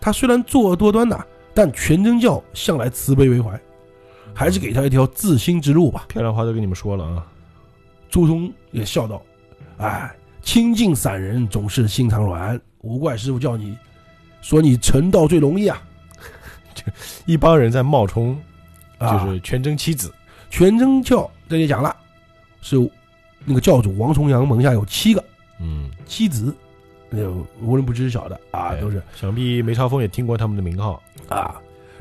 [SPEAKER 2] 他虽然作恶多端呐，但全真教向来慈悲为怀，还是给他一条自新之路吧。
[SPEAKER 1] 漂亮话都跟你们说了啊，
[SPEAKER 2] 朱通也笑道：“哎，清净散人总是心肠软，无怪师傅叫你说你成道最容易啊。
[SPEAKER 1] 一帮人在冒充
[SPEAKER 2] 啊”
[SPEAKER 1] 就是全真七子，
[SPEAKER 2] 全真教这里讲了，是那个教主王重阳门下有七个
[SPEAKER 1] 嗯，
[SPEAKER 2] 妻子，那个无人不知晓的啊，
[SPEAKER 1] 对
[SPEAKER 2] 都是
[SPEAKER 1] 想必梅超风也听过他们的名号，
[SPEAKER 2] 啊。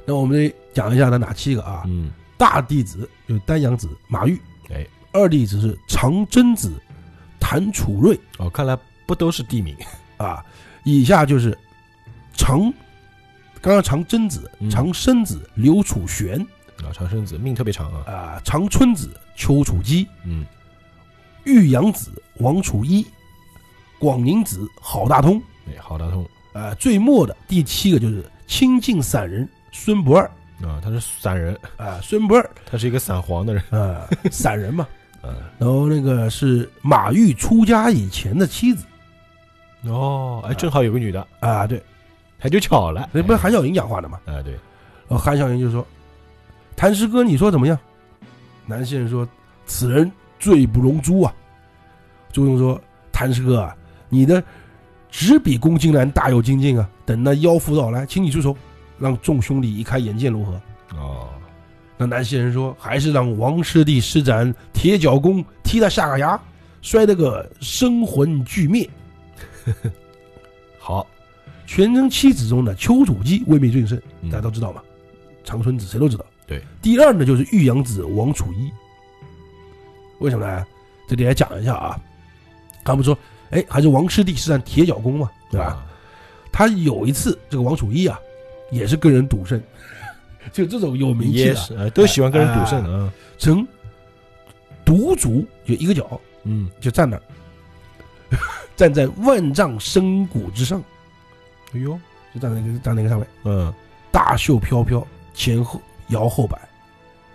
[SPEAKER 2] 那我们讲一下呢，哪七个啊？
[SPEAKER 1] 嗯，
[SPEAKER 2] 大弟子就是丹阳子马玉，
[SPEAKER 1] 哎，
[SPEAKER 2] 二弟子是长真子谭楚瑞
[SPEAKER 1] 哦，看来不都是地名，
[SPEAKER 2] 啊。以下就是长，刚刚长真子
[SPEAKER 1] 嗯、
[SPEAKER 2] 长生子刘楚玄
[SPEAKER 1] 啊，长生子命特别长啊，
[SPEAKER 2] 啊，长春子丘处机，
[SPEAKER 1] 嗯，
[SPEAKER 2] 玉阳子王楚一，广宁子郝大通。
[SPEAKER 1] 哎，郝达通
[SPEAKER 2] 啊，最末的第七个就是清净散人孙不二
[SPEAKER 1] 啊，他是散人，
[SPEAKER 2] 啊，孙不二
[SPEAKER 1] 他是一个散黄的人，
[SPEAKER 2] 啊，散人嘛。
[SPEAKER 1] 嗯，
[SPEAKER 2] 然后那个是马玉出家以前的妻子
[SPEAKER 1] 哦，哎，正好有个女的，
[SPEAKER 2] 啊，对，
[SPEAKER 1] 还就巧了，
[SPEAKER 2] 那不是
[SPEAKER 1] 哎
[SPEAKER 2] 韩小云讲话的嘛？
[SPEAKER 1] 哎，对，
[SPEAKER 2] 然后呃韩小云就说：“谭师哥，你说怎么样？”南先生说：“此人罪不容诛啊！”周勇说：“谭师哥啊，你的只比龚金兰大有精进啊！等那妖辅到来，请你出手，让众兄弟一开眼界如何？”
[SPEAKER 1] 哦，
[SPEAKER 2] 那南溪人说，还是让王师弟施展铁脚功，踢他下个牙，摔得个生魂俱灭。
[SPEAKER 1] 好，
[SPEAKER 2] 全真七子中的丘处机威名最盛，
[SPEAKER 1] 嗯
[SPEAKER 2] 大家都知道嘛。长春子谁都知道。
[SPEAKER 1] 对，
[SPEAKER 2] 第二呢就是玉阳子王楚一。为什么呢？这里来讲一下啊，他们说，哎，还是王师弟施展铁脚功嘛，对吧？
[SPEAKER 1] 啊？
[SPEAKER 2] 他有一次，这个王楚一啊，也是跟人赌胜， 就这种有名气
[SPEAKER 1] 也
[SPEAKER 2] 的啊，哎
[SPEAKER 1] 是，哎都喜欢跟人赌圣啊，
[SPEAKER 2] 成独足就一个脚，
[SPEAKER 1] 嗯，
[SPEAKER 2] 就站那儿， 站在万丈深谷之上，
[SPEAKER 1] 哎呦，
[SPEAKER 2] 就站在那个站在那个上面，
[SPEAKER 1] 嗯，
[SPEAKER 2] 大袖飘飘，前后摇后摆，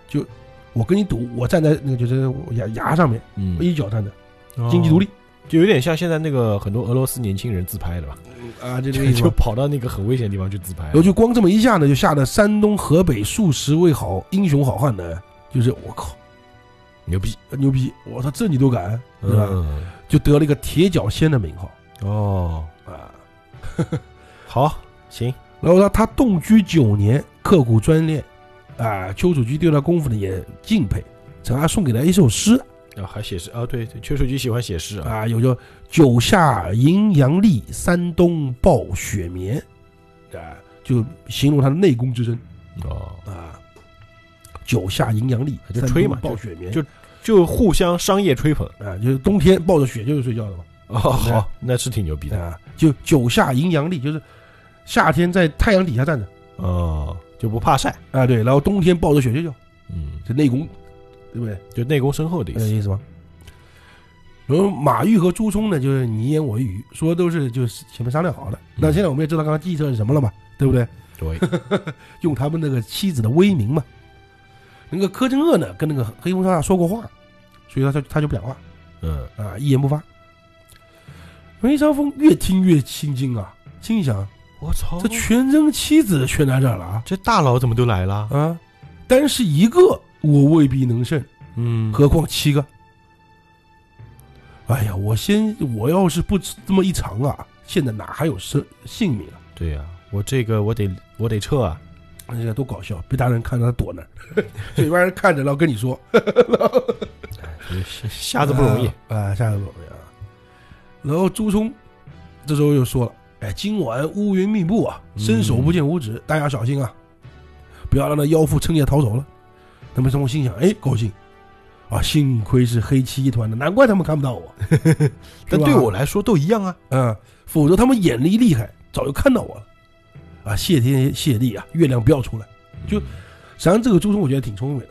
[SPEAKER 2] 就我跟你赌，我站在那个就是我崖崖上面，
[SPEAKER 1] 嗯
[SPEAKER 2] 我一脚站着，哦经济独
[SPEAKER 1] 立。
[SPEAKER 2] 立
[SPEAKER 1] 就有点像现在那个很多俄罗斯年轻人自拍的吧，
[SPEAKER 2] 啊， 就这个
[SPEAKER 1] 就
[SPEAKER 2] 意思
[SPEAKER 1] 就
[SPEAKER 2] 嘛。
[SPEAKER 1] 跑到那个很危险的地方去自拍
[SPEAKER 2] 然后。就光这么一下呢，就吓得山东、河北数十位好英雄好汉呢，就是我靠，
[SPEAKER 1] 牛逼，
[SPEAKER 2] 牛逼！我操，这你都敢，对吧？
[SPEAKER 1] 嗯，
[SPEAKER 2] 就得了一个铁脚仙的名号
[SPEAKER 1] 哦，
[SPEAKER 2] 啊。
[SPEAKER 1] 好，行，
[SPEAKER 2] 然后呢，他动居九年，刻苦专练，啊，丘处机对他功夫呢也敬佩，曾还送给他一首诗
[SPEAKER 1] 啊，还写诗啊，对，对丘处机喜欢写诗啊，
[SPEAKER 2] 啊，有叫“九夏淫阳历，山东抱雪眠”，啊，就形容他的内功之深
[SPEAKER 1] 哦，
[SPEAKER 2] 啊。九夏淫阳历，
[SPEAKER 1] 就吹嘛
[SPEAKER 2] 山东抱雪眠
[SPEAKER 1] 就就互相商业吹捧。
[SPEAKER 2] 啊，就是冬天抱着雪就是睡觉的嘛
[SPEAKER 1] 哦，好，那是挺牛逼的
[SPEAKER 2] 啊，就九夏淫阳历，就是夏天在太阳底下站着
[SPEAKER 1] 哦，就不怕晒，
[SPEAKER 2] 啊，对，然后冬天抱着雪睡觉，
[SPEAKER 1] 嗯，
[SPEAKER 2] 这内功，对不对？
[SPEAKER 1] 就内功深厚的意
[SPEAKER 2] 有
[SPEAKER 1] 思。
[SPEAKER 2] 意思吗？然后马玉和朱冲呢，就是你言我一语，说都是就是前面商量好的。
[SPEAKER 1] 嗯
[SPEAKER 2] 那现在我们也知道刚刚计策是什么了嘛，对不对？
[SPEAKER 1] 对，
[SPEAKER 2] 用他们那个妻子的威名嘛。那个柯镇恶呢，跟那个黑风少侠说过话，所以他就他就不讲话
[SPEAKER 1] 嗯，
[SPEAKER 2] 啊，一言不发。梅超风越听越心惊啊，心想
[SPEAKER 1] 我操
[SPEAKER 2] 这全真妻子全在这儿了啊
[SPEAKER 1] 这大佬怎么都来了？
[SPEAKER 2] 啊！单是一个我未必能胜，
[SPEAKER 1] 嗯，
[SPEAKER 2] 何况七个。哎呀，我先我要是不这么一尝啊，现在哪还有生性命啊？
[SPEAKER 1] 对呀，我这个我得我得撤啊，
[SPEAKER 2] 现在多搞笑，被大人看着他躲那儿， 就一般人看着，然后跟你说，
[SPEAKER 1] 哎瞎子不容易
[SPEAKER 2] 啊，、啊下次不容易啊。然后朱冲这时候又说了，哎，今晚乌云密布啊，
[SPEAKER 1] 嗯
[SPEAKER 2] 伸手不见五指，大家小心啊，不要让那妖妇趁夜逃走了。那么朱冲心想，哎，高兴啊，幸亏是黑漆一团的，难怪他们看不到 我。
[SPEAKER 1] 但
[SPEAKER 2] 是吧
[SPEAKER 1] 对我来说都一样啊。
[SPEAKER 2] 啊，否则他们眼力厉害，早就看到我了。啊，谢天谢地啊，月亮不要出来。就实际上，这个朱冲我觉得挺聪明的，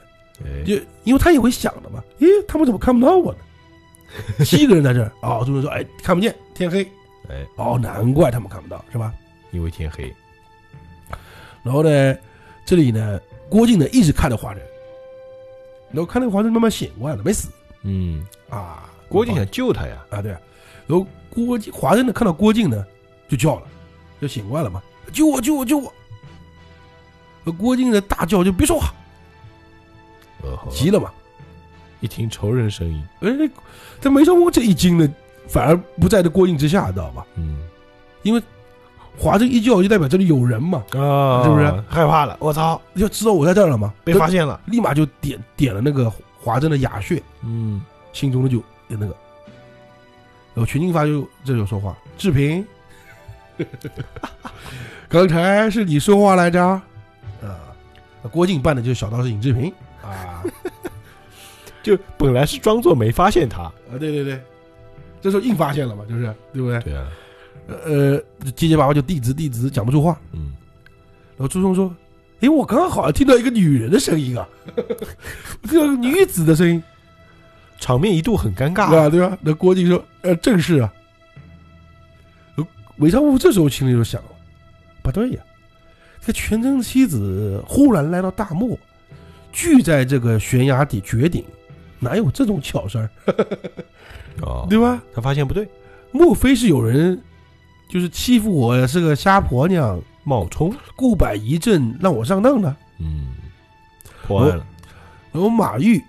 [SPEAKER 1] 哎
[SPEAKER 2] 就因为他也会想的嘛。咦，他们怎么看不到我呢？七个人在这儿啊、朱冲说：“哎，看不见，天黑。
[SPEAKER 1] 哎，
[SPEAKER 2] 哦，难怪他们看不到，是吧
[SPEAKER 1] 因为天黑，？”
[SPEAKER 2] 然后呢，这里呢，郭靖呢一直看着华人，然后看那个华人慢慢醒过来了，没死
[SPEAKER 1] 嗯，
[SPEAKER 2] 啊。
[SPEAKER 1] 郭靖想救他呀，
[SPEAKER 2] 啊，对啊，然后郭靖华人呢看到郭靖呢就叫了，就醒过来了嘛，救我救我救我！呃郭靖的大叫就别说话，
[SPEAKER 1] 呃，好吧
[SPEAKER 2] 急了嘛。
[SPEAKER 1] 一听仇人声音，
[SPEAKER 2] 哎，这梅超风这一惊呢，反而不在这郭靖之下，知道吧？
[SPEAKER 1] 嗯
[SPEAKER 2] 划这一叫就代表这里有人嘛，
[SPEAKER 1] 啊
[SPEAKER 2] 是不是
[SPEAKER 1] 害怕了？我操，
[SPEAKER 2] 就知道我在这儿了嘛，
[SPEAKER 1] 被
[SPEAKER 2] 就
[SPEAKER 1] 发现了。
[SPEAKER 2] 立马就点点了那个华筝的哑穴，
[SPEAKER 1] 嗯，
[SPEAKER 2] 心中的就那个。然后群英发就这就说话，志平， 刚才是你说话来着？啊、郭靖扮的就是小道士尹志平啊
[SPEAKER 1] 就本来是装作没发现他。
[SPEAKER 2] 啊，对对对，这时候硬发现了嘛，就是对不对？
[SPEAKER 1] 对啊，
[SPEAKER 2] 呃，结结巴巴就递职递职，讲不出话。
[SPEAKER 1] 嗯，
[SPEAKER 2] 然后朱冲说：“诶，我刚刚好像听到一个女人的声音啊， 我听到个女子的声音。”
[SPEAKER 1] 场面一度很尴尬。
[SPEAKER 2] 啊，对吧？那郭靖说：“呃，正是啊。”呃韦昌富这时候心里就想了：“不对呀，这全真七子忽然来到大漠，聚在这个悬崖底绝顶，哪有这种巧事儿？
[SPEAKER 1] 哦
[SPEAKER 2] 对吧？
[SPEAKER 1] 他发现不对，
[SPEAKER 2] 莫非是有人就是欺负我是个瞎婆娘，
[SPEAKER 1] 冒充。
[SPEAKER 2] 故摆一阵让我上当的？”
[SPEAKER 1] 嗯，破案了，
[SPEAKER 2] 然后马玉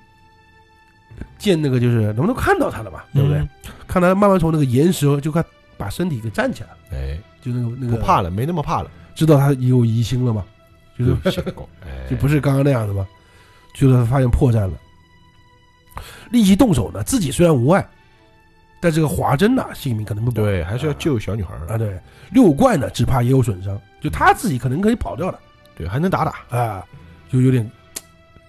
[SPEAKER 2] 见那个就是能不能看到他了嘛，对不对？
[SPEAKER 1] 嗯
[SPEAKER 2] 看他慢慢从那个岩石就看把身体给站起来了，
[SPEAKER 1] 哎，
[SPEAKER 2] 就那个那
[SPEAKER 1] 不
[SPEAKER 2] 个
[SPEAKER 1] 怕了，没那么怕了。
[SPEAKER 2] 知道他有疑心了嘛，就是
[SPEAKER 1] 想过，哎，
[SPEAKER 2] 就不是刚刚那样的嘛，就是他发现破绽了，立即动手呢。自己虽然无碍，但这个华筝呐、性命可能不保
[SPEAKER 1] 对，还是要救小女孩儿。
[SPEAKER 2] 啊。对，六怪呢，只怕也有损伤，就他自己可能可以跑掉了
[SPEAKER 1] 对，还能打打。
[SPEAKER 2] 啊，就有点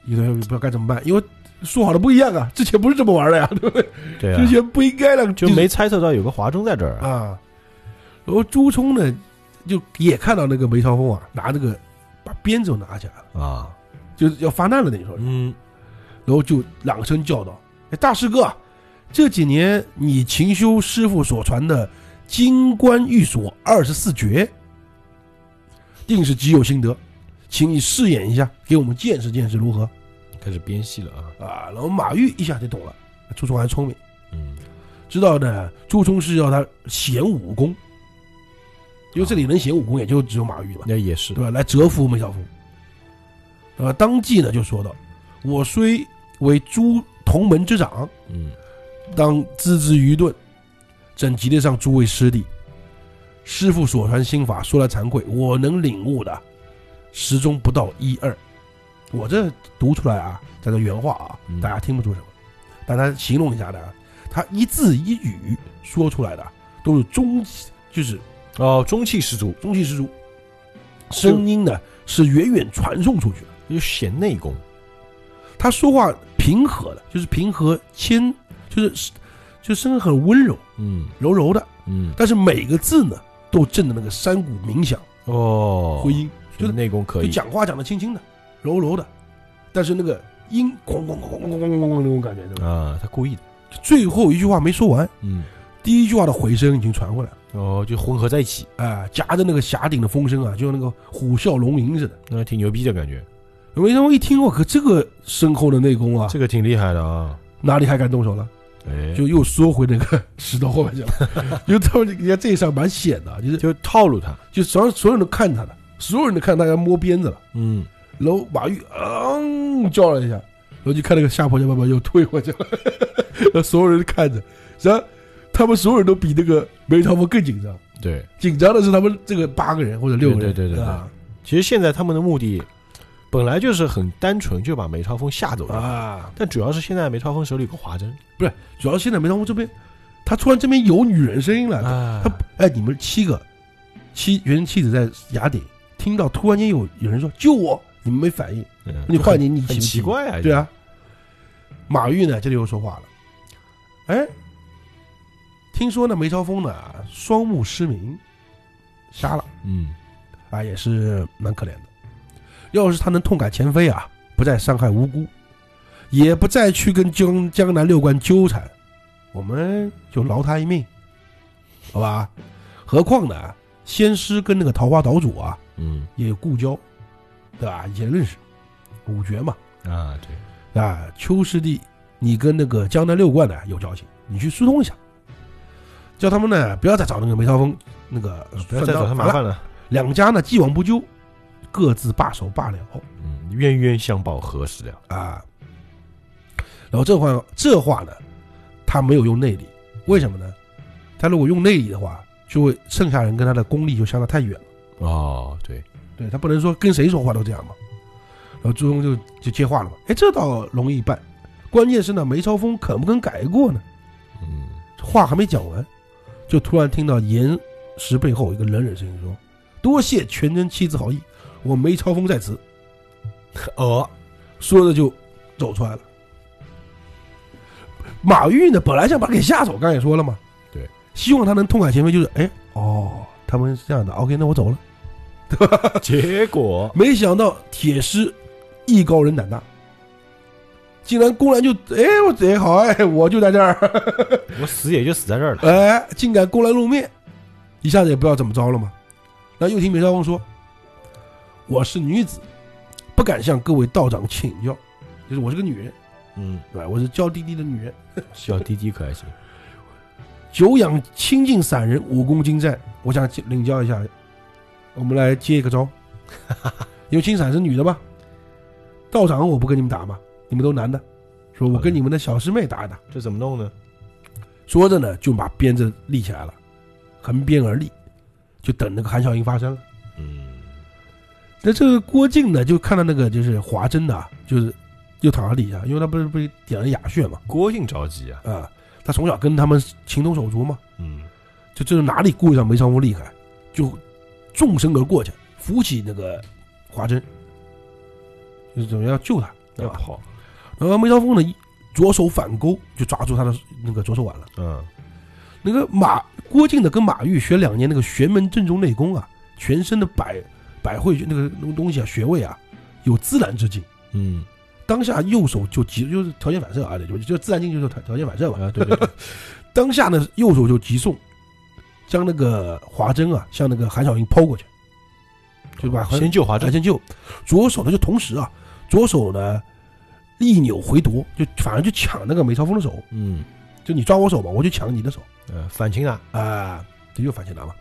[SPEAKER 2] 有点不知道该怎么办，因为说好的不一样啊，之前不是这么玩的呀，对不对？
[SPEAKER 1] 对啊
[SPEAKER 2] 之，前不应该了，
[SPEAKER 1] 就是没猜测到有个华筝在这儿。
[SPEAKER 2] 啊。然后朱冲呢，就也看到那个梅超风啊，拿这个把鞭子都拿起来了，
[SPEAKER 1] 啊，
[SPEAKER 2] 就是要发难了，等于说是。
[SPEAKER 1] 嗯，
[SPEAKER 2] 然后就朗声叫道：“哎，大师哥，这几年你勤修师傅所传的《金冠玉锁二十四绝》，定是极有心得，请你试演一下，给我们见识见识如何
[SPEAKER 1] 开始编戏了啊。
[SPEAKER 2] 啊？”然后马玉一下就懂了，朱冲还聪明，
[SPEAKER 1] 嗯，
[SPEAKER 2] 知道呢，朱冲是要他显武功，因为这里能显武功也就只有马玉嘛。
[SPEAKER 1] 那也是
[SPEAKER 2] 对。吧？来折服梅小凤。呃，当即呢就说道：“我虽为诸同门之长，
[SPEAKER 1] 嗯，
[SPEAKER 2] 当孜孜愚钝，怎及得上诸位师弟？师父所传心法，说来惭愧，我能领悟的，始终不到一二。我这读出来啊，咱这原话啊
[SPEAKER 1] 嗯，
[SPEAKER 2] 大家听不出什么，但他形容一下的，啊他一字一语说出来的都是中，就是
[SPEAKER 1] 哦，中气十足，
[SPEAKER 2] 中气十足，声音呢是远远传送出去的。
[SPEAKER 1] 又显内功。
[SPEAKER 2] 他说话平和的，就是平和谦，就是就声音很温柔
[SPEAKER 1] 嗯
[SPEAKER 2] 柔柔的，
[SPEAKER 1] 嗯，
[SPEAKER 2] 但是每个字呢都震得那个山谷冥响
[SPEAKER 1] 哦，
[SPEAKER 2] 回音，
[SPEAKER 1] 就
[SPEAKER 2] 就是
[SPEAKER 1] 内功可
[SPEAKER 2] 就
[SPEAKER 1] 以。
[SPEAKER 2] 讲话讲得轻轻的柔柔的，但是那个音咣咣咣咣咣咣咣咣那种感觉，对吧？
[SPEAKER 1] 啊，他故意的。
[SPEAKER 2] 最后一句话没说完，
[SPEAKER 1] 嗯，
[SPEAKER 2] 第一句话的回声已经传回来了。
[SPEAKER 1] 哦，就混合在一起，
[SPEAKER 2] 哎，夹着那个峡顶的风声啊，就像那个虎啸龙吟似的。
[SPEAKER 1] 那挺牛逼的感觉。
[SPEAKER 2] 梅超风一听，我靠，这个深厚的内功啊，
[SPEAKER 1] 这个挺厉害的啊。
[SPEAKER 2] 哪里还敢动手了？
[SPEAKER 1] 哎，
[SPEAKER 2] 就又缩回那个 石头后面去了。因为他们人家这一上蛮险的，啊就是
[SPEAKER 1] 就套路他。
[SPEAKER 2] 就所有所有人都看他的，所有人都看他要摸鞭子了。
[SPEAKER 1] 嗯，
[SPEAKER 2] 然后马玉嗯叫了一下，然后就看那个下坡就慢慢又退回去了， 然后所有人都看着，然后他们所有人都比那个梅超风更紧张。
[SPEAKER 1] 对。
[SPEAKER 2] 紧张的是他们这个八个人或者六个
[SPEAKER 1] 对
[SPEAKER 2] 人，
[SPEAKER 1] 对对对对
[SPEAKER 2] 啊
[SPEAKER 1] 其实现在他们的目的本来就是很单纯，就把梅超风吓走了。
[SPEAKER 2] 啊！
[SPEAKER 1] 但主要是现在梅超风手里有个华筝，
[SPEAKER 2] 主要现在梅超风这边，他突然这边有女人声音了，
[SPEAKER 1] 啊
[SPEAKER 2] 他哎，你们七个妻原妻子在崖顶听到，突然间有有人说救我，你们没反应，
[SPEAKER 1] 嗯
[SPEAKER 2] 你换你你
[SPEAKER 1] 很
[SPEAKER 2] 急不
[SPEAKER 1] 奇
[SPEAKER 2] 急，
[SPEAKER 1] 怪啊，
[SPEAKER 2] 对啊。马玉呢，这里又说话了，哎，听说呢梅超风呢双目失明，瞎了
[SPEAKER 1] 嗯，
[SPEAKER 2] 啊，也是蛮可怜的。要是他能痛改前非啊，不再伤害无辜，也不再去跟江江南六关纠缠，我们就饶他一命，好吧？何况呢，仙师跟那个桃花岛主啊
[SPEAKER 1] 嗯
[SPEAKER 2] 也有故交，对吧？以前认识，五绝嘛，
[SPEAKER 1] 啊，对，
[SPEAKER 2] 啊，邱师弟，你跟那个江南六怪呢有交情，你去疏通一下，叫他们呢不要再找那个梅超风那个
[SPEAKER 1] 啊
[SPEAKER 2] 啊
[SPEAKER 1] 不要再找他麻
[SPEAKER 2] 了。
[SPEAKER 1] 烦了。
[SPEAKER 2] 两家呢既往不咎，各自罢手罢了
[SPEAKER 1] 嗯，冤冤相报何时了？
[SPEAKER 2] 啊。然后这话这话呢，他没有用内力，为什么呢？他如果用内力的话，就会剩下人跟他的功力就相差太远了。
[SPEAKER 1] 哦，对，
[SPEAKER 2] 对他不能说跟谁说话都这样嘛。然后朱庸就就接话了嘛，哎，这倒容易办，关键是呢，梅超风肯不肯改过呢？
[SPEAKER 1] 嗯，
[SPEAKER 2] 话还没讲完，就突然听到岩石背后有一个冷冷声音说：“多谢全真妻子好意，我梅超风在此。
[SPEAKER 1] 哦，”
[SPEAKER 2] 说着就走出来了。马玉呢，本来想把他给吓走，刚才也说了嘛，
[SPEAKER 1] 对，
[SPEAKER 2] 希望他能痛改前非，就是哎，哦，他们是这样的，OK，那我走了。
[SPEAKER 1] 结果，
[SPEAKER 2] 没想到铁狮艺高人胆大，竟然公然就哎我贼好哎，我就在这儿，
[SPEAKER 1] 我死也就死在这儿了。
[SPEAKER 2] 哎，竟敢公然露面，一下子也不知道怎么着了嘛。那又听梅超风说：“我是女子，不敢向各位道长请教，就是我是个女人，
[SPEAKER 1] 嗯，
[SPEAKER 2] 对吧？我是娇滴滴的女人，
[SPEAKER 1] 小滴滴可还行？
[SPEAKER 2] 久仰清净散人，武功精湛，我想领教一下。我们来接一个招，因为清散是女的嘛，道长我不跟你们打嘛，你们都男的，说我跟你们的小师妹打一打。”
[SPEAKER 1] 这怎么弄呢？
[SPEAKER 2] 说着呢，就把鞭子立起来了，横鞭而立，就等那个韩小英发声了。
[SPEAKER 1] 嗯，
[SPEAKER 2] 那这个郭靖呢，就看到那个就是华筝呐、就是又躺在地下，因为他不是被点了哑穴嘛，
[SPEAKER 1] 郭靖着急啊。
[SPEAKER 2] 啊，他从小跟他们情同手足嘛，
[SPEAKER 1] 嗯，
[SPEAKER 2] 就这是哪里顾得上梅超风厉害，就纵身而过去，扶起那个华筝，就是准备要救他，对
[SPEAKER 1] 要
[SPEAKER 2] 吧？
[SPEAKER 1] 跑。
[SPEAKER 2] 然后梅超风呢，一左手反勾就抓住他的那个左手腕了。
[SPEAKER 1] 嗯，
[SPEAKER 2] 那个马郭靖呢，跟马钰学两年那个玄门正宗内功啊，全身的百百会那个那个东西啊，穴位啊，有自然之境。
[SPEAKER 1] 嗯，
[SPEAKER 2] 当下右手就急，就是条件反射啊，对，就就自然境就是条条件反射嘛。
[SPEAKER 1] 啊，对对 对，
[SPEAKER 2] 当下呢，右手就急送，将那个华筝啊，向那个韩小英抛过去，就把
[SPEAKER 1] 哦先救华
[SPEAKER 2] 华
[SPEAKER 1] 筝。
[SPEAKER 2] 筝就啊左手呢就同时啊，左手呢一扭回夺，就反而就抢那个梅超风的手，
[SPEAKER 1] 嗯，
[SPEAKER 2] 就你抓我手嘛，我就抢你的手。
[SPEAKER 1] 呃，反擒拿。
[SPEAKER 2] 啊，这就反擒拿嘛。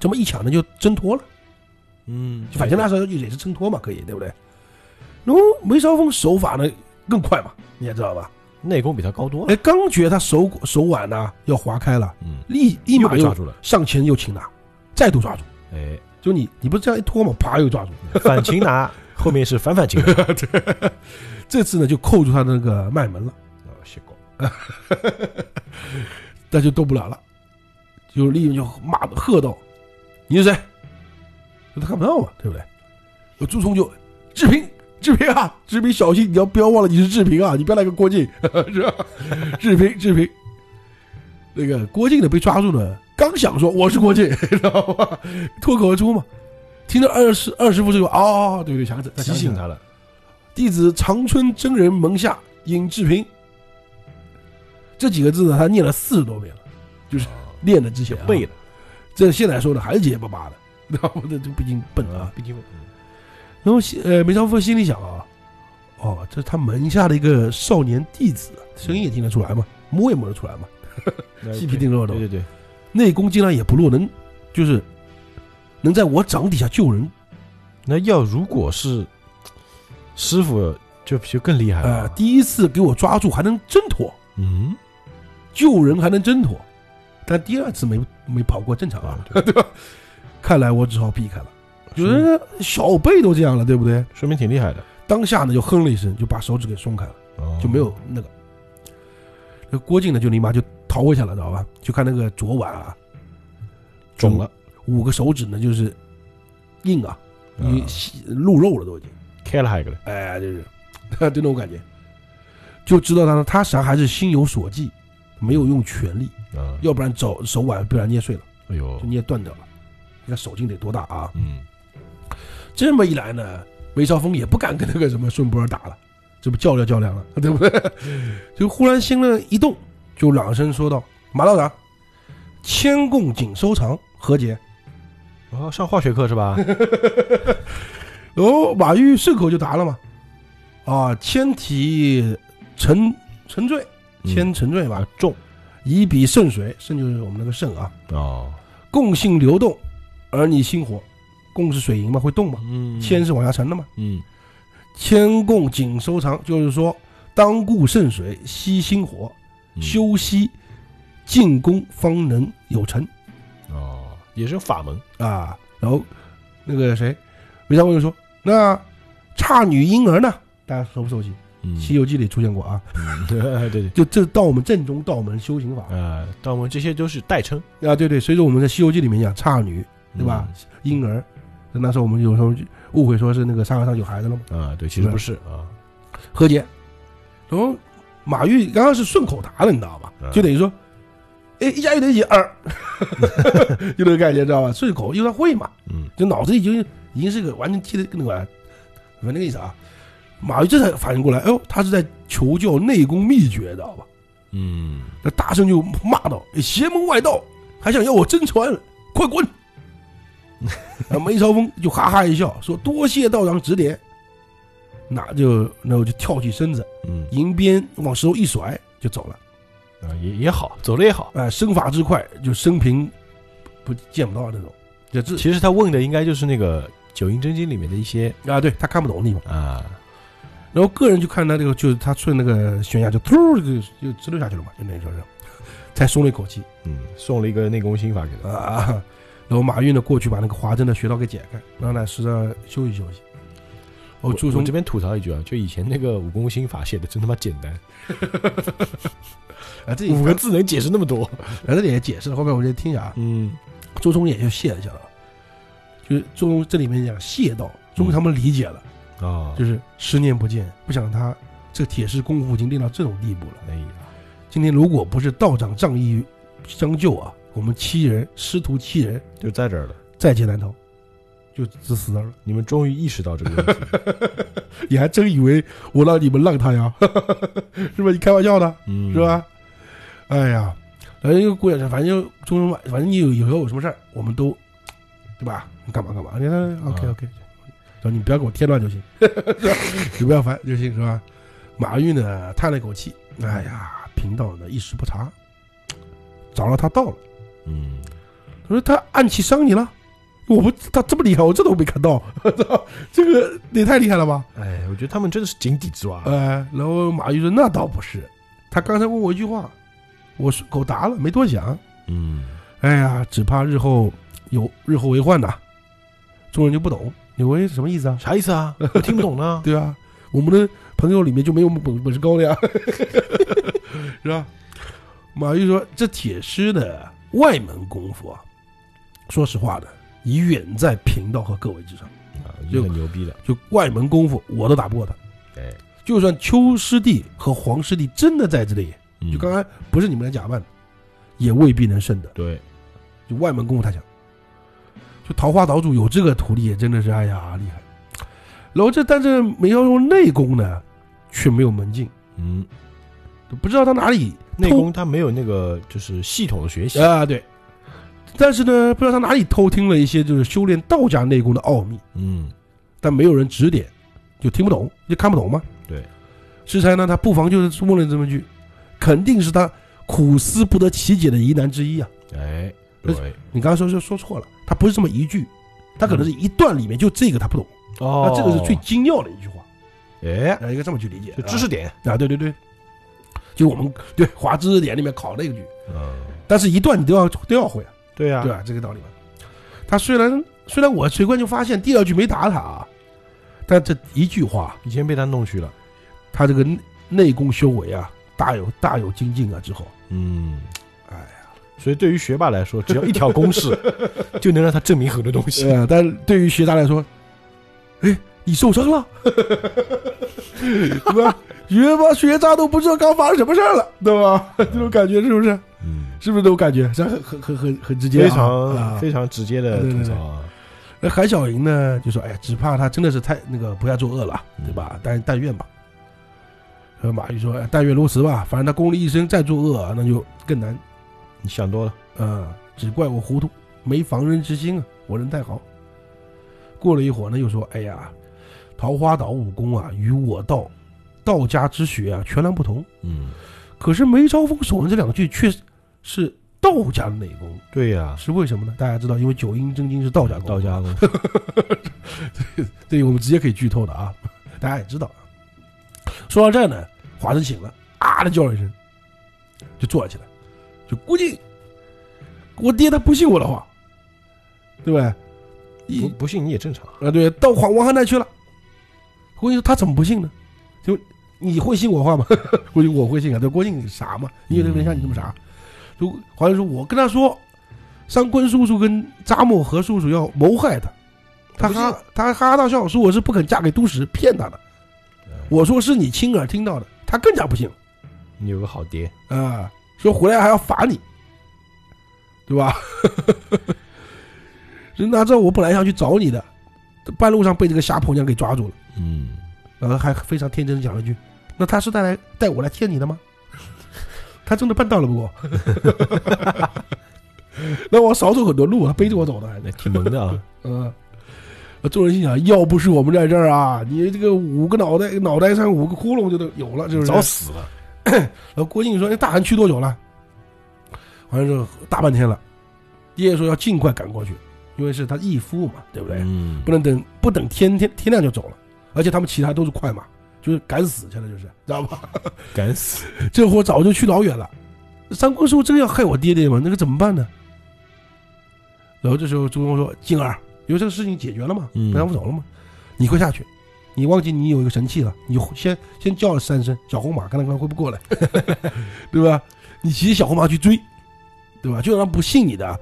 [SPEAKER 2] 这么一抢呢，就挣脱了。
[SPEAKER 1] 嗯，
[SPEAKER 2] 就反擒拿的时候也是挣脱嘛，可以，对不对？然后梅超风手法呢更快嘛，你也知道吧？
[SPEAKER 1] 内功比他高多了。
[SPEAKER 2] 哎，刚觉得他手手腕呢要划开了，
[SPEAKER 1] 嗯，
[SPEAKER 2] 立一
[SPEAKER 1] 又
[SPEAKER 2] 马
[SPEAKER 1] 被抓
[SPEAKER 2] 又
[SPEAKER 1] 住了。
[SPEAKER 2] 上前又擒拿，再度抓住。
[SPEAKER 1] 哎，
[SPEAKER 2] 就你你不是这样一拖嘛，啪又抓住。
[SPEAKER 1] 反擒拿后面是反反啊擒拿。
[SPEAKER 2] 这次呢就扣住他的那个脉门了，
[SPEAKER 1] 啊，谢狗。
[SPEAKER 2] 那就动不了了。就立就骂喝道：“你是谁？”他看不到嘛，对不对？我朱仝就志平，志平啊，志平小心，你要不要忘了你是志平啊？你不要来个郭靖， 是吧？志平，志平。那个郭靖呢被抓住呢，刚想说我是郭靖， 知道吗？脱口而出嘛。听到二师二师傅这个，哦，对对，想起来
[SPEAKER 1] 提醒，他了。
[SPEAKER 2] 弟子长春真人门下尹志平。这几个字呢，他念了四十多遍了，就是
[SPEAKER 1] 啊
[SPEAKER 2] 练的之前、啊、
[SPEAKER 1] 背了。
[SPEAKER 2] 这现在说的还是结结巴巴的，你知道吗？这这毕竟笨啊
[SPEAKER 1] 啊，。毕竟嗯
[SPEAKER 2] 然后心呃，梅超风心里想啊，哦，这是他门下的一个少年弟子，啊声音也听得出来嘛，摸也摸得出来嘛，
[SPEAKER 1] 嗯那
[SPEAKER 2] 细皮定肉的
[SPEAKER 1] 对，对对，
[SPEAKER 2] 内功竟然也不弱，能就是能在我掌底下救人，
[SPEAKER 1] 那要如果是师傅，就就更厉害了
[SPEAKER 2] 呃，
[SPEAKER 1] 啊。
[SPEAKER 2] 第一次给我抓住还能挣脱，
[SPEAKER 1] 嗯
[SPEAKER 2] 救人还能挣脱，但第二次没没跑过正常啊
[SPEAKER 1] 啊，，对
[SPEAKER 2] 看来我只好避开了。有
[SPEAKER 1] 说明
[SPEAKER 2] 人小辈都这样了，对不对？
[SPEAKER 1] 说明挺厉害的，
[SPEAKER 2] 当下呢就哼了一声，就把手指给松开了。
[SPEAKER 1] 哦
[SPEAKER 2] 就没有那个。那郭靖呢，就立马就逃回去了，知道吧？就看那个左腕啊，
[SPEAKER 1] 肿了，
[SPEAKER 2] 五个手指呢就是硬啊，你
[SPEAKER 1] 啊
[SPEAKER 2] 吸露肉了都已经，
[SPEAKER 1] 开了还有一个嘞，
[SPEAKER 2] 哎，就是 就那种感觉，就知道他呢，他实际上还是心有所忌，没有用全力，
[SPEAKER 1] 啊，
[SPEAKER 2] 要不然手手腕被人捏碎了，
[SPEAKER 1] 哎呦
[SPEAKER 2] 就，捏断掉了。你看手劲得多大啊！
[SPEAKER 1] 嗯，
[SPEAKER 2] 这么一来呢，梅超风也不敢跟那个什么顺波打了，这不较量较量了，对不对？就忽然心了一动，就朗声说道：“马道长，千共仅收藏，和解。
[SPEAKER 1] 然后上化学课是 吧？”
[SPEAKER 2] 哦，马玉顺口就答了嘛：“啊，千提沉沉醉，千沉醉吧
[SPEAKER 1] 啊，重
[SPEAKER 2] 以彼肾水，肾就是我们那个肾啊，
[SPEAKER 1] 哦，
[SPEAKER 2] 共性流动，而你心活。贡是水银嘛，会动嘛，
[SPEAKER 1] 嗯
[SPEAKER 2] 铅是往下沉的嘛，
[SPEAKER 1] 嗯
[SPEAKER 2] 铅供仅收藏，就是说当固圣水，息心火，
[SPEAKER 1] 嗯
[SPEAKER 2] 修息进功方能有成
[SPEAKER 1] 哦，也是有法门，
[SPEAKER 2] 啊。然后那个谁，韦小宝就说：“那差女婴儿呢？大家熟不熟悉？
[SPEAKER 1] 嗯
[SPEAKER 2] 《西游记》里出现过啊。
[SPEAKER 1] 嗯 对对，
[SPEAKER 2] 就这到我们正宗道门修行法
[SPEAKER 1] 呃，但我们这些都是代称，
[SPEAKER 2] 啊，对对。所以说我们在《西游记》里面讲差女对吧婴儿，那时候我们有时候就误会说是那个沙和尚有孩子了嘛。
[SPEAKER 1] 嗯？啊，对，其实不是啊，
[SPEAKER 2] 和解。然后马玉刚刚是顺口答的，你知道吧
[SPEAKER 1] 嗯？
[SPEAKER 2] 就等于说，哎，一加一等于几？二， 就这个概念，知道吧？顺口，因为他会嘛，
[SPEAKER 1] 嗯
[SPEAKER 2] 就脑子已经已经是个完全记得那个，反正那个意思啊。马玉这才反应过来，哎呦，他是在求教内功秘诀，知道吧？
[SPEAKER 1] 嗯，
[SPEAKER 2] 那大圣就骂道：“哎邪门外道，还想要我真传？快滚！” 然后梅超风就哈哈一笑，说：“多谢道长指点。”那就那我就跳起身子，
[SPEAKER 1] 嗯
[SPEAKER 2] 银鞭往石头一甩就走了。
[SPEAKER 1] 啊，也也好，走了也好。
[SPEAKER 2] 哎、身法之快，就生平不见不到那种。这这
[SPEAKER 1] 其实他问的应该就是那个《九阴真经》里面的一些
[SPEAKER 2] 啊，对他看不懂的地方。
[SPEAKER 1] 啊，
[SPEAKER 2] 然后个人就看他这个，就是他顺那个悬崖就突就就直溜下去了嘛，就那时候是，才松了一口气
[SPEAKER 1] 嗯，送了一个内功心法给他，
[SPEAKER 2] 啊。 然后马玉呢过去把那个华筝的穴道给解开，让他实在休息休息。哦，
[SPEAKER 1] 我
[SPEAKER 2] 朱
[SPEAKER 1] 我
[SPEAKER 2] 从
[SPEAKER 1] 这边吐槽一句啊，就以前那个武功心法写的真他妈简单，
[SPEAKER 2] 啊，这
[SPEAKER 1] 五个字能解释那么多。
[SPEAKER 2] 来这里也解释了，后面我就听一下啊。
[SPEAKER 1] 嗯
[SPEAKER 2] 周冲也就谢了一下了，就是周冲这里面讲谢道，终于他们理解了。
[SPEAKER 1] 啊，
[SPEAKER 2] 就是十年不见，不想他这铁石功夫已经练到这种地步了。
[SPEAKER 1] 哎呀，
[SPEAKER 2] 今天如果不是道长仗义相救啊，我们七人师徒七人
[SPEAKER 1] 就在这儿了。
[SPEAKER 2] 在劫难逃，就自私了。
[SPEAKER 1] 你们终于意识到这个问 题，
[SPEAKER 2] 你还真以为我让你们让他呀？ 是吧？你开玩笑呢，
[SPEAKER 1] 嗯，
[SPEAKER 2] 是？吧？哎呀，反正一个姑娘，反正就中晚，反正你有以后有什么事儿，我们都对吧？你干嘛干嘛？你看 OK OK，然后你不要给我添乱就行，你不要烦就行，是吧？马玉呢叹了一口气，哎呀，贫道呢一时不察，找到他到了，
[SPEAKER 1] 嗯，
[SPEAKER 2] 他说他暗器伤你了，我不他这么厉害，我这都没看到， 这个也太厉害了吧？
[SPEAKER 1] 哎，我觉得他们真的是井底之蛙。
[SPEAKER 2] 呃，然后马玉说那倒不是，他刚才问我一句话，我顺口答了，没多想。
[SPEAKER 1] 嗯
[SPEAKER 2] 哎呀，只怕日后有日后为患呐。众人就不懂，你为什么意思啊，？
[SPEAKER 1] 啥意思啊？我听不懂 呢。
[SPEAKER 2] 对啊，我们的朋友里面就没有本本事高的呀， 是吧？马玉说：“这铁狮的外门功夫啊，说实话的，已远在贫道和各位之上。
[SPEAKER 1] 啊，就很牛逼的。
[SPEAKER 2] 就外门功夫，我都打不过他。
[SPEAKER 1] 哎，
[SPEAKER 2] 就算邱师弟和黄师弟真的在这里，
[SPEAKER 1] 嗯
[SPEAKER 2] 就刚才不是你们来假扮的，也未必能胜的。
[SPEAKER 1] 对，
[SPEAKER 2] 就外门功夫太强。就桃花岛主有这个徒弟，也真的是哎呀厉害。然后这但是没要用内功呢，却没有门径，
[SPEAKER 1] 嗯，
[SPEAKER 2] 就不知道他哪里
[SPEAKER 1] 内功他没有那个就是系统的学习
[SPEAKER 2] 偷。啊对。但是呢，不知道他哪里偷听了一些就是修炼道家内功的奥秘，
[SPEAKER 1] 嗯
[SPEAKER 2] 但没有人指点，就听不懂，就看不懂嘛。
[SPEAKER 1] 对，
[SPEAKER 2] 适才呢，他不妨就是问了这么一句，肯定是他苦思不得其解的疑难之一啊。
[SPEAKER 1] 哎，
[SPEAKER 2] 而
[SPEAKER 1] 对，
[SPEAKER 2] 你刚才说说说错了，他不是这么一句，他可能是一段里面就这个他不懂。
[SPEAKER 1] 哦
[SPEAKER 2] 那这个是最精要的一句话，
[SPEAKER 1] 哎，
[SPEAKER 2] 呃，应该这么去理解。
[SPEAKER 1] 就知识点。
[SPEAKER 2] 啊，对对对，就我们对华知识点里面考那个句，
[SPEAKER 1] 嗯，
[SPEAKER 2] 但是一段你都要都要会啊，
[SPEAKER 1] 对呀
[SPEAKER 2] 对，吧？这个道理吧。他虽然虽然我随观就发现第二句没打他啊，但这一句话，
[SPEAKER 1] 以前被他弄去了。
[SPEAKER 2] 他这个内内功修为啊，大有大有精进啊。之后，
[SPEAKER 1] 嗯，
[SPEAKER 2] 哎
[SPEAKER 1] 呀，所以对于学霸来说，只要一条公式 就能让他证明很多东西。
[SPEAKER 2] 呃，但对于学渣来说，哎，你受 伤了，对吧？学吧学渣都不知道刚发生什么事儿了，对吧？这种感觉是不是？
[SPEAKER 1] 嗯，
[SPEAKER 2] 是不是这种感觉？这很很很很很直接、啊，
[SPEAKER 1] 非常
[SPEAKER 2] 啊。
[SPEAKER 1] 非常直接的
[SPEAKER 2] 对对
[SPEAKER 1] 吐
[SPEAKER 2] 对
[SPEAKER 1] 槽啊。
[SPEAKER 2] 那韩小莹呢，就说：“哎呀，只怕他真的是太那个不要作恶了，
[SPEAKER 1] 嗯
[SPEAKER 2] 对吧？但但愿吧。”呃，马玉说：“哎但愿如此吧，反正他功力一生再作恶啊，那就更难。
[SPEAKER 1] 你想多了。
[SPEAKER 2] 呃，只怪我糊涂，没防人之心啊，我人太好。”过了一会儿呢，又说：“哎呀，桃花岛武功啊，与我道道家之学啊，全然不同。
[SPEAKER 1] 嗯，
[SPEAKER 2] 可是梅超风所闻这两句却是道家的内功，
[SPEAKER 1] 对呀、
[SPEAKER 2] 是为什么呢？大家知道，因为九阴真经是道家功，
[SPEAKER 1] 道 家功
[SPEAKER 2] 对，我们直接可以剧透的啊，大家也知道。啊说到这儿呢，华生醒了，啊的叫了一声，就坐了起来，就估计我爹他不信我的话，对吧？一
[SPEAKER 1] 不不信你也正常。
[SPEAKER 2] 啊，对，到黄王汉那去了。郭靖说他怎么不信呢？就你会信我话吗？ 郭靖我会信啊，对，郭靖你傻嘛？你以为没像你这么傻？就黄蓉说，我跟他说，三坤叔叔跟扎莫和叔叔要谋害他，他
[SPEAKER 1] 不信
[SPEAKER 2] 哈他哈大笑说我是不肯嫁给都史，骗他的。我说是你亲耳听到的，他更加不信了
[SPEAKER 1] 你有个好爹，
[SPEAKER 2] 啊，说回来还要罚你，对吧？ 人拿着我本来想去找你的，半路上被这个瞎婆娘给抓住了，
[SPEAKER 1] 嗯，
[SPEAKER 2] 然后还非常天真的讲了一句：“那他是带来带我来骗你的吗？” 他真的办到了，不 过，那我少走很多路，啊他背着我走的，还
[SPEAKER 1] 那挺萌的啊。
[SPEAKER 2] 嗯，众人心想，要不是我们在这儿啊，你这个五个脑袋脑袋上五个窟窿就都有 了，就是
[SPEAKER 1] 早死了，
[SPEAKER 2] 然后郭靖说：“那哎大汗去多久了？”好像是大半天了。爹说要尽快赶过去，因为是他义父嘛，对不对？
[SPEAKER 1] 嗯
[SPEAKER 2] 不能等，不等天天天亮就走了。而且他们其他都是快马，就是赶死去了，就是知道吧？
[SPEAKER 1] 敢死，
[SPEAKER 2] 这货早就去老远了。三国叔真要害我爹爹吗？那个怎么办呢？然后这时候朱公说：“静儿，因为这个事情解决了嘛，
[SPEAKER 1] 嗯
[SPEAKER 2] 不然不走了嘛，你快下去。”你忘记你有一个神器了，你就先先叫了三声小红马，看他看他会不会过来， 对吧？你骑小红马去追，对吧？就让他不信你的，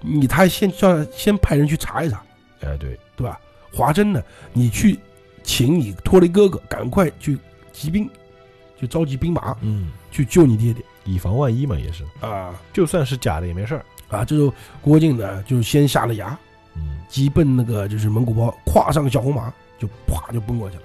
[SPEAKER 2] 你他先叫先派人去查一查，
[SPEAKER 1] 哎，对，
[SPEAKER 2] 对吧？华筝呢，你去请你托雷哥哥赶快去集兵，去召集兵马
[SPEAKER 1] 嗯，
[SPEAKER 2] 去救你爹爹
[SPEAKER 1] 以防万一嘛，也是，
[SPEAKER 2] 啊
[SPEAKER 1] 就算是假的也没事儿，
[SPEAKER 2] 啊！这时候郭靖呢，就先下了牙，
[SPEAKER 1] 嗯，
[SPEAKER 2] 急奔那个就是蒙古包，跨上小红马就啪就奔过去了。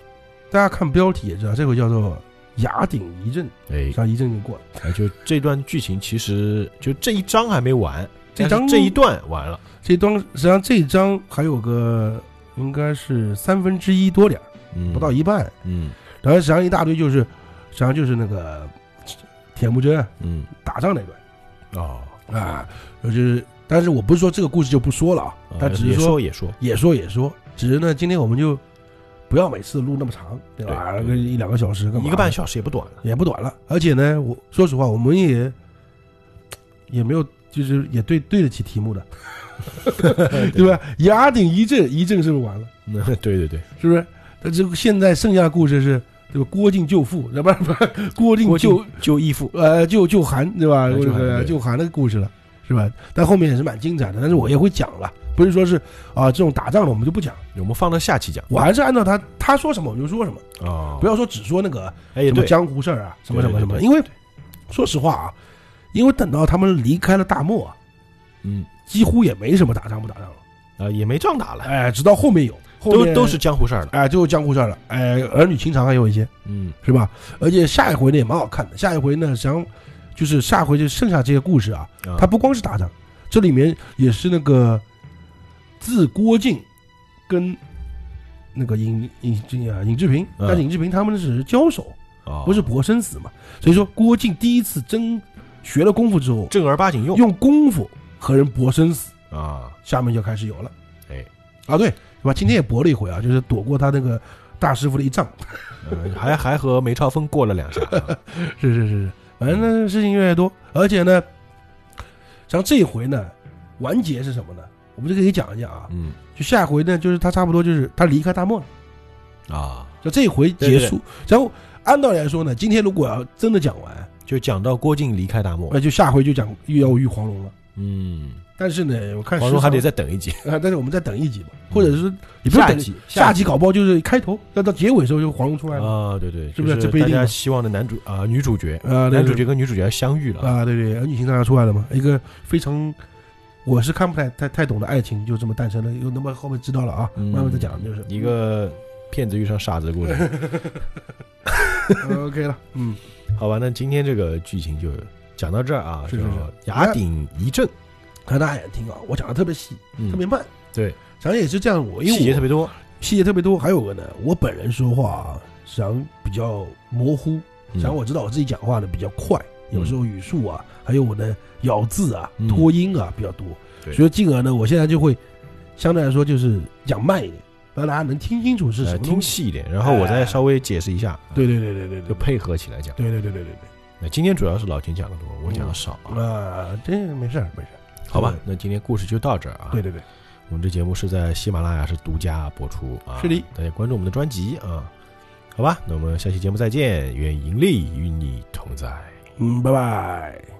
[SPEAKER 2] 大家看标题也知道，这回叫做崖顶一震，
[SPEAKER 1] 哎，
[SPEAKER 2] 像一震就过了。
[SPEAKER 1] 哎就这段剧情其实就这一章还没完，
[SPEAKER 2] 这章
[SPEAKER 1] 但是这一段完了，
[SPEAKER 2] 这张实际上这一章还有个应该是三分之一多点儿，
[SPEAKER 1] 嗯，
[SPEAKER 2] 不到，一半。
[SPEAKER 1] 嗯
[SPEAKER 2] 然后实际上一大堆就是，实际上就是那个铁木真
[SPEAKER 1] 嗯，
[SPEAKER 2] 打仗那段。
[SPEAKER 1] 哦，
[SPEAKER 2] 啊，就是，但是我不是说这个故事就不说了啊，
[SPEAKER 1] 啊
[SPEAKER 2] 但只
[SPEAKER 1] 也
[SPEAKER 2] 是
[SPEAKER 1] 说也说，
[SPEAKER 2] 也说也说，只是呢，今天我们就不要每次录那么长，对吧？
[SPEAKER 1] 对对
[SPEAKER 2] 个一两个小时干嘛的，
[SPEAKER 1] 一个半小时也不短了，
[SPEAKER 2] 也不短了。而且呢，我说实话，我们也也没有，就是也对对得起题目的， 对吧？崖顶一震，一震是不是完了？
[SPEAKER 1] 那 对对对，
[SPEAKER 2] 是不是？那这个现在剩下的故事是，对吧？郭靖救父，要不然不是 郭靖
[SPEAKER 1] 郭靖
[SPEAKER 2] 救
[SPEAKER 1] 就义父，
[SPEAKER 2] 呃，就就韩对吧？
[SPEAKER 1] 哎
[SPEAKER 2] 这
[SPEAKER 1] 就韩
[SPEAKER 2] 个
[SPEAKER 1] 对
[SPEAKER 2] 就韩的故事了，是吧？但后面也是蛮精彩的，但是我也会讲了，不是说是啊、这种打仗的我们就不讲，
[SPEAKER 1] 我们放到下期讲
[SPEAKER 2] 我还是按照他他说什么我们就说什么，
[SPEAKER 1] 啊，
[SPEAKER 2] 哦不要说只说那个
[SPEAKER 1] 哎也
[SPEAKER 2] 什么
[SPEAKER 1] 对，
[SPEAKER 2] 江湖事儿啊，什么什么什么，
[SPEAKER 1] 对对对
[SPEAKER 2] 因为说实话啊，因为等到他们离开了大漠啊，
[SPEAKER 1] 嗯
[SPEAKER 2] 几乎也没什么打仗不打仗了，
[SPEAKER 1] 啊也没仗打了，
[SPEAKER 2] 哎，直到后面有，后
[SPEAKER 1] 都
[SPEAKER 2] 面
[SPEAKER 1] 都是江湖事儿了，
[SPEAKER 2] 哎，最后江湖事儿了，哎，儿女情长还有一些，
[SPEAKER 1] 嗯
[SPEAKER 2] 是吧？而且下一回呢也蛮好看的，下一回呢想就是下回就剩下这些故事啊，
[SPEAKER 1] 啊
[SPEAKER 2] 它不光是打仗，这里面也是那个自郭靖跟那个尹尹这啊尹志平，
[SPEAKER 1] 嗯
[SPEAKER 2] 但是尹志平他们只是交手，
[SPEAKER 1] 啊
[SPEAKER 2] 不是搏生死嘛。所以说，郭靖第一次真学了功夫之后，
[SPEAKER 1] 正儿八经用
[SPEAKER 2] 用功夫和人搏生死，
[SPEAKER 1] 啊，
[SPEAKER 2] 下面就开始有了。
[SPEAKER 1] 哎
[SPEAKER 2] 啊，对，对吧？今天也搏了一回啊，就是躲过他那个大师傅的一仗。
[SPEAKER 1] 呃还还和梅超风过了 两下啊，
[SPEAKER 2] 是是是是，反正呢事情越来越多，而且呢，像这一回呢，完结是什么呢？我们就可以讲一讲啊。
[SPEAKER 1] 嗯
[SPEAKER 2] 就下回呢，就是他差不多就是他离开大漠了，
[SPEAKER 1] 啊，
[SPEAKER 2] 就这一回结束。然后按道理来说呢，今天如果要真的讲完，
[SPEAKER 1] 就讲到郭靖离开大漠，
[SPEAKER 2] 那就下回就讲又要遇黄蓉了。
[SPEAKER 1] 嗯，
[SPEAKER 2] 但是呢，我看
[SPEAKER 1] 黄蓉还得
[SPEAKER 2] 时
[SPEAKER 1] 再等一集，
[SPEAKER 2] 长啊，但是我们再等一集吧，或者是也不是
[SPEAKER 1] 下
[SPEAKER 2] 等
[SPEAKER 1] 集
[SPEAKER 2] 下
[SPEAKER 1] 集
[SPEAKER 2] 集搞不好就是开头，要到结尾的时候就黄蓉出来了
[SPEAKER 1] 啊，对对，
[SPEAKER 2] 是
[SPEAKER 1] 就
[SPEAKER 2] 不是这不一
[SPEAKER 1] 大
[SPEAKER 2] 定
[SPEAKER 1] 家
[SPEAKER 2] 啊
[SPEAKER 1] 希望的男主啊女主角，
[SPEAKER 2] 啊，对
[SPEAKER 1] 男主
[SPEAKER 2] 对
[SPEAKER 1] 角跟女主角相遇了，
[SPEAKER 2] 啊，对对，儿女情长要出来了嘛，一个非常。我是看不太太太懂的爱情就这么诞生了，又那么后面知道了啊，
[SPEAKER 1] 嗯
[SPEAKER 2] 慢慢再讲就是
[SPEAKER 1] 一个骗子遇上傻子的故 事，
[SPEAKER 2] 呃 OK 了，嗯，
[SPEAKER 1] 好吧，那今天这个剧情就讲到这儿啊，
[SPEAKER 2] 是是
[SPEAKER 1] 叫
[SPEAKER 2] 是
[SPEAKER 1] 崖顶一震，
[SPEAKER 2] 看大家也听啊，我讲的特别细，
[SPEAKER 1] 嗯
[SPEAKER 2] 特别慢，
[SPEAKER 1] 对，
[SPEAKER 2] 想也是这样，我因为我
[SPEAKER 1] 细节特别多，
[SPEAKER 2] 细节特别多。还有个呢，我本人说话啊，实际上比较模糊，实际上
[SPEAKER 1] 嗯
[SPEAKER 2] 我知道我自己讲话呢比较快，有时候语速啊，还有我的咬字啊
[SPEAKER 1] 嗯、
[SPEAKER 2] 拖音啊比较多，
[SPEAKER 1] 对
[SPEAKER 2] 所以进而呢，我现在就会相对来说就是讲慢一点，让大家能听清楚是什
[SPEAKER 1] 呃
[SPEAKER 2] 么
[SPEAKER 1] 听
[SPEAKER 2] 东西。哎
[SPEAKER 1] 细一点，然后我再稍微解释一下，啊
[SPEAKER 2] 对对对对对
[SPEAKER 1] 就
[SPEAKER 2] 对，
[SPEAKER 1] 配合起来讲。
[SPEAKER 2] 对对对对对
[SPEAKER 1] 那今天主要是老秦讲的多，我讲的少
[SPEAKER 2] 对，
[SPEAKER 1] 啊，
[SPEAKER 2] 啊，这没事儿没事儿，
[SPEAKER 1] 好吧？那今天故事就到这儿啊。
[SPEAKER 2] 对对对，
[SPEAKER 1] 我们这节目是在喜马拉雅是独家播出啊，
[SPEAKER 2] 是的，
[SPEAKER 1] 大家关注我们的专辑啊，好吧，那我们下期节目再见，愿盈利与你同在。
[SPEAKER 2] 嗯，拜拜。